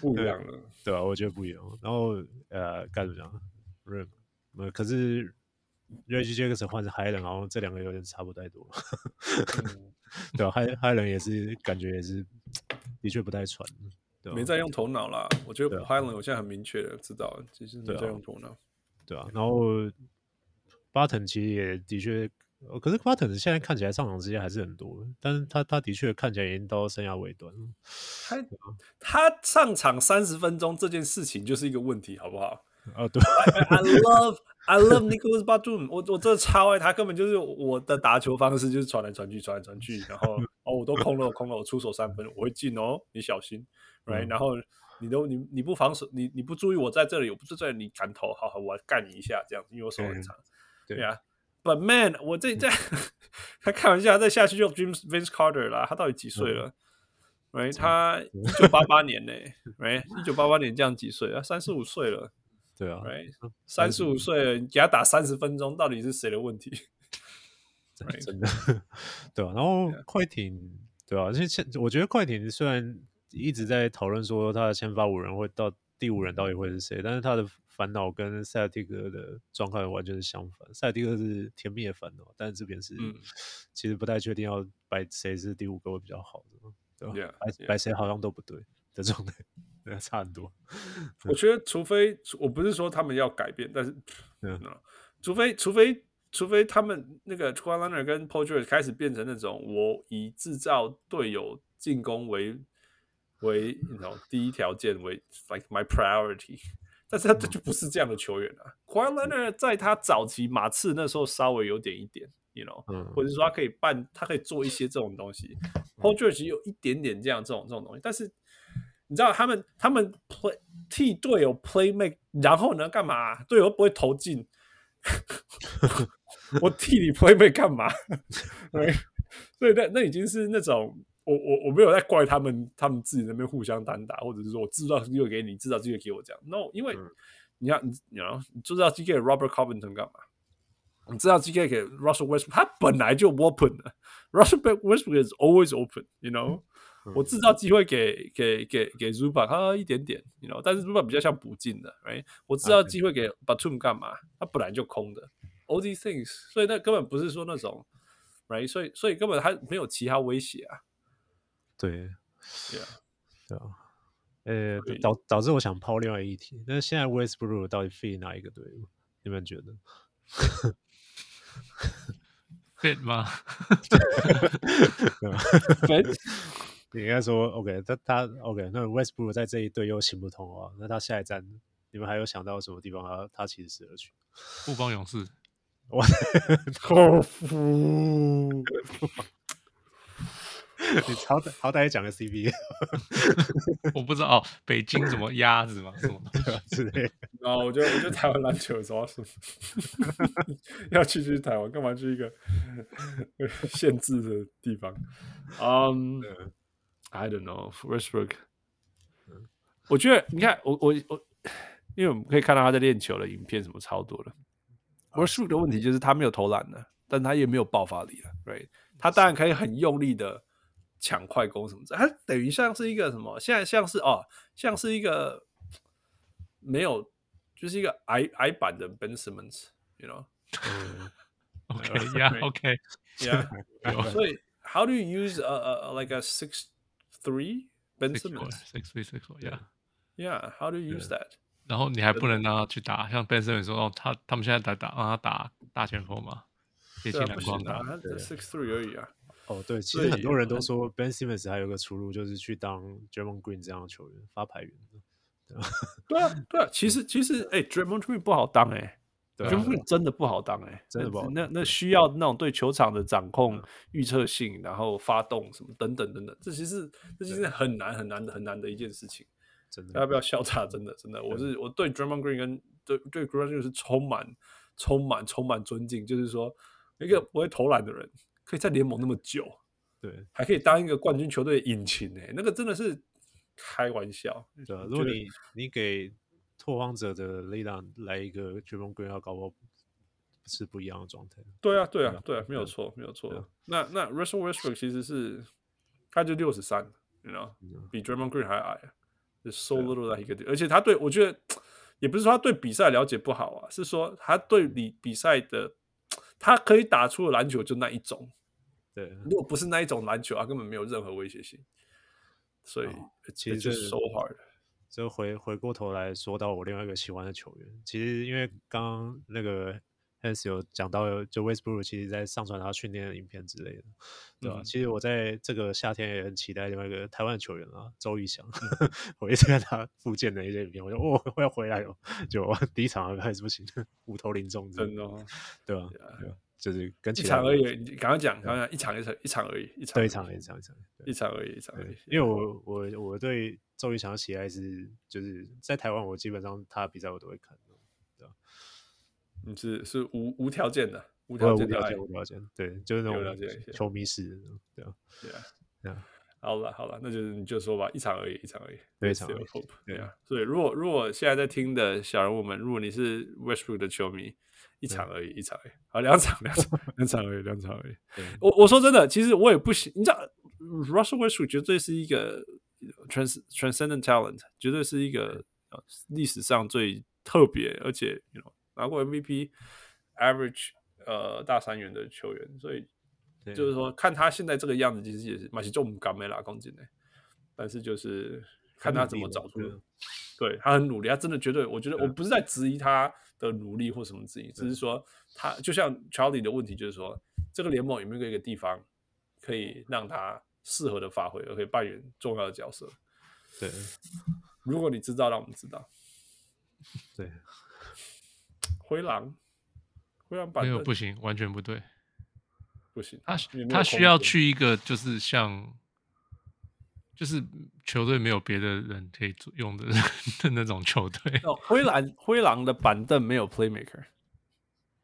不一样了。对啊，我觉得不一样。然后呃，该怎么讲？嗯，呃，可是 Reggie Jackson 换成 h i l a n 好像这两个有点差不太多，嗯 对啊 h i h i l a n 也是感觉也是的确不太传，对啊没在用头脑啦。我觉得对啊 h i l a n 我现在很明确的知道，其实没对啊在用头脑。对啊，然后巴腾其实也的确，呃可是巴腾现在看起来上场时间还是很多，但是他他的确看起来已经到生涯尾 端了。他他上场三十分钟这件事情就是一个问题，好不好？啊，对 I love I love Nicholas Batum，我我真的超爱他，根本就是我的打球方式就是传来传去，传来传去，然后哦我都空了，我空了，我出手三分我会进哦，你小心，right？、嗯然后你都你你不防守，你你不注意我在这里，我不在这里，你敢投，好好我干你一下这样子，因为我手很嗯长，对啊。But man，我这 这他开玩笑，再下去就 James Vince Carter 啦，他到底几嗯岁了？喂、他一九八八年呢、 喂，一九八八年这样几岁啊？三十五岁了。对啊， right，三十五岁了，你给他打三十分钟，到底是谁的问题？真 Right. 真的，对啊。然后快艇，对啊，而且现我觉得快艇虽然一直在讨论说他的先发五人会到第五人到底会是谁，但是他的烦恼跟塞尔蒂克的状态完全是相反。塞尔蒂克是甜蜜的烦恼，但是这边是、嗯其实不太确定要摆谁是第五个会比较好的，对吧 Yeah, 摆 yeah. 摆谁好像都不对的状态，对啊，差很多。我觉得，除非我不是说他们要改变，但是， 嗯嗯，除非除非除非他们那个 t w a l a n e r 跟 p o j e r 开始变成那种我以制造队友进攻为为你知道第一条件为 like my priority，但 是他嗯他就不是这样的球员啊。t w a l a n e r 在他早期马刺那时候稍微有点一点，you know，嗯或者是说他可以办，他可以做一些这种东西。p o j e r 其实有一点点这样这种这种东西，但是你知道他们他们 play 替队友 play make，然后呢干嘛、队友不会投进，我替你 play make 干嘛？对，所以那那已经是那种。我我我没有在怪他们，他们自己那边互相单打，或者是说我制造机会给你，制造机会给我这样。No，因为你要你你要你制造机会给 Robert Covington 干嘛？你知道 GK 给 Russell Westbrook，他本来就 open 的，Russell Westbrook is always open，you know、我制造机会给给给给 Zuba，他一点点，you know，但是 Zuba 比较像补进的，right？我制造机会给 Batum 干嘛？他本来就空的，all these things，所以那根本不是说那种，right？所以所以根本他没有其他威胁啊对， ，yeah，对啊，呃所以，导导致我想抛另外一题，那现在 Westbrook 到底 fit 哪一个队伍？你们觉得？ fit 吗？ 你应该说 OK，他他 OK，那 Westbrook 在这一队又行不通啊，那他下一站你们还有想到什么地方他他其实适合去？不帮勇士，我口服， 你好歹好歹也讲个 CBA 我不知道哦，北京什么鸭子嘛，什么东西之类的，然哦后我觉得我觉得台湾篮球主要是 要去去台湾，干嘛去一个 限制的地方？嗯、i don't know Westbrook。我觉得你看，我我我，因为我们可以看到他在练球的影片什么超多的。Westbrook 的问题就是他没有投篮了，但他也没有爆发力了，right？他当然可以很用力的抢快攻什么的，他等于像是一个什么，现在像是哦，像是一个没有，就是一个矮矮版的 Ben Simmons，you know？ ，OK 鸭 OK， Yeah. 有所以，How do you use a, a, a- like a six three Ben six four Simmons? six three six four yeah。 Yeah, how do you use that? 然后你还不能让他去打，像 Ben Simmons 说，哦，他他们现在在打，让他打大前锋嘛，接近对啊，篮不筐行打啊，，他 six three 而已啊。哦，对，其对实很多人都说 Ben Simmons 还有个出路，就是去当 Draymond Green 这样的球员，发牌员。对啊，对啊，其实其实，哎，Draymond Green 不好当哎对啊，Draymond Green 真的不好当哎，真的不好嗯那那需要那种对球场的掌控、预测性，然后发动什么等等等等，这其实这其实很难很难很难的一件事情。真的大家不要笑他，真的真的，我是我对 Draymond Green 跟对对 Draymond Green 是充满充满充满尊敬，就是说一个不会投篮的人，可以在联盟那么久，对还可以当一个冠军球队的引擎、欸，那个真的是开玩笑。对啊我如觉果得你你给拓荒者的力量来一个 d r a m o n Green，要搞不好是不一样的状态。对啊，对对啊啊，对啊，没有错，没有错。那那 Russell Westbrook 其实是他就六十三，你知道嗯，比 Draymond Green 还矮，there's，so little that he could do。而且他对我觉得也不是说他对比赛了解不好啊，是说他对比比赛的他可以打出的篮球就那一种，对，如果不是那一种篮球，他根本没有任何威胁性。所以哦 it's- 其 it's 实 just 这 so hard。就回回过头来说到我另外一个喜欢的球员，其实因为刚刚那个 Hans 有讲到，就 Westbrook 其实在上传他训练的影片之类的，对吧、嗯其实我在这个夏天也很期待另外一个台湾球员啊，周瑜翔，嗯 我一直看他复健的一些影片，我就哦我要回来哦，就第一场还是不行，虎头林中之类真的哦，对吧、对啊对吧就是跟一嗯其他场人而已，你赶快讲，赶快讲，一场一场一场而已，一场对而一已场一场一场，对一场而已，一场而对已，。因为我我我对周瑜翔的喜爱是，就是在台湾，我基本上他的比赛我都会看，对啊吧？你是是无无条件的，无我条无件的了爱解，。无了解，对，就是那有了解一些种球迷式的那种，对啊吧？好了好了，那就是你就说吧，一场而已，一场而已，对 There's 一场而 still 已 hope，对对啊。所以如果如果现在在听的小人物们，如果你是 Westbrook 的球迷，一场而已，一场而已，好，两场两场两场而已，两场而 已。我我说真的，其实我也不行，你知道，Russell Westbrook 绝对是一个 trans transcendent talent，绝对是一个呃历史上最特别，而且 you know 拿过 MVP average 呃大三元的球员，所以对就是说看他现在这个样子，其实也是蛮是重感没拉攻进的，但是就是看他怎么找出啊很努力了。对他很努力，他真的绝对，我觉得我不是在质疑他的努力或什么质疑，啊只是说他就像 Charlie 的问题，就是说这个联盟有没有一个地方可以让他适合的发挥，而可以扮演重要的角色？对如果你知道，让我们知道。对，灰狼，灰狼版没本有不行，完全不对。不行，他也没有他空需要间去一个就是像，就是球队没有别的人可以做用的的那种球队。哦，灰狼灰狼的板凳没有 playmaker，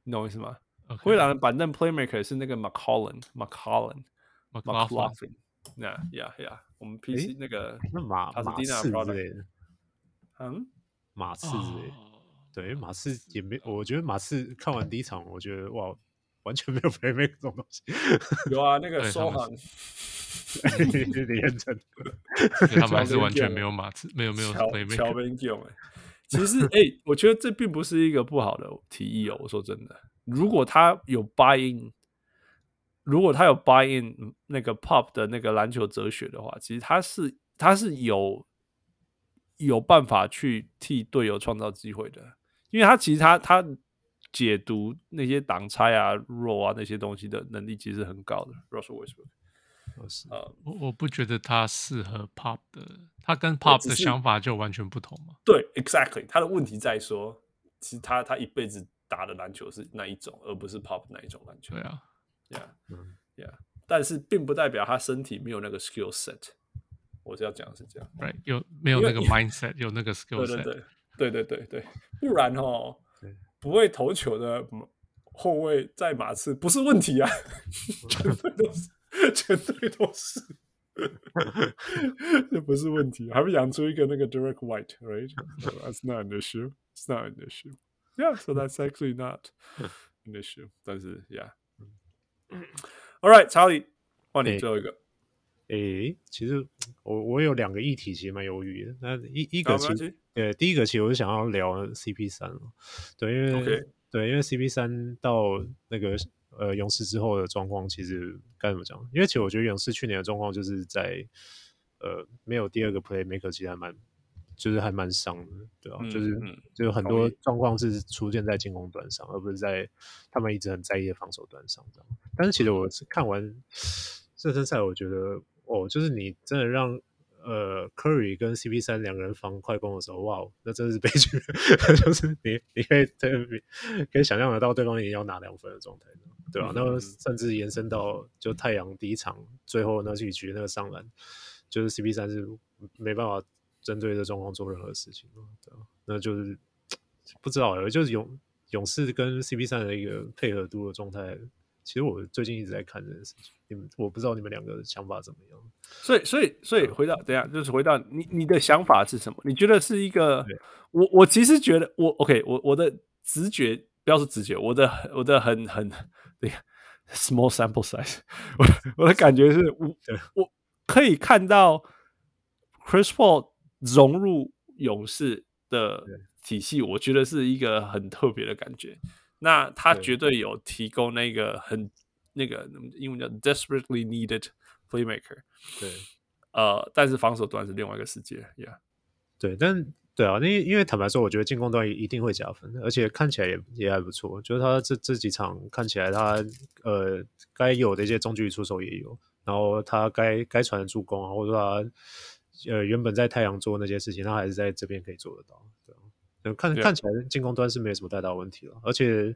你懂我意思吗？ OK，灰狼的板凳 playmaker 是那个 McCollum McCollum McLaughlin McLaughlin，那呀呀，我们 PC 那个那马他是马 Dina 刺 product 之类的，嗯，马刺之类的，哦对，因为马刺也没，我觉得马刺看完第一场，我觉得哇，完全没有 playmaker 这种东西，有啊，那个对他收们行你认真，所以他们还乔是丹完全健没有马刺，没有没有乔 playmaker 乔本 g i 哎，其实哎、欸我觉得这并不是一个不好的提议哦。我说真的，如果他有 buy in，如果他有 buy in 那个 pop 的那个篮球哲学的话，其实他是他是有有办法去替队友创造机会的，因为他其实他他解读那些挡拆啊、roll 啊那些东西的能力其实很高的。Russell Westbrook，哦是呃，我我不觉得他适合 Pop 的，他跟我 Pop 只的是想法就完全不同嘛。对，exactly，他的问题在说，其实他他一辈子打的篮球是那一种，而不是 pop 那一种篮球对。啊， Yeah, 嗯 yeah，但是并不代表他身体没有那个 skill set。我是要讲的是这样。 right 有没有因为那个因 mindset，有那个 skill 对对 set，对对对对对，不然哦对，不会投球的嗯后卫在马刺不是问题啊， 全队都是，全队都 是。这不是问题，还会养出一个那个 Derek White，right？That's not an issue. It's not an issue. Yeah, so that's actually not an issue. 但是，yeah. All right, Charlie，换你嗯对最后一个。诶，其实我我有两个议题其实蛮犹豫的。那一一好个没其关实系呃，第一个其实我是想要聊 CP 三了，对，因为 OK 对，因为 CP 三到那个呃勇士之后的状况，其实该怎么讲？因为其实我觉得勇士去年的状况就是在呃没有第二个 playmaker，其实还蛮就是还蛮伤的，对啊，嗯就是、嗯就是很同多意状况是出现在进攻端上，而不是在他们一直很在意的防守端上这样。但是其实我是看完热身赛，我觉得哦，就是你真的让呃 Curry 跟 CP 三两个人防快攻的时候，哇，哦那真的是悲剧， 就是你你可以对可以想象得到对方也要拿两分的状态，对吧、啊？那甚至延伸到就太阳第一场最后那几局那个上篮，就是 CP 三是没办法针对这状况做任何事情了。对啊那就是不知道欸，就是勇勇士跟 CP 三的一个配合度的状态。其实我最近一直在看这件事情，你们我不知道你们两个想法怎么样。所以，所以，所以嗯回到等一下就是回到你你的想法是什么？你觉得是一个对我我其实觉得我 OK，我我的直觉不要说直觉，我的我的很很对 small sample size，我 的我的感觉是我对我可以看到 Chris Paul 融入勇士的对体系，我觉得是一个很特别的感觉。那他对绝对有提供那个很那个英文叫 desperately needed playmaker。对呃，但是防守端是另外一个世界，Yeah，对，但对啊，因为因为坦白说，我觉得进攻端一定会加分，而且看起来也也还不错。就是他这这几场看起来他呃该有的一些中距离出手也有，然后他该该传的助攻啊，或者说他呃原本在太阳做那些事情，他还是在这边可以做得到。对啊，呃看对啊看起来进攻端是没有什么太大问题了，而且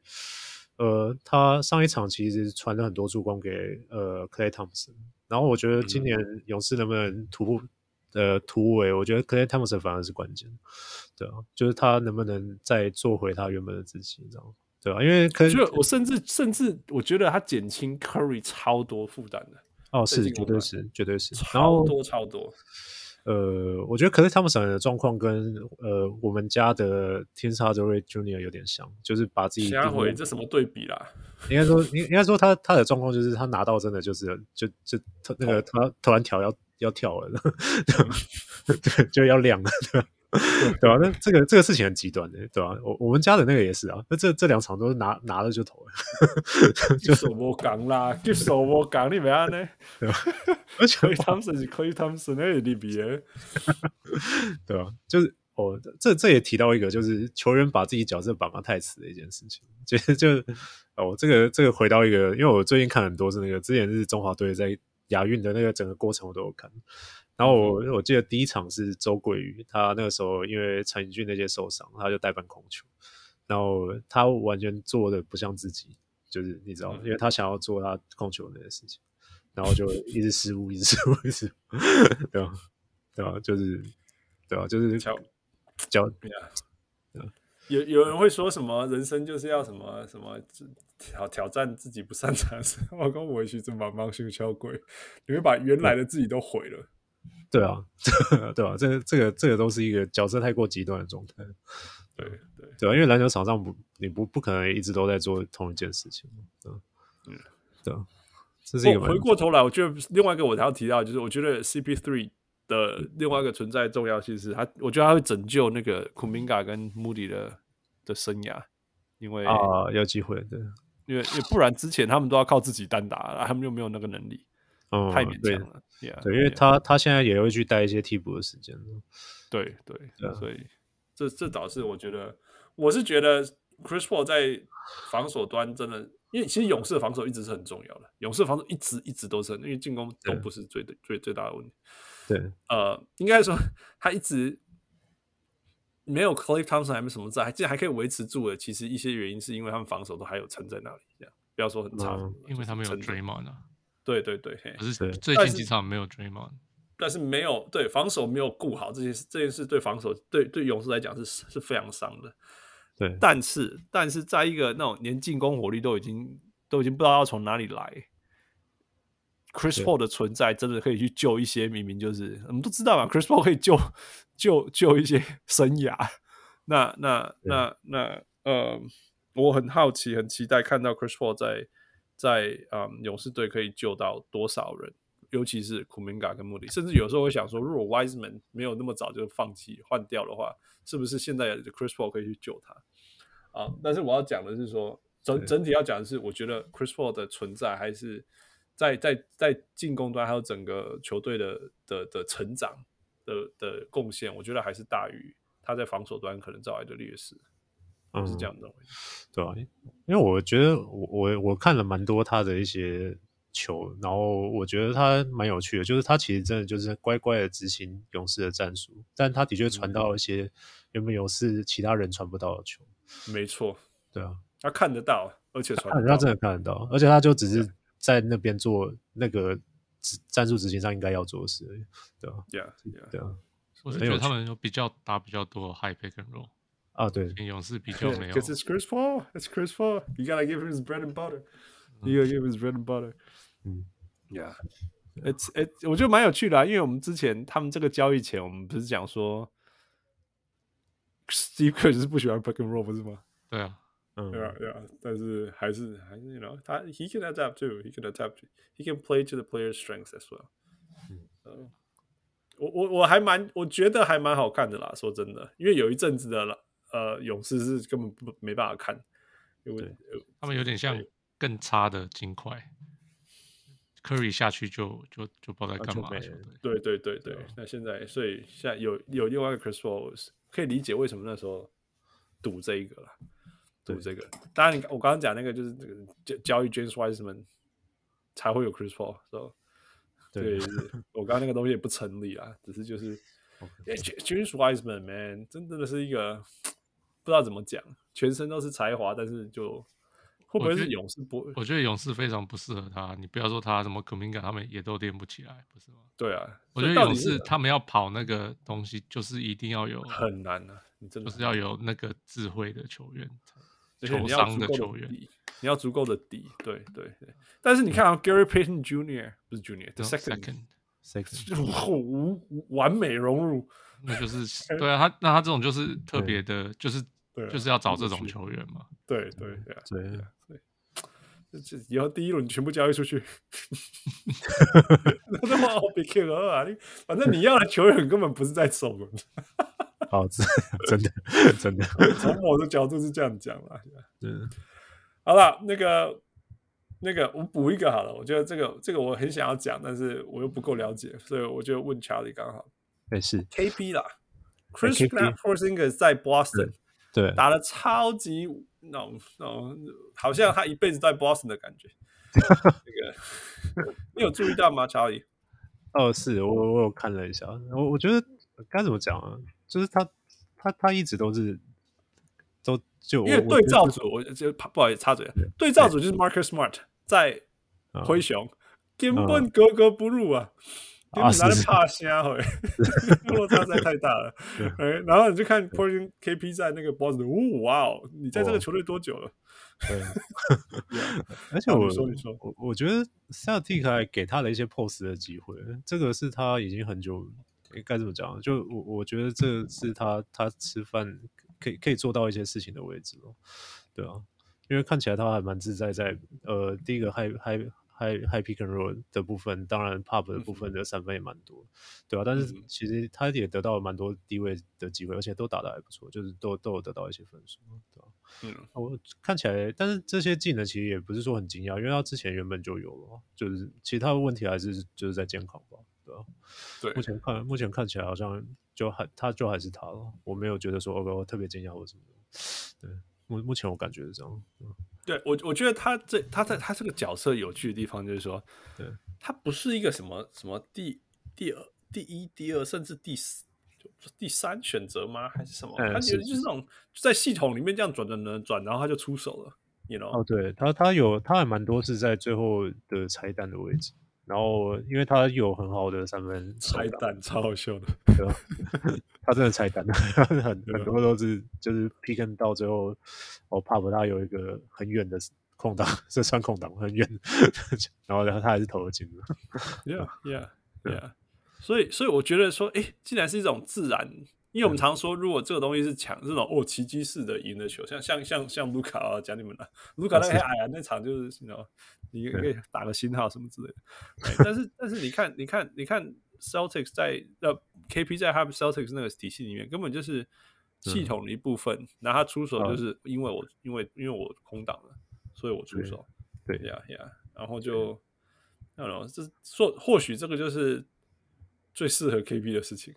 呃，他上一场其实传了很多助攻给呃 Clay Thompson，然后我觉得嗯今年勇士能不能突破呃突围，我觉得 Clay Thompson 反而是关键，对啊，就是他能不能再做回他原本的自己，这样对啊，因为 Clay 就我甚至甚至我觉得他减轻 Curry 超多负担的，哦最是近绝我对们是绝对是，然超后多超多，呃，我觉得克雷汤姆森的状况跟呃我们家的天沙德瑞 Junior 有点像，就是把自己下定位回这什么对比 啦？应该说，应应该说他他的状况就是他拿到真的就是就就突那个突突然条要要跳了， 对，就要亮了，对吧？ 对吧、那这个这个事情很极端的，对吧、我我们家的那个也是啊，那这这两场都是拿拿了就投了， 就手我讲啦，就手我讲，你们安 呢而且？Clay Thompson 是 Clay Thompson 那个 NBA，对吧、就是哦，这这也提到一个，就是球员把自己角色绑得太死的一件事情， 就就哦，这个这个回到一个，因为我最近看很多是那个，之前是中华队在亚运的那个整个过程我都有看，然后我我记得第一场是周桂宇，他那个时候因为陈奕迅那些受伤，他就代办控球，然后他完全做的不像自己，就是你知道，因为他想要做他控球那些事情，然后就一直失误，一直失误，一直失误， 对吧？对吧？就是 对吧？就是乔脚有有人会说什么人生就是要什么什么挑挑战自己不擅长的事，我跟我其实蛮蛮心敲鬼，你会把原来的自己都毁了。对啊， 对啊，这个这个这个都是一个角色太过极端的状态，对对，对啊，因为篮球场上不你不不可能一直都在做同一件事情，对啊，对啊，这是一个嗯我蛮回过头来，我觉得另外一个我还要提到，就是我觉得 CP3 的另外一个存在重要性是他，我觉得他会拯救那个 Kuminga 跟 Moody 的的生涯，因为、啊、有机会，对，因为因为不然之前他们都要靠自己单打，他们又没有那个能力，嗯，太勉对强了。Yeah，对，因为 yeah，他他现在也会去带一些替补的时间了对对对啊所以这这倒是我觉得，我是觉得 Chris Paul 在防守端真的，因为其实勇士的防守一直是很重要的，勇士的防守一直一直都是很，因为进攻都对不是最最最大的问题。对呃，应该说他一直没有 Clay Thompson 还没什么在，还竟然还可以维持住的，其实一些原因是因为他们防守都还有撑在那里，这样不要说很差嗯什么的、因为他们有就是撑着 Draymond 啊，对对对，嘿可是对最但近是几场没有 Draymond。但是没有对防守没有顾好这件事，这件事对防守对对勇士来讲是是非常伤的。对但是但是在一个那种连进攻火力都已经都已经不知道要从哪里来，Chris 对 Paul 的存在真的可以去救一些明明就是我们都知道嘛，Chris Paul 可以救 救救一些生涯。那那那那呃，我很好奇，很期待看到 Chris Paul 在在啊、嗯勇士队可以救到多少人，尤其是 Kuminga 跟穆里，甚至有时候会想说，如果 Wiseman 没有那么早就放弃换掉的话，是不是现在的 Chris Paul 可以去救他？啊、但是我要讲的是说，整对整体要讲的是，我觉得 Chris Paul 的存在还是在在在进攻端还有整个球队的的的成长的的贡献，我觉得还是大于他在防守端可能造来的劣势，我嗯，是这样认为。对啊，因为我觉得我我我看了蛮多他的一些球，然后我觉得他蛮有趣的，就是他其实真的就是乖乖的执行勇士的战术，但他的确传到一些原本勇士其他人传不到的球，没错，对啊，他看得到，而且传看得得到到真的看得到，而且他就只是在那边做那个执战术执行上应该要做的事而已，对啊， ，yeah yeah，对啊，我是很觉有得他趣们有比较打比较多 high pick and roll，啊，对，跟勇士比较没有 Because it's Chris Paul. It's Chris Paul. You gotta give him his bread and butter. You gotta give him his bread and butter. 嗯 Yeah. It's it，我觉得蛮有趣的、啊，因为我们之前他们这个交易前，我们不是讲说，Steve Kerr 就是不喜欢 pick and roll，不是吗？对啊，嗯对啊，对啊，但是还是还是，you know，他 he can adapt too，he can adapt，he to- he can play to the player's strengths as well。So，我我我还蛮，我觉得还蛮好看的啦，说真的，因为有一阵子的呃勇士是根本不没办法看，因为呃他们有点像更差的金块，Curry 下去就就就不知道在啊干就嘛没球了队。对对对对，啊那现在所以现在有有另外一个 Chris Paul，可以理解为什么那时候赌这一个了，赌这个。当然你，我刚刚讲那个就是这个交交易 James Wiseman 才会有 Chris Paul，so, 对就是啊我刚刚那个东西也不成立啊，只是 就是因为 J- James Wiseman man 真真的是一个不知道怎么讲，全身都是才华，但是就会不我会觉是得勇士不？我觉得勇士非常不适合他，你不要说他什么可敏感，他们也都练不起来，不是吗？对啊，我所觉以得到勇底是士他们要跑那个东西，就是一定要有，很难啊，你真就的是要有那个智慧的球员，而且球你要商足的够球员。底，你要足够的底，对对对。但是你看啊，Gary Payton Jr. 不是 Jr.，the no second， second，，six，就无无完美融入，那就是 对啊，他那他这种就是特别的，就是对啊就是要找很有这种趣球员嘛。对对嗯对啊，对，这这以后第一轮全部交易出 去，那么 OBQ 啊，你反正你要的球员根本不是在首轮，好，这真的 真的，从我的角度是这样讲啦。嗯好了，那个那个，我补一个好了，我觉得这个这个我很想要讲，但是我又不够了解，所以我就问查理刚好。哎是， KP 啦，Chris KP p l a p p o r z i n g 在 Boston 对，啊打的超级 no no，好像他一辈子在 Boston 的 感觉。那个，你有注意到吗，查理？哦，是我我有看了一下，我我觉得该怎么讲啊，就是他他他一直都是都就因为我对照我组，我就不好意思插嘴，啊对照组就是 Marcus Smart 在啊灰熊，根本格格不入啊，根啊本拿来是是怕瞎回， 落差实在太大 了。哎，然后你就看 p o r z i n g KP 在那个 Boston，哦哇哦，你在这个哦球队多久了？ 而且啊我、你说你说我我觉得 Celtic 还给他了一些 pose 的机会，这个是他已经很久诶该怎么讲？就我我觉得这是他他吃饭可以可以做到一些事情的位置哦，对啊，因为看起来他还蛮自在在呃第一个 high high high high pick and roll 的部分，当然 pub 的部分的三分也蛮多，对啊，但是其实他也得到了蛮多低位的机会，而且都打得还不错，就是都都有得到一些分数，对啊。我看起来，但是这些技能其实也不是说很惊讶，因为他之前原本就有了，就是其他的问题还是就是在健康吧，对吧、啊对目前看目前看起来好像就还他就还是他了，我没有觉得说哦我特别惊讶或什么的。对，目目前我感觉是这样。嗯对我，我觉得他这他在他这个角色有趣的地方就是说，对，他不是一个什么什么第第二、第一、第二，甚至第四。就第三选择吗？还是什么？嗯他觉是得就是那种就在系统里面这样转转转转，然后他就出手了，you know？哦，对他他有他还蛮多是在最后的拆弹的位置，然后因为他有很好的三分手拆感弹超好笑的，对吧？ 他真的拆弹了，他很很多都是就是 pick and 到最后，哦，pop 他有一个很远的空档， 这算空档很远，然后然后他还是投了进了。 Yeah, yeah, yeah. 所以，所以我觉得说，诶，既然是一种自然，因嗯为我们常说，如果这个东西是强这种哦奇迹式的赢的球，像像像像卢卡啊，讲你们了，卢卡那个哦是哎呀那场就是你知道，你可对以打个星号什么之类的。哎但是但是你看你看你看 Celtics 在呃 KP 在他们 Celtics 那个体系里面，根本就是嗯系统的一部分，然后他出手啊就是因为我因为因为我空档了，所以我出手。对呀呀，然后就，那种这说或许这个就是最适合 KB 的事情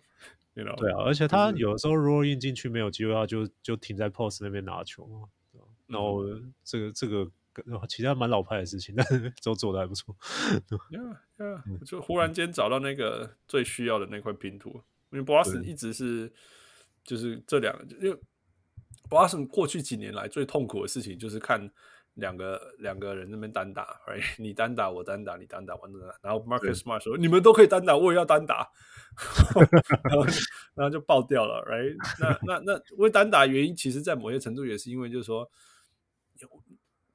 ，you know？对啊，而且他有的时候如果运进去没有机会，他就就停在 post 那边拿球嘛。对吧然后这个这个其他蛮老派的事情，但是 都做的还不错。 ，yeah yeah，我嗯就忽然间找到那个最需要的那块拼图，因为 Boston 一直是就是这两，因为 Boston 过去几年来最痛苦的事情就是看。两个两个人那边单打，right？你 单打，我单打，你单打，我单打。然后 Marcus Smart 说：“你们都可以单打，我也要单打。”然后然后就爆掉了，right？那那那为单打原因，其实在某些程度也是因为就是说，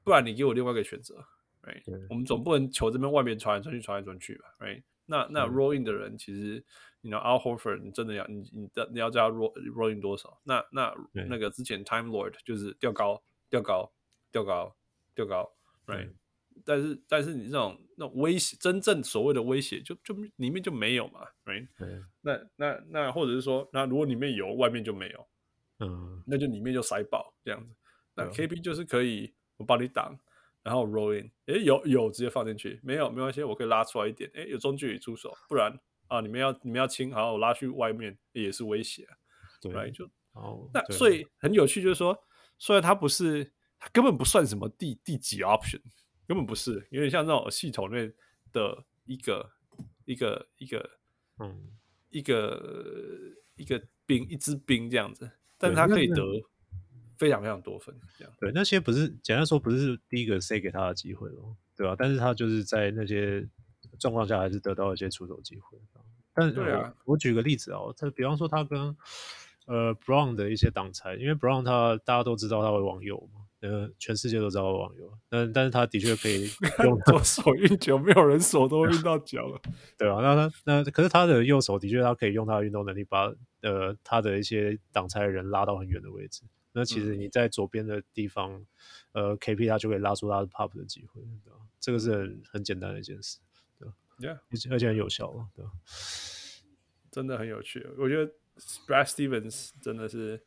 不然你给我另外一个选择，right？我们总不能球这边外面传来传去传来传去吧，right？那那 roll in 的人其实，你知道 Al Horford，你真的要你你的你要叫他 roll roll in 多少？那那对那个之前 Time Lord 就是吊高吊高吊高吊高，right？但是但是你这种那种威胁，真正所谓的威胁，就就里面就没有嘛，right？对，那那那或者是说，那如果里面有，外面就没有，嗯，那就里面就塞爆这样子。那对 KB 就是可以我帮你挡，然后 roll in，诶有有直接放进去，没有没关系，我可以拉出来一点，诶有中距离出手，不然啊你们要你们要清，好我拉去外面也是威胁啊对， ，right？就然后那对啊所以很有趣，就是说，虽然它不是，它根本不算什么第第几 option，根本不是，有点像那种系统内的一个一个一个嗯，一个一个兵一支兵这样子，但是对他那可以那得非常非常多分，这样 对，那些不是简单说不是第一个谁给他的机会哦，对吧、但是他就是在那些状况下还是得到一些出手机会。但对啊我，我举个例子哦，他比方说他跟呃 Brown 的一些挡拆，因为 Brown 他大家都知道他会往右嘛，呃，全世界都知道他会往右，但但是他的确可以用他左手运球，没有人手都运到脚了。对啊，那他那可是他的右手的确，他可以用他的运动能力把呃他的一些挡拆的人拉到很远的位置。那其实你在左边的地方，呃，KP 他就可以拉出他的 pop 的机会，对吧？这个是很很简单的一件事，对吧？ Yeah 而且而且很有效啊，对吧？真的很有趣。我觉得 Brad Stevens 真的是，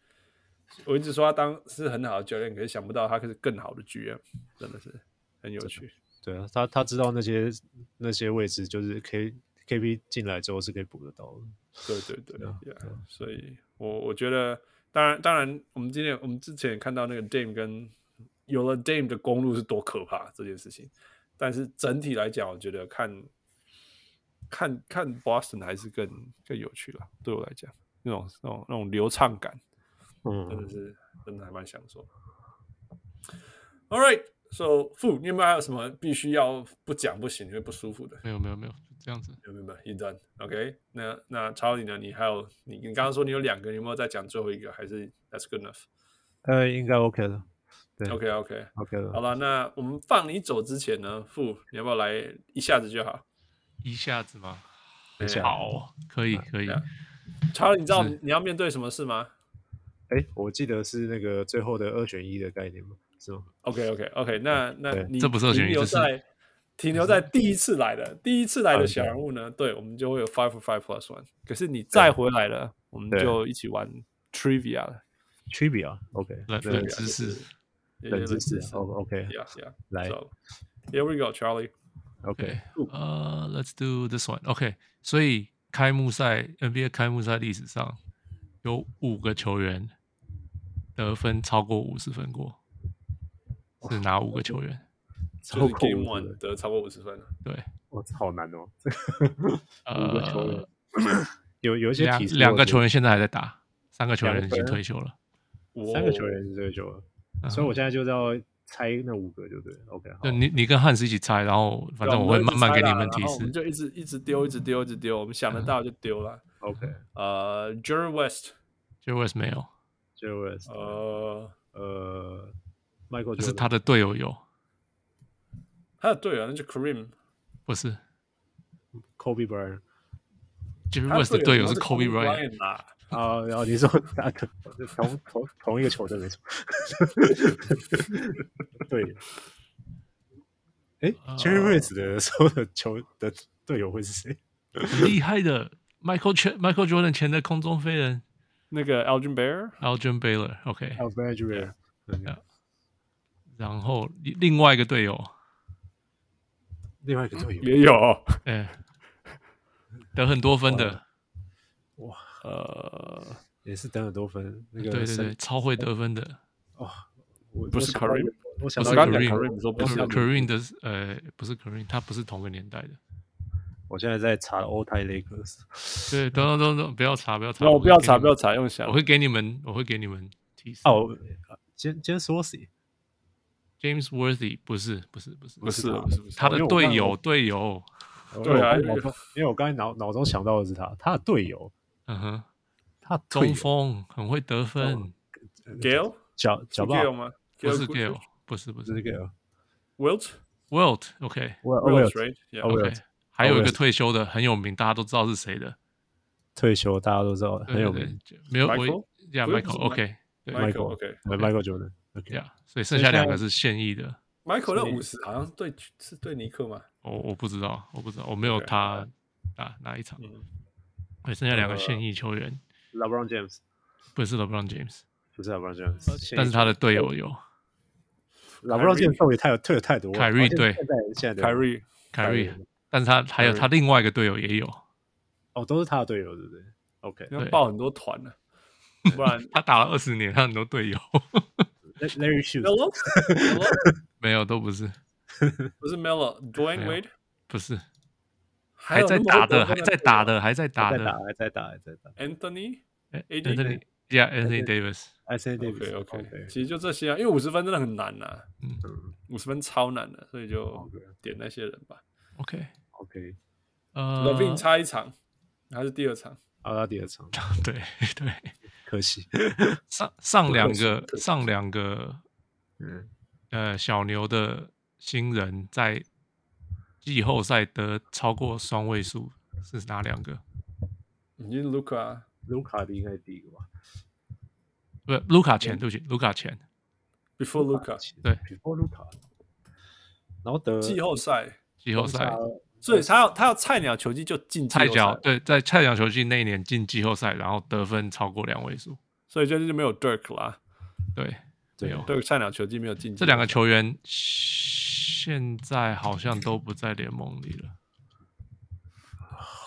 我一直说他当是很好的教练，可是想不到他可是更好的 GM，真的是很有趣。对啊，他他知道那些那些位置就是 K KP 进来之后是可以补得到的，对对对对啊，yeah, 所以我我觉得，当然当然，我们今天我们之前也看到那个 Dame 跟有了 Dame 的公路是多可怕这件事情，但是整体来讲，我觉得看看看 Boston 还是更更有趣了，对我来讲，那种那种那种流畅感真的嗯，是真的还蛮享受。All right, so 傅，你有没有还有什么必须要不讲不行，你会不舒服的？没有没有没有，就这样子。有没有？You done? OK 那。那超你呢？你还有你你刚刚说你有两个，你有没有再讲最后一个？还是 That's good enough？OK 呃，应该 OK 了 OK, OK， ，OK 了好。了，那我们放你走之前呢，傅，你要不要来一下子就好？一下子吗？一下好，哦可以可以。啊超，你知道是你要面对什么事吗哎，我记得是那个最后的二选一的概念嘛，是吗？ ？OK OK OK，那那对你这不是二选一停留这是 在停留在第一次来的第一次来的啊小对人物呢，对我们就会有 five for five plus one。可是你再回来了，我们对就一起玩 trivia 了， Trivia，OK，冷对冷啊知就是识，也冷也知冷识知识哦，OK， Yeah Yeah，来 So here we go, Charlie. ，OK，呃、l e t s do this one。OK，所以开幕赛 NBA 开幕赛历史上有五个球员得分超过五十分过，是哪五个球员？就是恐 Game 怖 One 的，得超过五十分了。对，哇，这好难哦，五个球员呃，有有一些两提示两我个觉球得，员现在还在打，三个球两员个已球经员退休了。三个哇球员是这个球嗯员，所以我现在就是要猜那五个，就对了，OK，好就，你你跟汉斯一起猜，然后反啊正我会慢慢给你们提然后我们示。就一直一直丢，一直丢，一直丢，我们想得到就丢了。 ，OK，呃 j e r West， j e r e s 没有， j e r e s 呃，呃，Michael 可是 Jordan，他的队友有，他的队友那就 Kareem，不是 Kobe Bryant j e r 他 e s 的队队友是 Kobe Bryant。 Bryant 啦。啊，然后你说大哥同同同一个球队没错，对，哎，Jerry 呃 West 的时候的球的队友会是谁？很厉害的 Michael Ch- Michael Jordan 前的空中飞人那个 Elgin Bear， Aljon Baylor。OK，还有嗯 Benjamin， Yeah 然后另外一个队友，另外一个队友嗯也有，哎，得很多分的，呃，也是得很多分，那个对对神对，超会得分的。哦，我不是 Kareem，我想不到是刚一个我想到一个讲人 Kareem，说不是啊 Kar- Kareem 的呃不是 Kareem，他不是同个年代的。我现在在查 Old Time Lakers，对，等等等等，不要查，不要查，那哦我不要查，不会给你们要，查，用想我。会给你们，我会给你们提示。哦，James James Worthy James Worthy 不是，不是，不是，不是啊不是不是，他因的为我队忘了友，队友，对啊因为我刚才脑中因为我刚才脑脑中想到的是他，他的队友嗯哼，他退中了锋很会得分， Gale 脚脚吧 Gale 吗？不是 g a l Gale，不是不这是个 Wilt Wilt OK 我我有 Wilt right？哦 Yeah. Wilt OK，还有一个 Wilt 退休的很有名，大家都知道是谁的，退休，大家都知道对很有对对名就没有 Michael？我，Yeah 不是不是 Michael OK 对 Michael， Michael OK 对 Michael Jordan。OK， Yeah，所以剩下两个是现役的， Michael 那五十好像对是对尼克嘛？我我不知道，我不知道，我没有 OK，他打哪一场嗯，对，剩下两个现役球员， LeBron James 不是 LeBron James，不是 LeBron James，呃但是他的队友有 LeBron James 后也太有退了太多了。凯瑞哦现对现在现在凯的瑞凯瑞瑞，但是他还有他另外一个队友也有，哦，都是他的队友，对不对？OK，要对爆很多团呢，不 然他打了二十年，他很多队友 那 Larry Shoes Melo Melo 没有都不是，不是 Melo，Dwayne 没 Wade 不是还还有在那么打多的，还在打的，还在打还在的打，，还在打，还在打。 Anthony 哎 AD 那这里 Yeah Anthony Davis， I say Davis OK OK， OK，其实就这些啊，因为五十分真的很难呐嗯，五十分超难的，所以就 OK 点那些人吧。 OK， OK，呃老病差一场，还是第二场，奥拉第二场，对 对，可惜。上上两惜个上两个嗯，呃小牛的新人在季后赛得超过双位数是哪两个？已经 Luca 啊卢卡的应该第一个吧不，卢卡前，对不起，卢卡前， before Luca 对，Before 卢卡，然后得季后赛，季后赛所以他要他要菜鸟球季就进季后菜赛鸟，对，在菜鸟球季那一年进季后赛，然后得分超过两位数，所以就是没有 Dirk 啦对，对没有，Dirk 菜鸟球季没有进季后赛。这两个球员现在好像都不在联盟里了。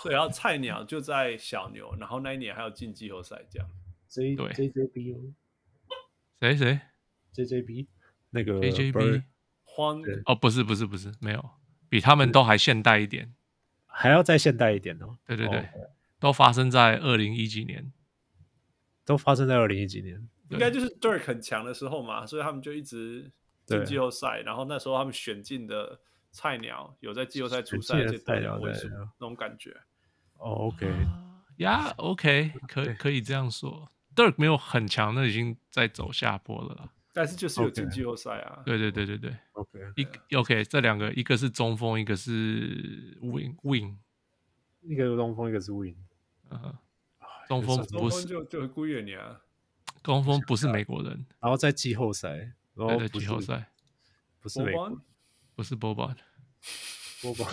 所以要菜鸟就在小牛，然后那一年还有进季后赛这样。 J 对 JJB 哦谁谁 JJB 那个 AJB？呃 Bird 荒对哦，不是不是不是，没有，比他们都还现代一点。还要再现代一点哦。对对对，哦都发生在二零一几年。都发生在二零一几年。应该就是 Dirk 很强的时候嘛，所以他们就一直进对季后赛。然后那时候他们选进的菜鸟有在季后赛出赛，选而且进的得菜鸟两位对数啊那种感觉。哦，OK，呀、o k 可以可以这样说。Dirk 没有很强，那已经在走下坡了啦。但是就是有 OK 进季后赛啊。对对对对对， OK，一个 OK，这两个一个是中锋，一个是 wing wing，一个中锋，一个是 Win。呃，哎中锋不中锋是就就孤远你啊，中锋不是美国人，然后在季后赛，然后对对，哦不季是后赛不是国美国王不是 Boban，波波，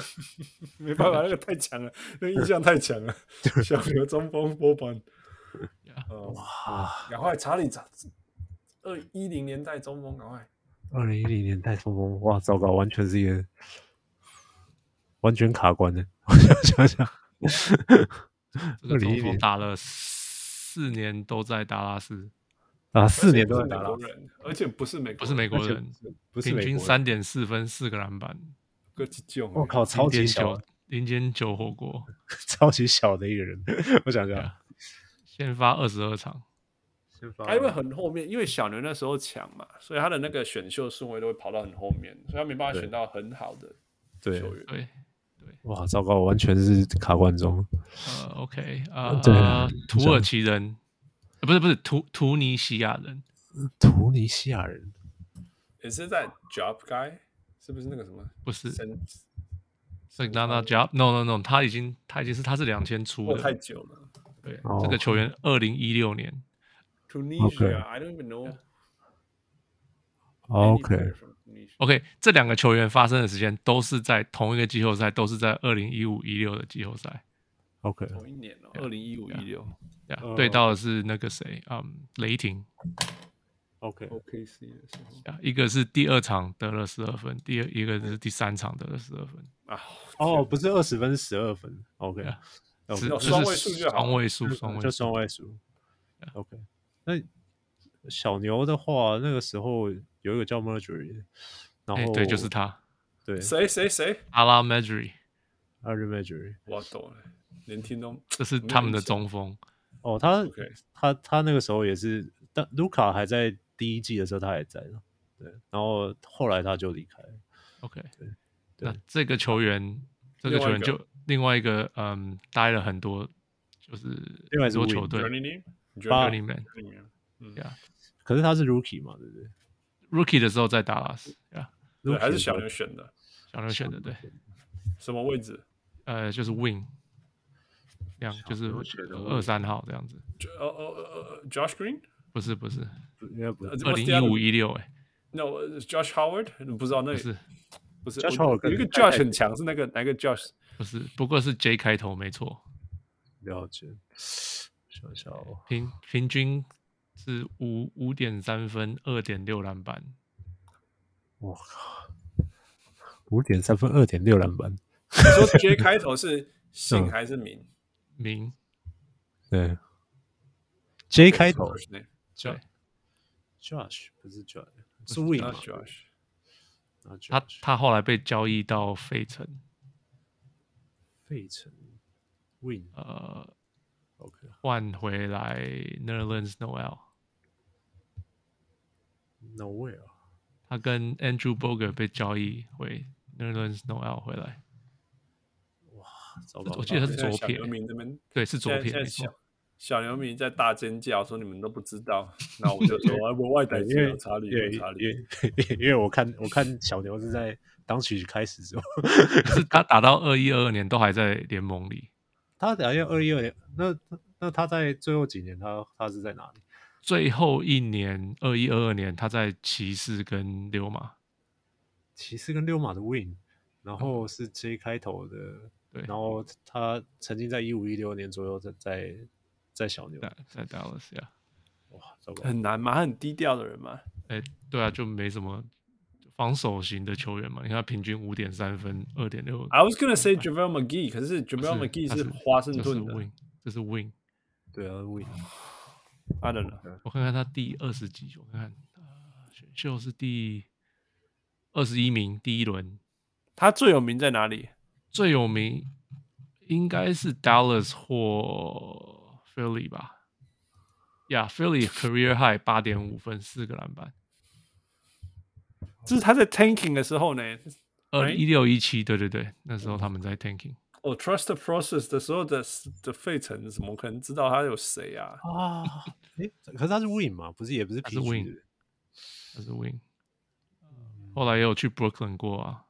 没办 法，那个太强了，那个印象太强了。 小牛中锋波 本，哇！啊，赶快查理查，二一零年代中锋，赶快二零一零年代中锋，哇，糟糕，完全是一个完全卡关的。我想想想，这个中2010锋年打了四年都在达拉斯，啊，四年都不是在打美了国，人，而且不是美不是美国人，不是平美均国人。三点四分，四个篮板，个几囧，我靠，超零级点小啊九，零点九火锅， 超级小的一个人。 我想想，先发二十二场。先发哎他因为很后面，因为小牛那时候强嘛，所以他的那个选秀顺位都会跑到很后面，所以他没办法对选到很好的对，球员。对，哇，糟糕，完全是卡关 中。呃，OK，呃， 哦对土耳其人，呃不是不是图图尼西亚人，图尼西亚人，也是在 Job Guy，是不是那个什么？不是神是那那加 no no no，他已经他已经是他是两千出哦过太的，久了。对，哦这个球员二零一六年 Tunisia，I don't even know any OK， player from Tunisia。 ，OK，这两个球员发生的时间都是在同一个季后赛，都是在二零一五一六的季后赛， OK，同一年哦，二零一五一六对啊哦对到的是那个谁，嗯，雷霆 OK， OKC 的时候啊，一个是第二场得了十二分，第二一个是第三场得了十二分，啊，哦，不是二十分，十二分，OK， Yeah 哦是那就双位是数就好双位数，双位就数，双位数，OK。那小牛的话，那个时候有一个叫 Mercury，然哎后，对，就是他，对谁谁谁？阿拉 m a d r i 阿瑞 Mercury，我懂了，连听都这是没有他们印的象中锋。哦，他 OK。他他那个时候也是，但卢卡还在第一季的时候他还在呢，对，然后后来他就离开了， OK，对那这个球员，这个另外球一员个就另外一个，嗯，待了很多，就是另外很是多 Win 球队， Journey 你觉八得 Money Man 里面可是他是 Rookie 嘛，对不对 Rookie 的时候在达拉斯，啊，对 Rookie 还是的时小候牛选的？小牛选的对，什么位置？呃，就是 Win，两就是牛选的二三号这样子， Jo- 哦哦哦哦，Josh Green？不是不是，不应该不是呃二，what's 零 the 一 other- 五一六哎， No，Josh Howard？不知道那个不是不是 Josh 我 Howard 跟有一个太太 Josh 很强，是那个哪一个 Josh？不是，不过是 J 开头没错，了解。想想哦，平平均是五五点三分，二点六篮板，我靠，五点三分，二点六篮板，你说 J 开头是姓嗯还是名名对，J 开头？First name，对， ，Josh 不是 Josh，是嗯 Win 啊嘛？ ，Josh。然后他 Josh，他后来被交易到费城，费城 Win 呃， OK，换回来 Nerlens Noel， Nowhere 他跟 Andrew Bogut 被交易回 Nerlens Noel 回来，糟糕，啊我记得他是现在左小撇牛迷这边，对，是左现在撇现没在错小。小牛迷在大尖叫说：“你们都不知道。”那我 就说：“哎我外带因为有查理，因为有查因理。 为因为我看我看小牛是在当曲开始之后，可是他打到二一二二年都还在联盟里，他好像二一二年，那那他在最后几年他他是在哪里？最后一年二一二二年他在骑士跟溜马，骑士跟溜马的 Win，然后是 J 开头的，嗯对然后他曾经在一五一六年左右在在在小牛，在在 Dallas 呀、哇，糟”糕，很难嘛，他很低调的人嘛。哎，对啊，就没什么防守型的球员嘛，你看他平均五点三分，二点六， I was gonna say Javel McGee，可是不 Javel 是 McGee 他是是华盛这是顿的。 Win，这是 Win，对啊，Win，嗯 I don't know。我看看他第二十几，我看看，呃，选秀是第二十一名，第一轮他最有名在哪里？最有名应该是 Dallas 或 Philly 吧。呀、p h i l l y career high 八点五分，四个篮板。就是他在 tanking 的时候呢，二 Right 一六一七，对对对，那时候他们在 tanking。我哦 trust the process 的时候的的费城，怎么可能知道他有谁啊？哦啊，诶，可是他是 Win 嘛，不是也不是他 PG，是 Win 对不对他是 Win。后来也有去 Brooklyn 过啊，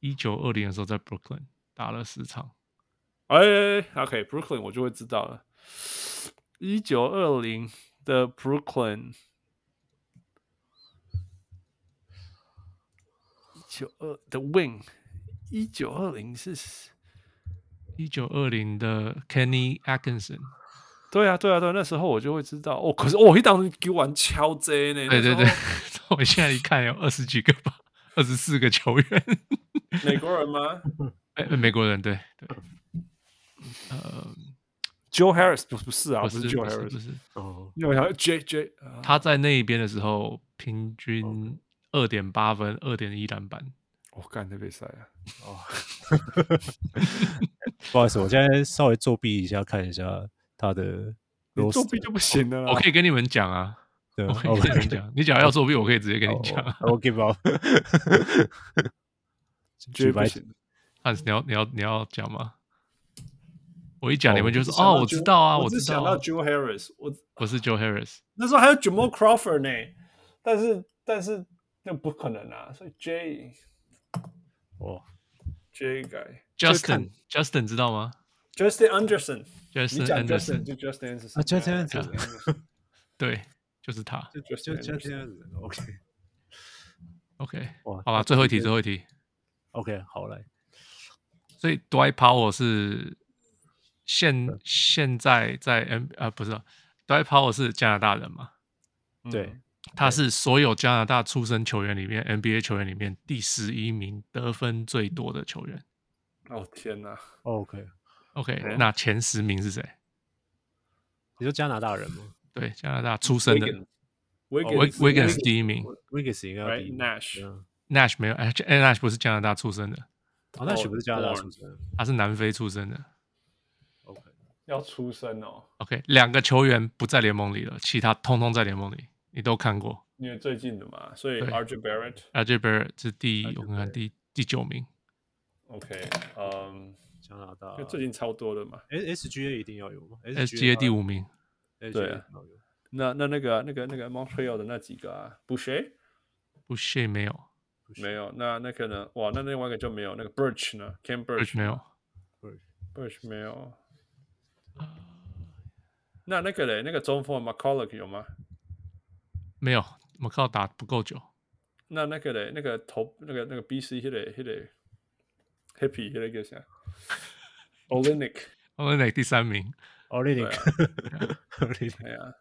一九二零的时候在 Brooklyn 打了四场，哎，OK，Brooklyn、我就会知道了。一九二零的 Brooklyn，一九二的 Wing，一九二零是谁，一九二零的 Kenny Atkinson，对啊，对啊，对啊那时候我就会知道哦。可是哦，一档给我玩敲 J 呢，对对对那时， 我现在一看有二十几个吧， 二十四个球员，候，美国人吗 哎美国人对对，呃， ？Joe Harris 不不是啊，不不是是 Joe 不是不 Harris，是，哦，因为 J J 啊他在那一边的时候平哦均二点八分，二点一篮板，我干那比赛啊，不好意思，我现在稍微作弊一下，看一下他的 你 roster，作弊就不行了啦。我可以跟你们讲啊。对哦我可以跟你哦讲，你只要要作弊，我可以直接跟你讲。 ，I will 哦 give up， 绝对举不白行。汉斯，你要你要你要讲吗？我一讲你我们就只说想到哦，我 Joe- 知道啊，我我只知想道到啊， Joe Harris，我我是 Joe Harris。那时候还有 Jamal Crawford 呢，但是但是那不可能啊，所以 J 哇， J guy Justin Justin 知道吗 Justin Anderson，你？Justin 讲 Justin Anderson，就 Justin Anderson 啊，Justin Anderson，对，就是他。就就就就就这这样子，OK OK，哇好吧，最后一题，最后一题。 OK，好来，所以 Dwight Powell 是现现在在 N 啊不是啊，Dwight Powell 是加拿大人嘛？嗯对，他是所有加拿大出生球员里面 NBA 球员里面第十一名得分最多的球员。哦天哪， ，OK， OK，那啊前十名是谁？你说加拿大人吗对，加拿大出生的 Wiggins Wig- Wiggins 第一名？Wiggins 应该要第 right 一 Nash 嗯，Nash 没有哎这哎，Nash 不是加拿大出生的，哦，那许不是加拿大出生他是南非出生的。 ，OK，要出生哦， OK，两个球员不在联盟里了，其他通通在联盟里，你都看过。因为最近的嘛，所以对 RJ Barrett RJ Barrett 是第我看看第第九名， OK，嗯，加拿大因为，最近超多的嘛， S SGA 一定要有吗 SGA 第五，五名那对些啊那那那个啊、那个那个 Montreal 的那几个啊 b u s h e 不屑没有没有，那那可能哇，那另外一个就没有那个 Birch 呢，Cam Birch 没有， Birch 没有。那那个嘞，那个中锋 McCulloch 有吗？没有，我靠，打不够久，那那个嘞，那个头那个那个 BC 迄个迄个 Happy 迄个叫啥 ？Olinic，我们来第三名，奥利林对啊， 奥利林，哎呀，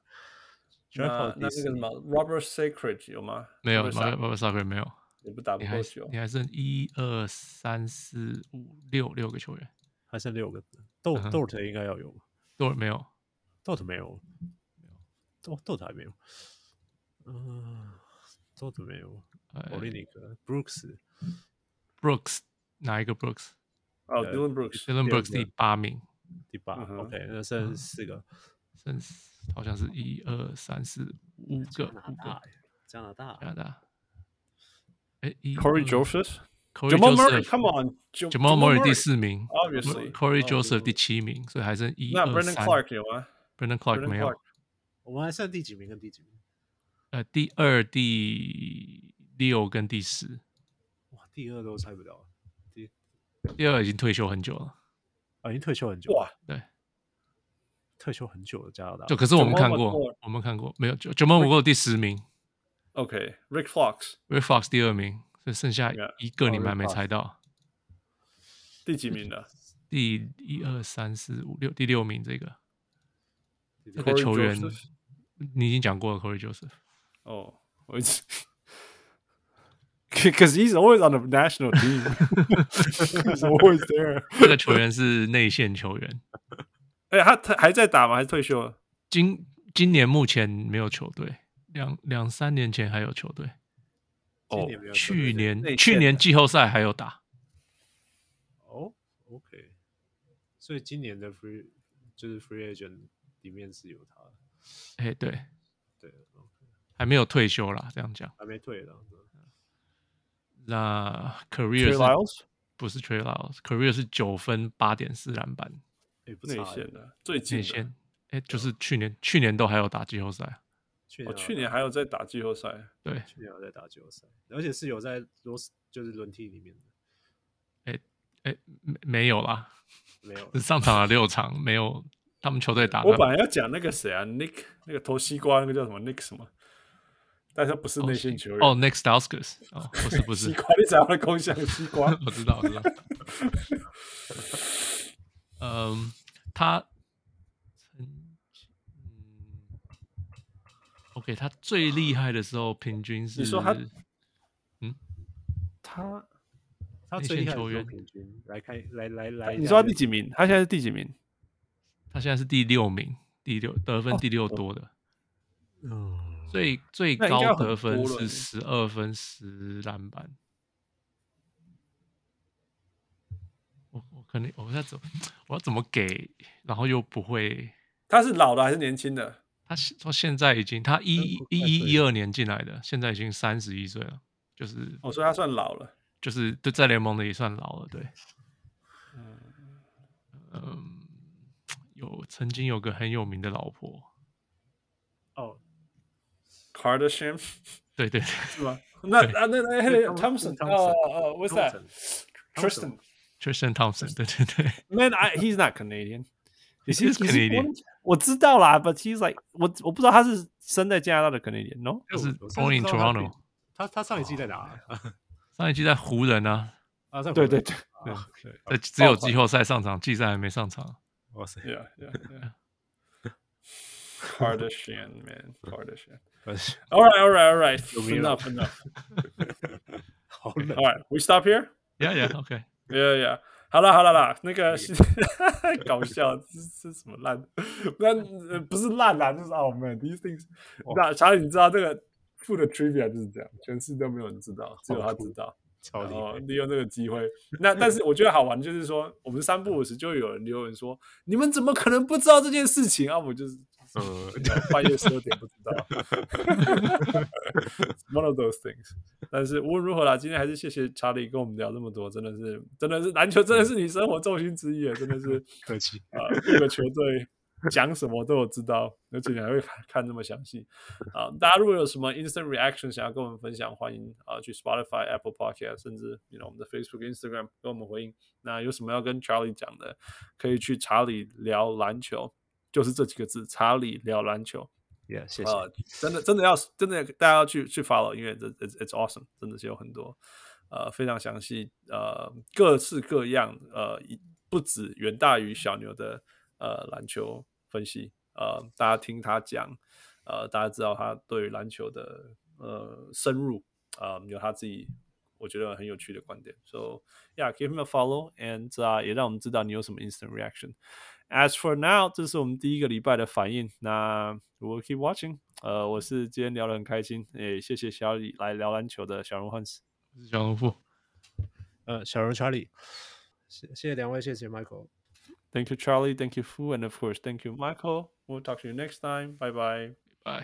居那然跑那第那个四什么 Robert Sacred 有吗？没有， Robert 爸 Sacred 爸爸 soccer 没有，也不打不你还够是久你，还剩一二三四五六六个球员，还剩六个。豆嗯哼豆特应该要有吧？都没有，豆特没有，豆豆特还没有。嗯，豆特没有。哦呃奥利尼克、Brooks、 ，Brooks 哪一个 Brooks？Dylan 哦，Dylan Brooks，第二 Brooks 个第八名，第八嗯哼，OK，那剩四个。剩四好像是一二三四五加个，五拿大个耶，加拿大加拿大，哎一 Corey 二 Joseph。 Corey Jamal Murray，Come Joseph，Jamal on，j Murray 第四名 obviously， ，Corey obviously Joseph 第七名，所以还剩一那二 Brandon 三 Clark 有吗？ ，Brandon Clark Brandon 没有 Clark，我们还剩第几名跟第几名？呃，第二、第六跟第十，哇，第二都猜不到，啊第第二已经退休很久了，啊，已经退休很久，哇，对，退休很久的加拿大， 就可是我们 Jamal 看过 McCord，我们看过没有？九九毛五过第十名 OK，Rick Fox ，Ray Fox 第二名，所以剩下 Yeah，一个你们，Ray 还没 Fox 猜到，第几名的？第一二三四五六第六名这个第这六个 Corey 球员 Joseph，你已经讲过了，Corey Joseph， 哦，我一直，because he's always on the national team. he's always there. 这个球员是内线球员，哎，他他还在打吗？还是退休了？今今年目前没有球队，两两三年前还有球队，哦今年没有球队去年内线去的年季后赛还有打，哦，OK，所以今年的 free 就是 free agent 里面是有他的，哎，对，对，OK，还没有退休啦，这样讲。还没退的，嗯那 t r career e 是 Lyles 不是 Trey Lyles？career 是九分八点四篮板哎，不内差耶线，的，最近内的。线，哎，就是去年去年都还有打季后赛，啊去我年哦去年还有在打季后赛，对，去年有在打季后赛，而且是有在罗斯就是轮替里面的，哎，没没有啦，没有只上场了六场，没有他们球队打我的本来要讲那个谁啊，Nick 那个头西瓜那个叫什么 Nick 什么，但是他不是内线球员哦，Next d a u s k u s 哦，不是不西是，瓜你怎样会空想西瓜？ 我知道我知道，嗯，他曾嗯，OK，他最厉害的时候平均是你说他他。他内最厉线害的球时候员平均来看来来 来，你说他第几名？他现在是第几名？他现在是第六名，第六得哦分第六多的。嗯，最最那应该高很得多分了是耶十二分十篮板。我我可能我要怎么我要怎么给，然后又不会。他是老的还是年轻的？他现到现在已经他一一不太一对一二年进来的，现在已经三十一岁了，就是我说哦他算老了。就是对在联盟里算老了， 对。嗯，有曾经有个很有名的老婆，哦， Kardashian 对对是吗？ 那啊那那那 Thompson 哦哦，What's that? Tristan. t r i s t a n Thompson，对对对，哎 Man, I, he's not Canadian. Is He is Canadian. 我知道啦，but he's like 我我不知道他是生在加拿大的 Canadian。No，我就是我 born in 甚至知道他 Toronto 比。他他上一季在哪啊？上一季在湖人啊，啊，在对湖人对对啊对呃，只有季后赛上场，季赛还没上场。哇塞， ，Yeah Yeah Yeah. Kardashian man, Kardashian. 但是 All right, all right, all right. 名 Enough, enough. 好冷 All，right, we stop here. Yeah, yeah, OK。 Yeah, yeah. 好了好了啦，那个是搞笑，这这什么烂？ 那呃不是烂啦，就是澳门 these things。那查理，你知道这个负的 trivia 就是这样，全世界都没有人知道，只有他知道。超然厉后害，利用这个机会，那但是我觉得好玩，就是说我们三不五时就有人留言说，你们怎么可能不知道这件事情啊？我就是嗯，半夜十二点不知道 It's，one of those things。但是无论如何啦，今天还是谢谢查理跟我们聊这么多，真的啊是，真的是篮球真的是你生活重心之一耶，真的是客气，啊，呃各个球队讲什么都有知道，而且你还会看那么详细啊、大家如果有什么 instant reaction 想要跟我们分享，欢迎啊、去 Spotify、Apple Podcast，甚至 you know 我们的 Facebook、Instagram 跟我们回应。那有什么要跟 Charlie 讲的，可以去查理聊篮球，就是这几个字，查理聊篮球。 Yeah，谢谢。啊，真的真的要真的大家要去去 follow，因为这 it's it's awesome，真的是有很多呃非常详细呃各式各样呃一不止远大于小牛的呃篮球分析，呃大家听他讲，呃大家知道他对于篮球的呃深入啊、呃有他自己我觉得很有趣的观点，so yeah，give him a follow and 啊、也让我们知道你有什么 instant reaction。As for now，这是我们第一个礼拜的反应。那我 keep watching。呃，我是今天聊得很开心，也谢谢小李来聊篮球的小人 Hans。我是小农夫。呃，小人 Charlie，谢谢谢两位，谢谢 Michael。 Thank you Charlie, thank you Fu, and of course thank you Michael. We'll talk to you next time. Bye bye. 拜。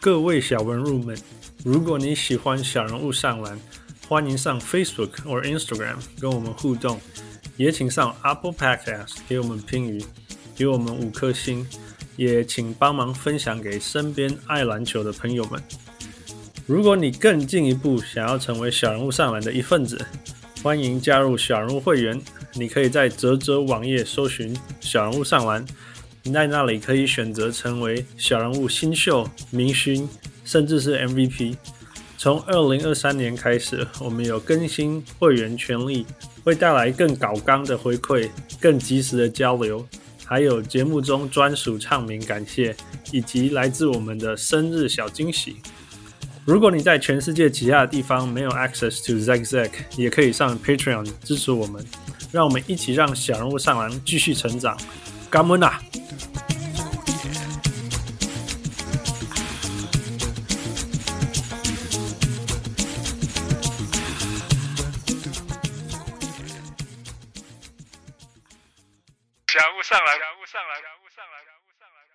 各位小文入们，如果你喜欢小人物上篮，欢迎上 Facebook 或 Instagram 跟我们互动，也请上 Apple Podcast 给我们评语，给我们五颗星，也请帮忙分享给身边爱篮球的朋友们。如果你更进一步想要成为小人物上篮的一份子，欢迎加入小人物会员。你可以在泽泽网页搜寻“小人物上篮”，你在那里可以选择成为小人物新秀、明星，甚至是 MVP。从二零二三年开始，我们有更新会员权利，会带来更搞纲的回馈、更及时的交流，还有节目中专属唱名感谢，以及来自我们的生日小惊喜。如果你在全世界其他的地方没有 access to ZackZack，也可以上 Patreon 支持我们，让我们一起让小人物上篮继续成长。干们啊！小屋上来，小屋上来，小屋上来，小屋上来。